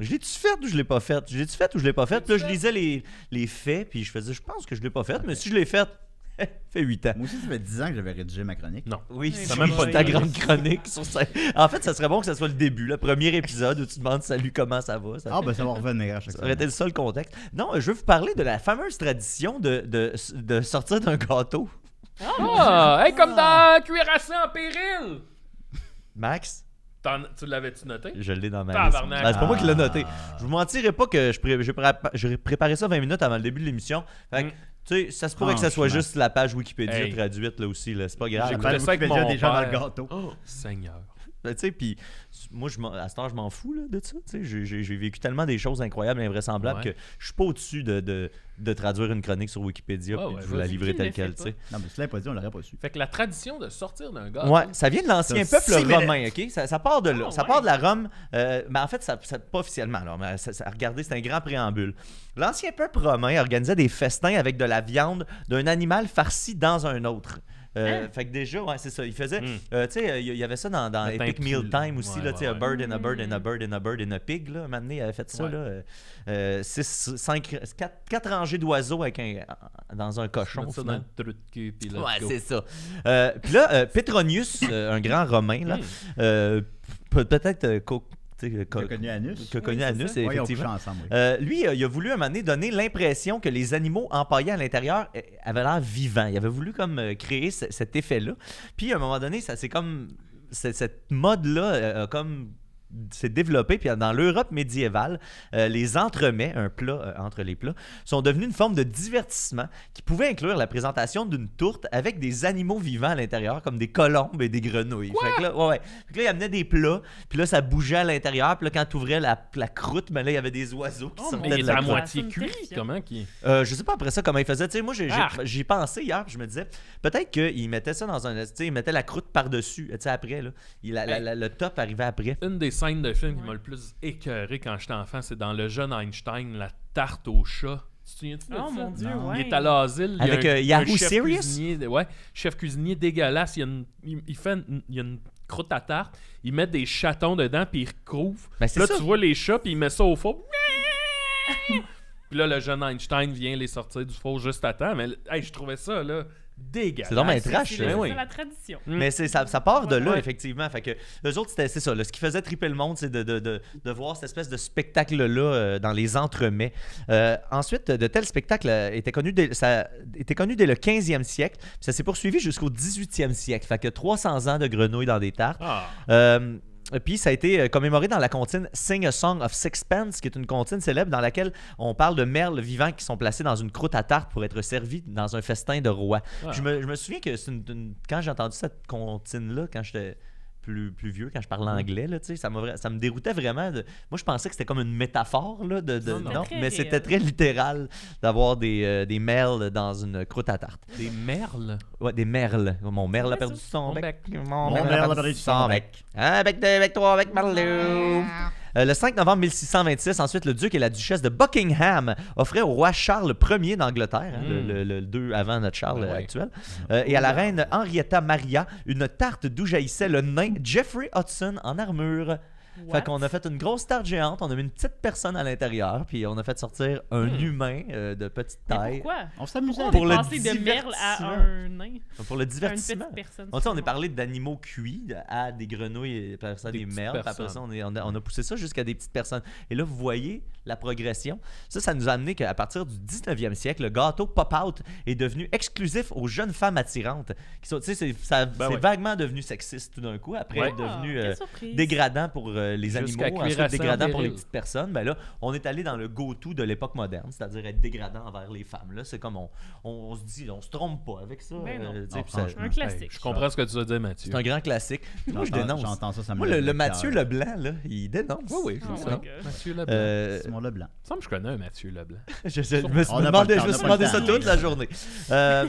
Speaker 4: je l'ai-tu fait ou je l'ai pas fait? Je l'ai-tu fait ou je l'ai pas fait? Puis là, je lisais les, les faits, puis je faisais, je pense que je l'ai pas fait, mais si je l'ai fait, [laughs] ça fait 8 ans.
Speaker 3: Moi aussi, ça fait 10 ans que j'avais rédigé ma chronique.
Speaker 2: Non.
Speaker 5: Oui,
Speaker 4: Oui, c'est
Speaker 5: même pas
Speaker 4: ta
Speaker 5: une
Speaker 4: grande chronique sur ça. En fait, ça serait bon que ça soit le début, le premier épisode où tu demandes salut, comment ça va. Ça,
Speaker 3: Ah, ben ça va revenir à chaque
Speaker 4: ça aurait
Speaker 3: fois.
Speaker 4: été le seul contexte. Non, je veux vous parler de la fameuse tradition de, de, de sortir d'un gâteau.
Speaker 2: Ah! Hey, comme dans Cuirassé en péril!
Speaker 4: Max,
Speaker 2: T'en- tu l'avais-tu noté?
Speaker 4: Je l'ai dans ma
Speaker 2: Tabarnak.
Speaker 4: liste. Ben, c'est pas moi qui l'ai
Speaker 3: Ah.
Speaker 4: noté. Je vous mentirais pas que je pré- j'ai prépa- j'ai préparé ça 20 minutes avant le début de l'émission. Fait que,
Speaker 2: Mm.
Speaker 4: tu sais, ça se pourrait que ça soit
Speaker 3: Franchement.
Speaker 4: juste la page Wikipédia
Speaker 2: Hey.
Speaker 4: traduite là aussi, là. C'est pas grave.
Speaker 3: J'ai
Speaker 2: J'écoutais
Speaker 3: parlé
Speaker 2: ça avec
Speaker 3: Wikipédia
Speaker 2: mon
Speaker 3: déjà dans
Speaker 2: père.
Speaker 3: le gâteau.
Speaker 2: Oh, Seigneur.
Speaker 4: Ben, tu sais, puis moi, je m'en- à cette heure, je m'en fous là, de ça. Tu sais, j'ai- j'ai j'ai vécu tellement des choses incroyables et invraisemblables
Speaker 2: Ouais.
Speaker 4: que je suis pas au-dessus de, de- de traduire une chronique sur Wikipédia
Speaker 2: Ouais,
Speaker 4: puis
Speaker 2: ouais,
Speaker 4: de vous la
Speaker 2: vas-y.
Speaker 5: Qui
Speaker 4: livrer
Speaker 5: le
Speaker 4: telle
Speaker 5: fait
Speaker 4: quelle,
Speaker 5: pas?
Speaker 4: tu sais.
Speaker 3: Non, mais si tu l'avais pas dit, on l'aurait pas su.
Speaker 2: Fait que la tradition de sortir d'un gars.
Speaker 4: Ouais, ça vient de l'ancien
Speaker 3: Ça,
Speaker 4: peuple
Speaker 3: six minutes.
Speaker 4: romain, OK? Ça, ça part de là.
Speaker 2: Ah,
Speaker 4: ça
Speaker 2: ouais.
Speaker 4: part de la Rome. euh, mais en fait, ça, ça- pas officiellement. Là, mais ça, ça- regardez, c'est un grand préambule. L'ancien peuple romain organisait des festins avec de la viande d'un animal farci dans un autre.
Speaker 2: Ah.
Speaker 4: Euh, Fait que déjà, ouais, c'est ça. Il faisait.
Speaker 2: Mm.
Speaker 4: euh, tu sais, euh, il y- y avait ça dans, dans
Speaker 2: Le
Speaker 4: Epic
Speaker 2: temps
Speaker 4: Meal
Speaker 2: qu'il-
Speaker 4: Time aussi,
Speaker 2: ouais,
Speaker 4: là, tu sais,
Speaker 2: ouais, Hmm.
Speaker 4: a bird and a bird
Speaker 5: Mm.
Speaker 4: and a bird and a bird and a pig, là. Un moment donné, il avait fait ça,
Speaker 2: Ouais.
Speaker 4: là. euh, euh, six, cinq, quatre, quatre rangées d'oiseaux avec un, dans un cochon.
Speaker 2: Mets ça
Speaker 4: au
Speaker 2: dans
Speaker 4: final.
Speaker 2: le trou de cul, puis let's
Speaker 4: Ouais,
Speaker 2: go.
Speaker 4: c'est ça. Euh, Puis là, euh, Petronius, euh, un grand Romain, là,
Speaker 2: Mm.
Speaker 4: euh, peut- peut-être euh, co- tu sais,
Speaker 3: T'as
Speaker 4: co-
Speaker 3: connu Anus?
Speaker 4: que connu
Speaker 5: Oui, c'est
Speaker 4: Anus,
Speaker 5: ça.
Speaker 3: Oui, on couchait
Speaker 4: effectivement.
Speaker 3: ensemble. oui.
Speaker 4: Euh, lui, euh, il a voulu à un moment donné donner l'impression que les animaux empaillés à l'intérieur euh, avaient l'air vivants. Il avait voulu comme euh, créer ce- cet effet-là. Puis à un moment donné, ça c'est comme c'est- cette mode-là euh, a comme s'est développée. Puis dans l'Europe médiévale, euh, les entremets, un plat euh, entre les plats, sont devenus une forme de divertissement qui pouvait inclure la présentation d'une tourte avec des animaux vivants à l'intérieur, comme des colombes et des grenouilles. Fait que là, ouais, ouais. Fait que là, il amenait des plats, puis là, ça bougeait à l'intérieur, puis là, quand tu ouvrais la, la croûte, ben là, il y avait des oiseaux qui
Speaker 5: Oh,
Speaker 4: sortaient
Speaker 5: mon
Speaker 2: Mais
Speaker 4: de
Speaker 2: il est
Speaker 4: la
Speaker 2: à moitié
Speaker 5: Dieu.
Speaker 4: croûte.
Speaker 5: Ça me
Speaker 2: cuit,
Speaker 5: terrifie.
Speaker 2: comment qui.
Speaker 4: Euh, je sais pas après ça comment il faisait. Tu sais, moi, j'ai- j'ai-
Speaker 2: Ah!
Speaker 4: j'y pensais hier, puis je me disais, peut-être qu'il mettait ça dans un. Tu sais, il mettait la croûte par-dessus, tu sais, après, là. Il, la- la- la- le top arrivait après.
Speaker 2: Une des scènes de film qui
Speaker 5: Ouais.
Speaker 2: m'a le plus écœuré quand j'étais enfant, c'est dans Le jeune Einstein, la tarte au chat. Tu te souviens-tu de
Speaker 5: Oh
Speaker 2: ça?
Speaker 5: mon dieu,
Speaker 3: Non.
Speaker 5: ouais.
Speaker 2: Il est à l'asile. il y a
Speaker 4: Avec,
Speaker 2: un-
Speaker 4: euh, Yahoo
Speaker 2: un chef
Speaker 4: Serious?
Speaker 2: cuisinier de- ouais, chef cuisinier dégueulasse. Il, y a une- il- il fait une, il y a une croûte à tarte. Il met des chatons dedans, puis il recouvre.
Speaker 4: Ben, c'est
Speaker 2: là,
Speaker 4: ça.
Speaker 2: tu vois les chats, puis il met ça au four. [laughs] puis là, le jeune Einstein vient les sortir du four juste à temps. Mais hey, je trouvais ça, là, dégueulasse.
Speaker 4: C'est dommage
Speaker 5: C'est-
Speaker 4: trash,
Speaker 5: C'est
Speaker 4: là.
Speaker 5: c'est
Speaker 2: oui.
Speaker 5: la tradition.
Speaker 4: Mais c'est- ça, ça part de là,
Speaker 2: Ouais.
Speaker 4: effectivement. Fait que eux autres, c'était- c'est ça. là. ce qui faisait triper le monde, c'est de, de- de- de voir cette espèce de spectacle-là euh, dans les entremets. Euh, ensuite, de tels spectacles euh, étaient connus dès, ça, était connu dès le 15e siècle. puis ça s'est poursuivi jusqu'au 18e siècle. Fait que 300 ans de grenouilles dans des tartes.
Speaker 2: Ah,
Speaker 4: Euh, puis ça a été euh, commémoré dans la comptine Sing a Song of Sixpence, qui est une comptine célèbre dans laquelle on parle de merles vivants qui sont placés dans une croûte à tarte pour être servis dans un festin de roi.
Speaker 2: Ah.
Speaker 4: Je, me, je me souviens que c'est une- une- quand j'ai entendu cette comptine-là, quand j'étais plus, plus vieux, quand je parlais anglais, là, tu sais, ça, m'a vra- ça me déroutait vraiment. de- moi, je pensais que c'était comme une métaphore, là, de, de-
Speaker 2: Non, non.
Speaker 4: non,
Speaker 5: C'était très
Speaker 4: mais c'était
Speaker 5: réel.
Speaker 4: très littéral d'avoir des, euh, des merles dans une croûte à tarte.
Speaker 2: des merles.
Speaker 4: Ouais, des merles. Mon merle a perdu son
Speaker 2: Mon
Speaker 4: bec.
Speaker 3: Mon merle a perdu son bec.
Speaker 4: Un bec, Hein, deux bec, trois bec, merlou. Euh, le 5 novembre 1626, ensuite, le duc et la duchesse de Buckingham offraient au roi Charles Ier d'Angleterre, hein,
Speaker 2: Mm.
Speaker 4: le-
Speaker 5: Hmm.
Speaker 4: le, le deux avant notre Charles
Speaker 2: Ben ouais.
Speaker 4: actuel, euh, et à la reine Henrietta Maria une tarte d'où jaillissait le nain Jeffrey Hudson en armure.
Speaker 5: What?
Speaker 4: Fait qu'on a fait une grosse tarte géante, on a mis une petite personne à l'intérieur, puis on a fait sortir un humain euh, de petite
Speaker 5: Hmm. Mais
Speaker 4: taille.
Speaker 5: pourquoi?
Speaker 3: On s'amusait.
Speaker 5: Pourquoi on
Speaker 4: Pour
Speaker 5: est
Speaker 4: le
Speaker 5: passé de merle à
Speaker 4: divertissement.
Speaker 5: un nain?
Speaker 4: Pour le
Speaker 5: À une
Speaker 4: divertissement.
Speaker 5: petite personne.
Speaker 4: On, tu sais, on est parlé d'animaux cuits à des grenouilles, et après ça,
Speaker 2: Des
Speaker 4: des,
Speaker 2: petites
Speaker 4: merdes, puis après ça,
Speaker 2: personnes.
Speaker 4: on, est- on a, on a poussé ça jusqu'à des petites personnes. Et là, vous voyez la progression. Ça, ça nous a amené qu'à partir du 19e siècle, le gâteau pop-out est devenu exclusif aux jeunes femmes attirantes. Qui sont, tu sais, c'est, ça-
Speaker 2: Ben
Speaker 4: c'est
Speaker 2: ouais.
Speaker 4: vaguement devenu sexiste tout d'un coup, après
Speaker 2: Ouais.
Speaker 4: être devenu euh,
Speaker 5: Ah, Quelle surprise.
Speaker 4: dégradant pour euh, les animaux,
Speaker 2: Jusqu'à
Speaker 4: ensuite
Speaker 2: cuirassé en
Speaker 4: dégradant pour les
Speaker 2: péril.
Speaker 4: petites personnes. Ben là, on est allé dans le go-to de l'époque moderne, c'est-à-dire être dégradant envers les femmes. Là, c'est comme on, on- on se dit, on se trompe pas avec ça.
Speaker 5: Ben non.
Speaker 4: euh, tu sais,
Speaker 3: Non,
Speaker 4: puis ça-
Speaker 3: franchement.
Speaker 5: Un
Speaker 2: Hey,
Speaker 5: classique.
Speaker 2: je comprends ce que tu as dit, Mathieu.
Speaker 4: c'est un grand classique. Moi, je
Speaker 3: J'entends-
Speaker 4: dénonce.
Speaker 3: J'entends Ah ça, ça me
Speaker 4: Moi, le,
Speaker 3: lève
Speaker 4: le
Speaker 3: cœur.
Speaker 4: Mathieu Leblanc, là, il dénonce.
Speaker 2: Oui, oui, je
Speaker 5: Oh
Speaker 2: trouve ça.
Speaker 5: my God.
Speaker 2: Mathieu Leblanc.
Speaker 4: Euh,
Speaker 3: Simon Leblanc.
Speaker 2: Il me semble que je connais un Mathieu Leblanc.
Speaker 4: [laughs] je, je- je me suis
Speaker 3: On n'a
Speaker 4: demandé,
Speaker 3: pas le temps,
Speaker 4: je me
Speaker 3: on
Speaker 4: suis
Speaker 3: n'a pas
Speaker 4: demandé
Speaker 3: le
Speaker 4: ça
Speaker 3: temps.
Speaker 4: toute la journée.
Speaker 3: [laughs]
Speaker 4: Euh,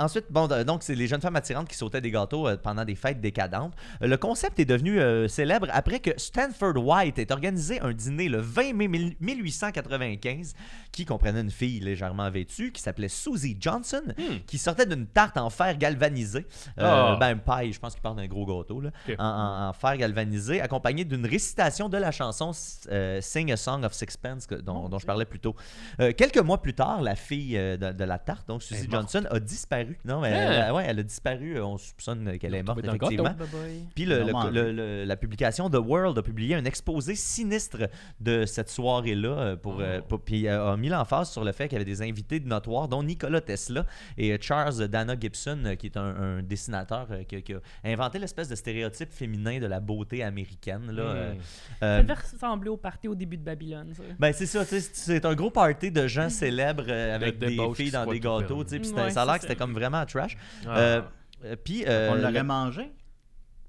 Speaker 4: ensuite, bon, euh, donc, c'est les jeunes femmes attirantes qui sautaient des gâteaux euh, pendant des fêtes décadentes. Euh, le concept est devenu euh, célèbre après que Stanford White ait organisé un dîner le 20 mai 1895 qui comprenait une fille légèrement vêtue qui s'appelait Susie Johnson,
Speaker 3: Hmm.
Speaker 4: qui sortait d'une tarte en fer galvanisé. Euh,
Speaker 2: Ah.
Speaker 4: Ben, une paille, je pense qu'il parle d'un gros gâteau, là,
Speaker 2: Ok.
Speaker 4: en, en- en fer galvanisé, accompagnée d'une récitation de la chanson euh, Sing a Song of Sixpence, que- dont, dont je parlais plus tôt. Euh, quelques mois plus tard, la fille euh, de, de la tarte, donc Susie
Speaker 2: Elle est morte.
Speaker 4: Johnson, a disparu. Non, elle,
Speaker 2: Hein?
Speaker 4: elle- ouais, elle a disparu. euh, On soupçonne qu'elle est morte,
Speaker 2: dans le gâteau.
Speaker 4: effectivement. Puis le-
Speaker 3: Ils l'ont
Speaker 4: le-
Speaker 3: mangé.
Speaker 4: le- le- la publication The World a publié un exposé sinistre de cette soirée-là, euh, pour, euh,
Speaker 2: Oh.
Speaker 4: pour- puis euh, a mis l'emphase sur le fait qu'il y avait des invités notoires, dont Nikola Tesla et euh, Charles Dana Gibson, euh, qui est un, un dessinateur euh, qui, qui a inventé l'espèce de stéréotype féminin de la beauté américaine. Là, euh,
Speaker 2: Hmm.
Speaker 4: euh,
Speaker 5: Ça devait ressembler au party au début de Babylone, ça.
Speaker 4: ben c'est ça, tu sais, c'est- c'est un gros party de gens célèbres euh, avec des
Speaker 2: débauche Mhm. qui
Speaker 4: filles
Speaker 2: se
Speaker 4: dans
Speaker 2: croient
Speaker 4: des
Speaker 2: tout
Speaker 4: gâteaux,
Speaker 2: permis.
Speaker 4: tu sais, puis c'était-
Speaker 5: Ouais,
Speaker 4: ça a l'air
Speaker 5: c'est
Speaker 4: que
Speaker 5: ça.
Speaker 4: c'était comme vraiment trash.
Speaker 2: Ah.
Speaker 4: Euh, euh, puis euh,
Speaker 3: On
Speaker 4: le-
Speaker 3: l'aurait mangé?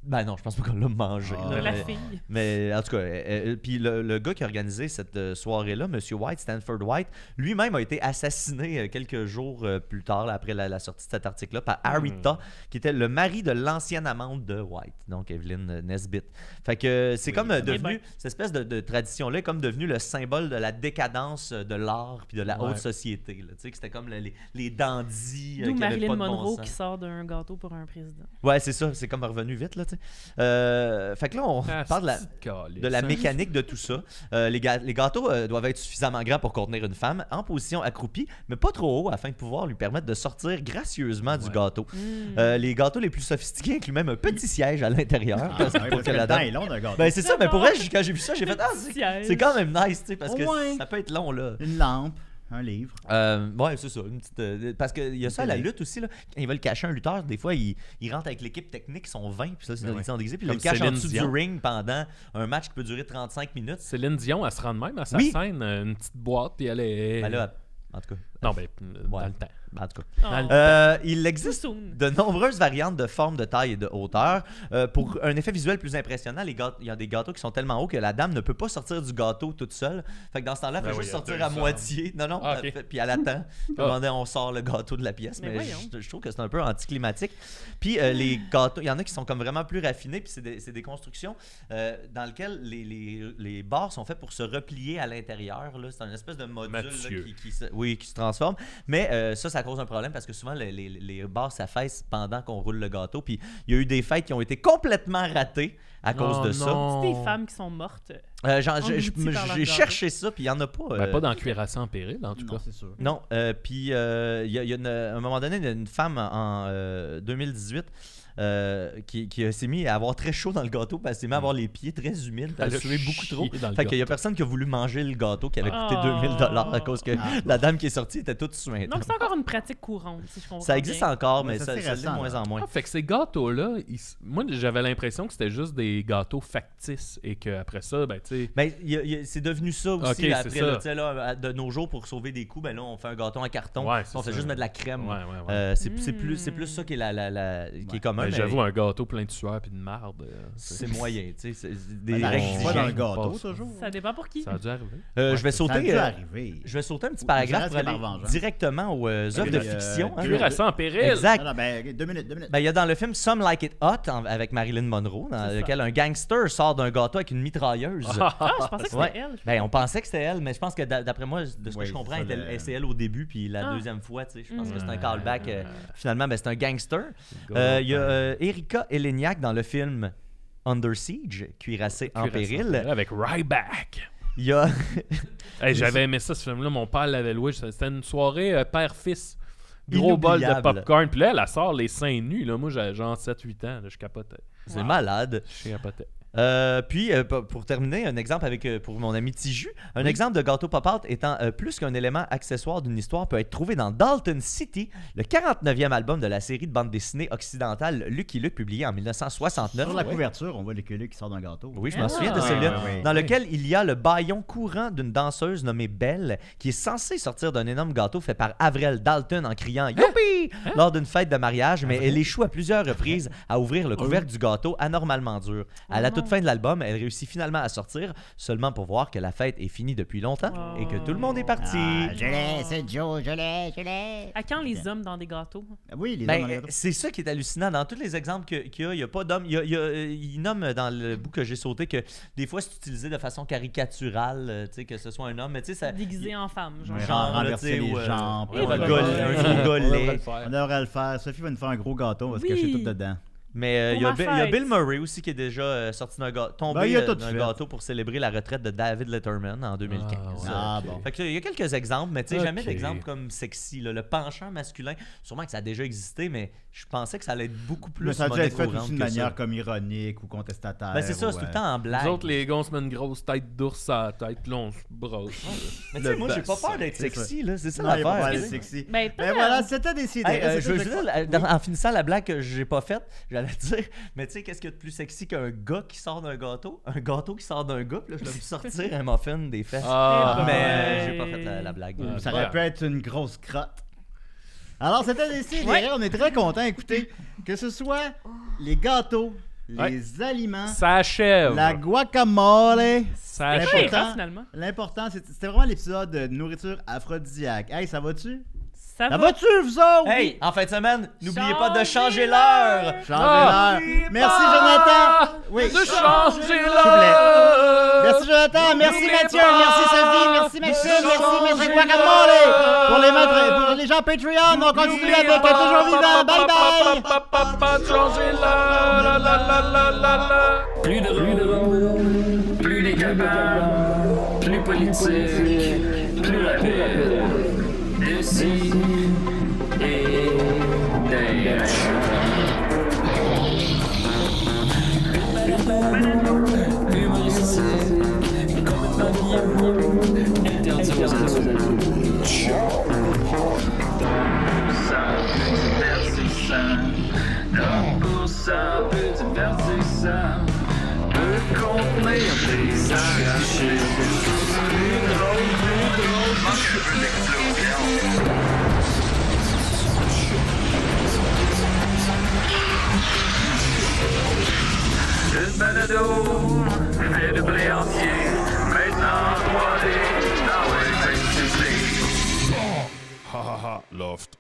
Speaker 4: ben non, je pense pas qu'on l'a mangé.
Speaker 3: Ah.
Speaker 4: là,
Speaker 5: la
Speaker 4: mais-
Speaker 5: fille.
Speaker 4: Mais en tout cas, euh, euh, puis le, le gars qui a organisé cette euh, soirée-là, M. White, Stanford White, lui-même a été assassiné euh, quelques jours euh, plus tard, là, après la, la sortie de cet article-là, par
Speaker 2: Hmm.
Speaker 4: Arita, qui était le mari de l'ancienne amante de White, donc Evelyn euh, Nesbitt. Fait que euh, c'est
Speaker 2: Oui,
Speaker 4: comme euh,
Speaker 2: eh
Speaker 4: devenu,
Speaker 5: ben.
Speaker 4: cette espèce de, de tradition-là est comme devenue le symbole de la décadence euh, de l'art puis de la
Speaker 2: Ouais.
Speaker 4: haute société. là. Tu sais, que c'était comme le- les, les dandys euh,
Speaker 5: D'où
Speaker 4: qui avaient pas
Speaker 5: Marilyn
Speaker 4: de bon
Speaker 5: Monroe
Speaker 4: sens.
Speaker 5: qui sort d'un gâteau pour un président.
Speaker 4: Ouais, c'est ça, c'est comme revenu vite, là, tu tu sais. Euh, fait que là, on
Speaker 2: Ah,
Speaker 4: parle de la,
Speaker 2: c'est calice,
Speaker 4: de la
Speaker 2: hein.
Speaker 4: mécanique de tout ça. Euh, les, ga- les gâteaux euh, doivent être suffisamment grands pour contenir une femme en position accroupie, mais pas trop haut afin de pouvoir lui permettre de sortir gracieusement du
Speaker 2: Ouais.
Speaker 4: gâteau.
Speaker 3: Hmm.
Speaker 5: Mm.
Speaker 4: Euh, les gâteaux les plus sophistiqués incluent même un petit siège à l'intérieur. parce-
Speaker 3: Ah, ouais,
Speaker 4: [laughs] pour
Speaker 3: parce
Speaker 4: que
Speaker 3: que
Speaker 4: la
Speaker 3: le temps
Speaker 4: dame-
Speaker 3: est long d'un gâteau.
Speaker 4: Ben, c'est ça, mais pour vrai, j- quand j'ai vu ça, j'ai fait Ah, c'est-
Speaker 5: Siège.
Speaker 4: c'est quand même nice, tu sais, parce que
Speaker 2: Ouais.
Speaker 4: ça peut être long, là.
Speaker 3: Une lampe, un livre.
Speaker 4: Euh, ouais, c'est ça. Une petite, euh, parce qu'il y a ça à la
Speaker 3: Télé.
Speaker 4: lutte aussi. Là, quand ils veulent cacher un lutteur, des fois, ils, ils rentrent avec l'équipe technique, ils sont 20, puis ça, c'est
Speaker 3: Ben
Speaker 4: dans
Speaker 3: ouais.
Speaker 4: ils sont déguisés, puis ils
Speaker 2: Comme
Speaker 4: le cachent en
Speaker 2: Céline
Speaker 4: dessous
Speaker 2: Dion.
Speaker 4: du ring pendant un match qui peut durer 35 minutes.
Speaker 2: Céline Dion, elle se rend de même à sa
Speaker 4: Oui.
Speaker 2: scène, euh, une petite boîte, puis elle est.
Speaker 4: Ben là, en tout cas.
Speaker 2: non, ben, euh,
Speaker 4: Ouais.
Speaker 2: dans le temps.
Speaker 4: ben, en tout cas.
Speaker 5: Oh.
Speaker 2: dans le-
Speaker 4: Euh, il
Speaker 5: Too
Speaker 4: existe
Speaker 5: soon.
Speaker 4: de nombreuses variantes de forme, de taille et de hauteur. Euh, pour un effet visuel plus impressionnant, les gâte- il y a des gâteaux qui sont tellement hauts que la dame ne peut pas sortir du gâteau toute seule. Fait que dans ce temps-là, elle
Speaker 2: Ben
Speaker 4: peut
Speaker 2: oui,
Speaker 4: juste
Speaker 2: il y a
Speaker 4: sortir
Speaker 2: deux
Speaker 4: à
Speaker 2: hommes.
Speaker 4: moitié. Non, non,
Speaker 2: Ah, ok.
Speaker 4: elle fait- puis
Speaker 2: [laughs]
Speaker 4: elle attend. Puis à un moment donné, on sort le gâteau de la pièce.
Speaker 5: Mais
Speaker 4: Mais,
Speaker 5: voyons.
Speaker 4: je, je trouve que c'est un peu anticlimatique. Puis euh, les gâteaux, il y en a qui sont comme vraiment plus raffinés, puis c'est des, c'est des constructions euh, dans lesquelles les, les, les barres sont faites pour se replier à l'intérieur. là. C'est un espèce de module là,
Speaker 2: Mathieu.
Speaker 4: qui, qui se, oui, qui se transforme. Mais euh, ça, ça cause un problème parce que souvent, les, les, les barres s'affaissent pendant qu'on roule le gâteau. Puis il y a eu des fêtes qui ont été complètement ratées à cause
Speaker 2: Oh
Speaker 4: de
Speaker 2: non.
Speaker 5: C'est des femmes qui sont mortes.
Speaker 4: ça. Euh, j'en- je-
Speaker 5: Englouties
Speaker 4: je-
Speaker 5: par leur
Speaker 4: J'ai
Speaker 5: gâteau.
Speaker 4: cherché ça, puis il n'y en a pas.
Speaker 2: Ben,
Speaker 4: euh,
Speaker 2: pas dans Cuirassé en péril, en tout
Speaker 3: Non,
Speaker 2: cas.
Speaker 3: c'est sûr.
Speaker 4: non, euh, puis euh, il y a, il y a une- à un moment donné, il y a une femme en, en, euh, 2018 euh, qui, qui s'est mise à avoir très chaud dans le gâteau parce qu'elle s'est mise à avoir les pieds très humides. puis
Speaker 2: Mm.
Speaker 4: Elle
Speaker 2: Elle
Speaker 4: a
Speaker 2: a
Speaker 4: sué beaucoup
Speaker 2: chié
Speaker 4: trop.
Speaker 2: dans le
Speaker 4: Fait qu'il y a personne qui a voulu manger le gâteau qui avait coûté
Speaker 5: Ah.
Speaker 4: 2000 dollars à cause que
Speaker 3: Ah.
Speaker 4: la dame qui est sortie était toute suinte.
Speaker 5: Donc, c'est encore une pratique courante, si je comprends
Speaker 4: Ça existe
Speaker 5: bien.
Speaker 4: encore,
Speaker 3: Mais
Speaker 4: mais
Speaker 3: ça,
Speaker 4: ça,
Speaker 3: c'est
Speaker 4: ça l'est de
Speaker 3: récent,
Speaker 4: moins
Speaker 3: là.
Speaker 4: en moins.
Speaker 2: Ah, fait que ces gâteaux-là, ils s- moi j'avais l'impression que c'était juste des gâteaux factices et qu'après ça, ben tu sais.
Speaker 4: Mais il y a- il y a- c'est devenu ça aussi
Speaker 2: Ok, c'est
Speaker 4: là, après.
Speaker 2: ça.
Speaker 4: là, tu sais, là, à- de nos jours, pour sauver des coups, ben là, on fait un gâteau en carton.
Speaker 2: Ouais, c'est
Speaker 4: on fait
Speaker 2: ça.
Speaker 4: juste mettre de la crème.
Speaker 2: Ouais, ouais, ouais.
Speaker 4: Euh, c'est c'est plus, c'est
Speaker 5: Mm.
Speaker 4: plus ça qui est, la, la- la- qui est commun.
Speaker 2: Ben,
Speaker 4: mais
Speaker 2: J'avoue, un gâteau plein de sueur puis de marde. euh,
Speaker 4: C'est
Speaker 2: c'est-
Speaker 4: moyen. tu sais, c'est- c'est
Speaker 3: Ben,
Speaker 4: Des
Speaker 3: la
Speaker 4: règles
Speaker 3: règle,
Speaker 2: on
Speaker 3: c'est pas dans le
Speaker 4: d'hygiène.
Speaker 3: gâteau,
Speaker 2: passe.
Speaker 3: toujours.
Speaker 5: Ça dépend pour qui.
Speaker 2: [laughs]
Speaker 5: Ah,
Speaker 2: Ça a dû arriver.
Speaker 4: Euh, Je vais
Speaker 3: Ça a dû
Speaker 4: sauter. euh,
Speaker 3: arriver.
Speaker 4: Je vais sauter un petit
Speaker 3: Oui,
Speaker 4: paragraphe
Speaker 3: ça
Speaker 4: pour
Speaker 3: reste
Speaker 4: aller
Speaker 3: la vengeance.
Speaker 4: directement aux euh, œuvres de
Speaker 3: euh,
Speaker 4: fiction. hein.
Speaker 3: Dieu
Speaker 2: Cuirassé en péril! [laughs]
Speaker 4: Exact.
Speaker 3: Non, non, ben, deux minutes, deux minutes.
Speaker 4: Ben, il y a dans le film Some Like It Hot en- avec Marilyn Monroe, dans
Speaker 5: C'est
Speaker 4: lequel un gangster sort d'un gâteau avec une mitrailleuse.
Speaker 5: Ah, je pensais que c'était
Speaker 4: Ouais.
Speaker 5: elle.
Speaker 4: Ben, on pensait que c'était elle, mais je pense que d'a- d'après moi, de ce que
Speaker 3: Oui,
Speaker 4: je comprends,
Speaker 3: c'est ça,
Speaker 4: elle-
Speaker 3: le-
Speaker 4: elle- c'est elle au début, puis la
Speaker 5: Ah.
Speaker 4: deuxième fois, tu sais, je pense
Speaker 5: Mm.
Speaker 4: que c'est un callback. euh, finalement, ben, c'est un gangster.
Speaker 2: Gâteau.
Speaker 4: Euh, Il y a euh, Erika Eleniak dans le film Under Siege, cuirassé en
Speaker 2: Cuirassé
Speaker 4: péril.
Speaker 2: Avec Ryback.
Speaker 4: Il y a.
Speaker 2: Hey, J'avais aimé ça, ce film-là. Mon père l'avait loué. C'était une soirée euh, père-fils. Gros bol de
Speaker 4: Inoubliable.
Speaker 2: popcorn. Puis là, elle elle sort les seins nus. Là. Moi, j'avais genre 7-8 ans. là, je capotais.
Speaker 4: c'est malade.
Speaker 2: Je capotais.
Speaker 4: Euh, puis, euh, p- pour terminer, un exemple avec euh, pour mon ami Tiju. Un exemple de gâteau pop-out étant euh, plus qu'un élément accessoire d'une histoire peut être trouvé dans Dalton City, le 49e album de la série de bande dessinée occidentale Lucky Luke, publié en 1969.
Speaker 3: Sur la couverture, on voit l'éculé qui sort d'un gâteau.
Speaker 4: Oui, je m'en
Speaker 5: Ah.
Speaker 4: souviens de
Speaker 5: Ah,
Speaker 4: celui-là.
Speaker 3: ouais, ouais.
Speaker 4: Dans lequel il y a le baillon courant d'une danseuse nommée Belle qui est censée sortir d'un énorme gâteau fait par Avril Dalton en criant Youpi lors d'une fête de mariage, mais elle échoue à plusieurs reprises à ouvrir le couvercle du gâteau anormalement dur. À
Speaker 5: Oh non.
Speaker 4: la toute fin de l'album, elle réussit finalement à sortir, seulement pour voir que la fête est finie depuis longtemps et que tout le monde est parti.
Speaker 3: Ah, je l'ai, c'est Joe, je l'ai, je l'ai.
Speaker 5: À quand les hommes dans des gâteaux
Speaker 3: Ah Oui, les
Speaker 4: Ben,
Speaker 3: hommes dans le
Speaker 4: euh,
Speaker 3: gâteau.
Speaker 4: c'est ça qui est hallucinant. Dans tous les exemples que- qu'il y a, il n'y a pas d'homme. Il, y a- il y a, euh, il nomme dans le bout que j'ai sauté que des fois, c'est utilisé de façon caricaturale, euh, tu sais, que ce soit un homme. Mais tu sais, ça.
Speaker 5: déguisés en femmes, genre.
Speaker 3: Ouais.
Speaker 4: genre, là,
Speaker 3: Renverser
Speaker 4: tu sais,
Speaker 3: les
Speaker 4: ou, euh,
Speaker 3: jambes,
Speaker 4: ouais,
Speaker 5: ouais,
Speaker 4: un
Speaker 5: ouais.
Speaker 4: gaulle- un gros
Speaker 2: On devrait
Speaker 4: gaulet.
Speaker 2: le faire.
Speaker 3: On devrait le faire. Sophie va nous faire un gros gâteau, on va se
Speaker 5: Oui.
Speaker 3: cacher tout dedans.
Speaker 4: Mais euh, il y, a
Speaker 5: Pour ma
Speaker 4: Bi- il y a
Speaker 5: fête.
Speaker 4: Bill Murray aussi qui est déjà euh, sorti d'un gâteau, tombé
Speaker 3: Ben, il a
Speaker 4: euh,
Speaker 3: tout
Speaker 4: d'un
Speaker 3: fait.
Speaker 4: gâteau pour célébrer la retraite de David Letterman en 2015.
Speaker 2: ouais.
Speaker 4: Euh,
Speaker 3: Ah
Speaker 2: ok.
Speaker 3: bon.
Speaker 4: Fait que, il y a quelques exemples, mais tu sais, jamais
Speaker 2: Ok.
Speaker 4: d'exemple comme sexy. là. Le penchant masculin, sûrement que ça a déjà existé, mais je pensais que ça allait être beaucoup plus
Speaker 3: Mais ça a dû être fait
Speaker 4: monnaie courante
Speaker 3: aussi de
Speaker 4: que ça.
Speaker 3: manière comme ironique ou contestataire.
Speaker 4: Ben, c'est ça,
Speaker 3: ou,
Speaker 4: c'est tout le
Speaker 3: euh,
Speaker 4: temps en blague.
Speaker 2: Nous autres, les gars, on se met une grosse tête d'ours à la tête. Là, on se brosse.
Speaker 4: Mais tu sais,
Speaker 3: Le
Speaker 4: moi, j'ai pas
Speaker 3: bassin,
Speaker 4: peur d'être
Speaker 3: c'est ça.
Speaker 4: sexy, là. C'est ça
Speaker 3: Non, il va pas
Speaker 4: l'affaire.
Speaker 3: aller
Speaker 4: tu sais.
Speaker 3: sexy.
Speaker 5: Ben,
Speaker 3: Ben
Speaker 5: pas-
Speaker 3: voilà, c'était décidé.
Speaker 4: Hey, euh,
Speaker 3: Euh,
Speaker 4: je veux
Speaker 3: c'était
Speaker 4: juste dire, euh, dans- en finissant la blague que j'ai pas faite, j'allais [laughs] dire, mais tu sais, qu'est-ce qu'il y a de plus sexy qu'un gars qui sort d'un gâteau Un gâteau qui sort d'un gars, puis là, je vais me sortir un muffin des fesses.
Speaker 2: Ah,
Speaker 5: bon.
Speaker 4: mais euh,
Speaker 5: ouais.
Speaker 4: j'ai pas fait la, la blague.
Speaker 2: Ouh,
Speaker 3: Ça
Speaker 2: Ouais.
Speaker 3: aurait pu être une grosse crotte. Alors, c'était décidé.
Speaker 5: Ouais.
Speaker 3: On est très contents, écoutez, que ce soit les gâteaux, les aliments,
Speaker 2: ça achève.
Speaker 3: hein. la guacamole.
Speaker 2: Ça
Speaker 5: Ouais,
Speaker 2: achève.
Speaker 5: hein, finalement.
Speaker 3: L'important, c'est- c'était vraiment l'épisode de nourriture aphrodisiaque. Hey, ça va-tu?
Speaker 5: Ça
Speaker 3: Ça
Speaker 5: va.
Speaker 3: va-tu, vous autres?
Speaker 4: Hey, en fin de semaine, n'oubliez pas de
Speaker 5: Changez
Speaker 4: changer l'heure
Speaker 5: l'heure.
Speaker 3: Changez
Speaker 2: Ah!
Speaker 3: l'heure. Merci, Jonathan. Oui.
Speaker 2: de changer
Speaker 3: Merci
Speaker 2: l'heure.
Speaker 3: Jonathan, merci
Speaker 2: N'oubliez
Speaker 3: Mathieu,
Speaker 2: pas
Speaker 3: merci Sophie, merci Maxime,
Speaker 2: de
Speaker 3: merci
Speaker 2: changer
Speaker 3: Monsieur
Speaker 2: de-
Speaker 3: Guacamole. Pour les maîtres, pour les gens Patreon, on continue avec Toujours Vivant. Bye bye.
Speaker 2: bye. Changer l'heure, la la la la la la.
Speaker 1: Plus de rôle, plus les cabanes, plus politique, plus rapide, d'ici et d'ailleurs. Humoristique, complètement vieillot, interdit aux adultes. Sans plus divertissant, donc pour ça, plus divertissant, peut contenir des arachides. Plus drôle, plus drôle, manque une explosion. Une balado fait de blé entier, maintenant 3D dans l'électricité.
Speaker 7: Hahaha, Loft.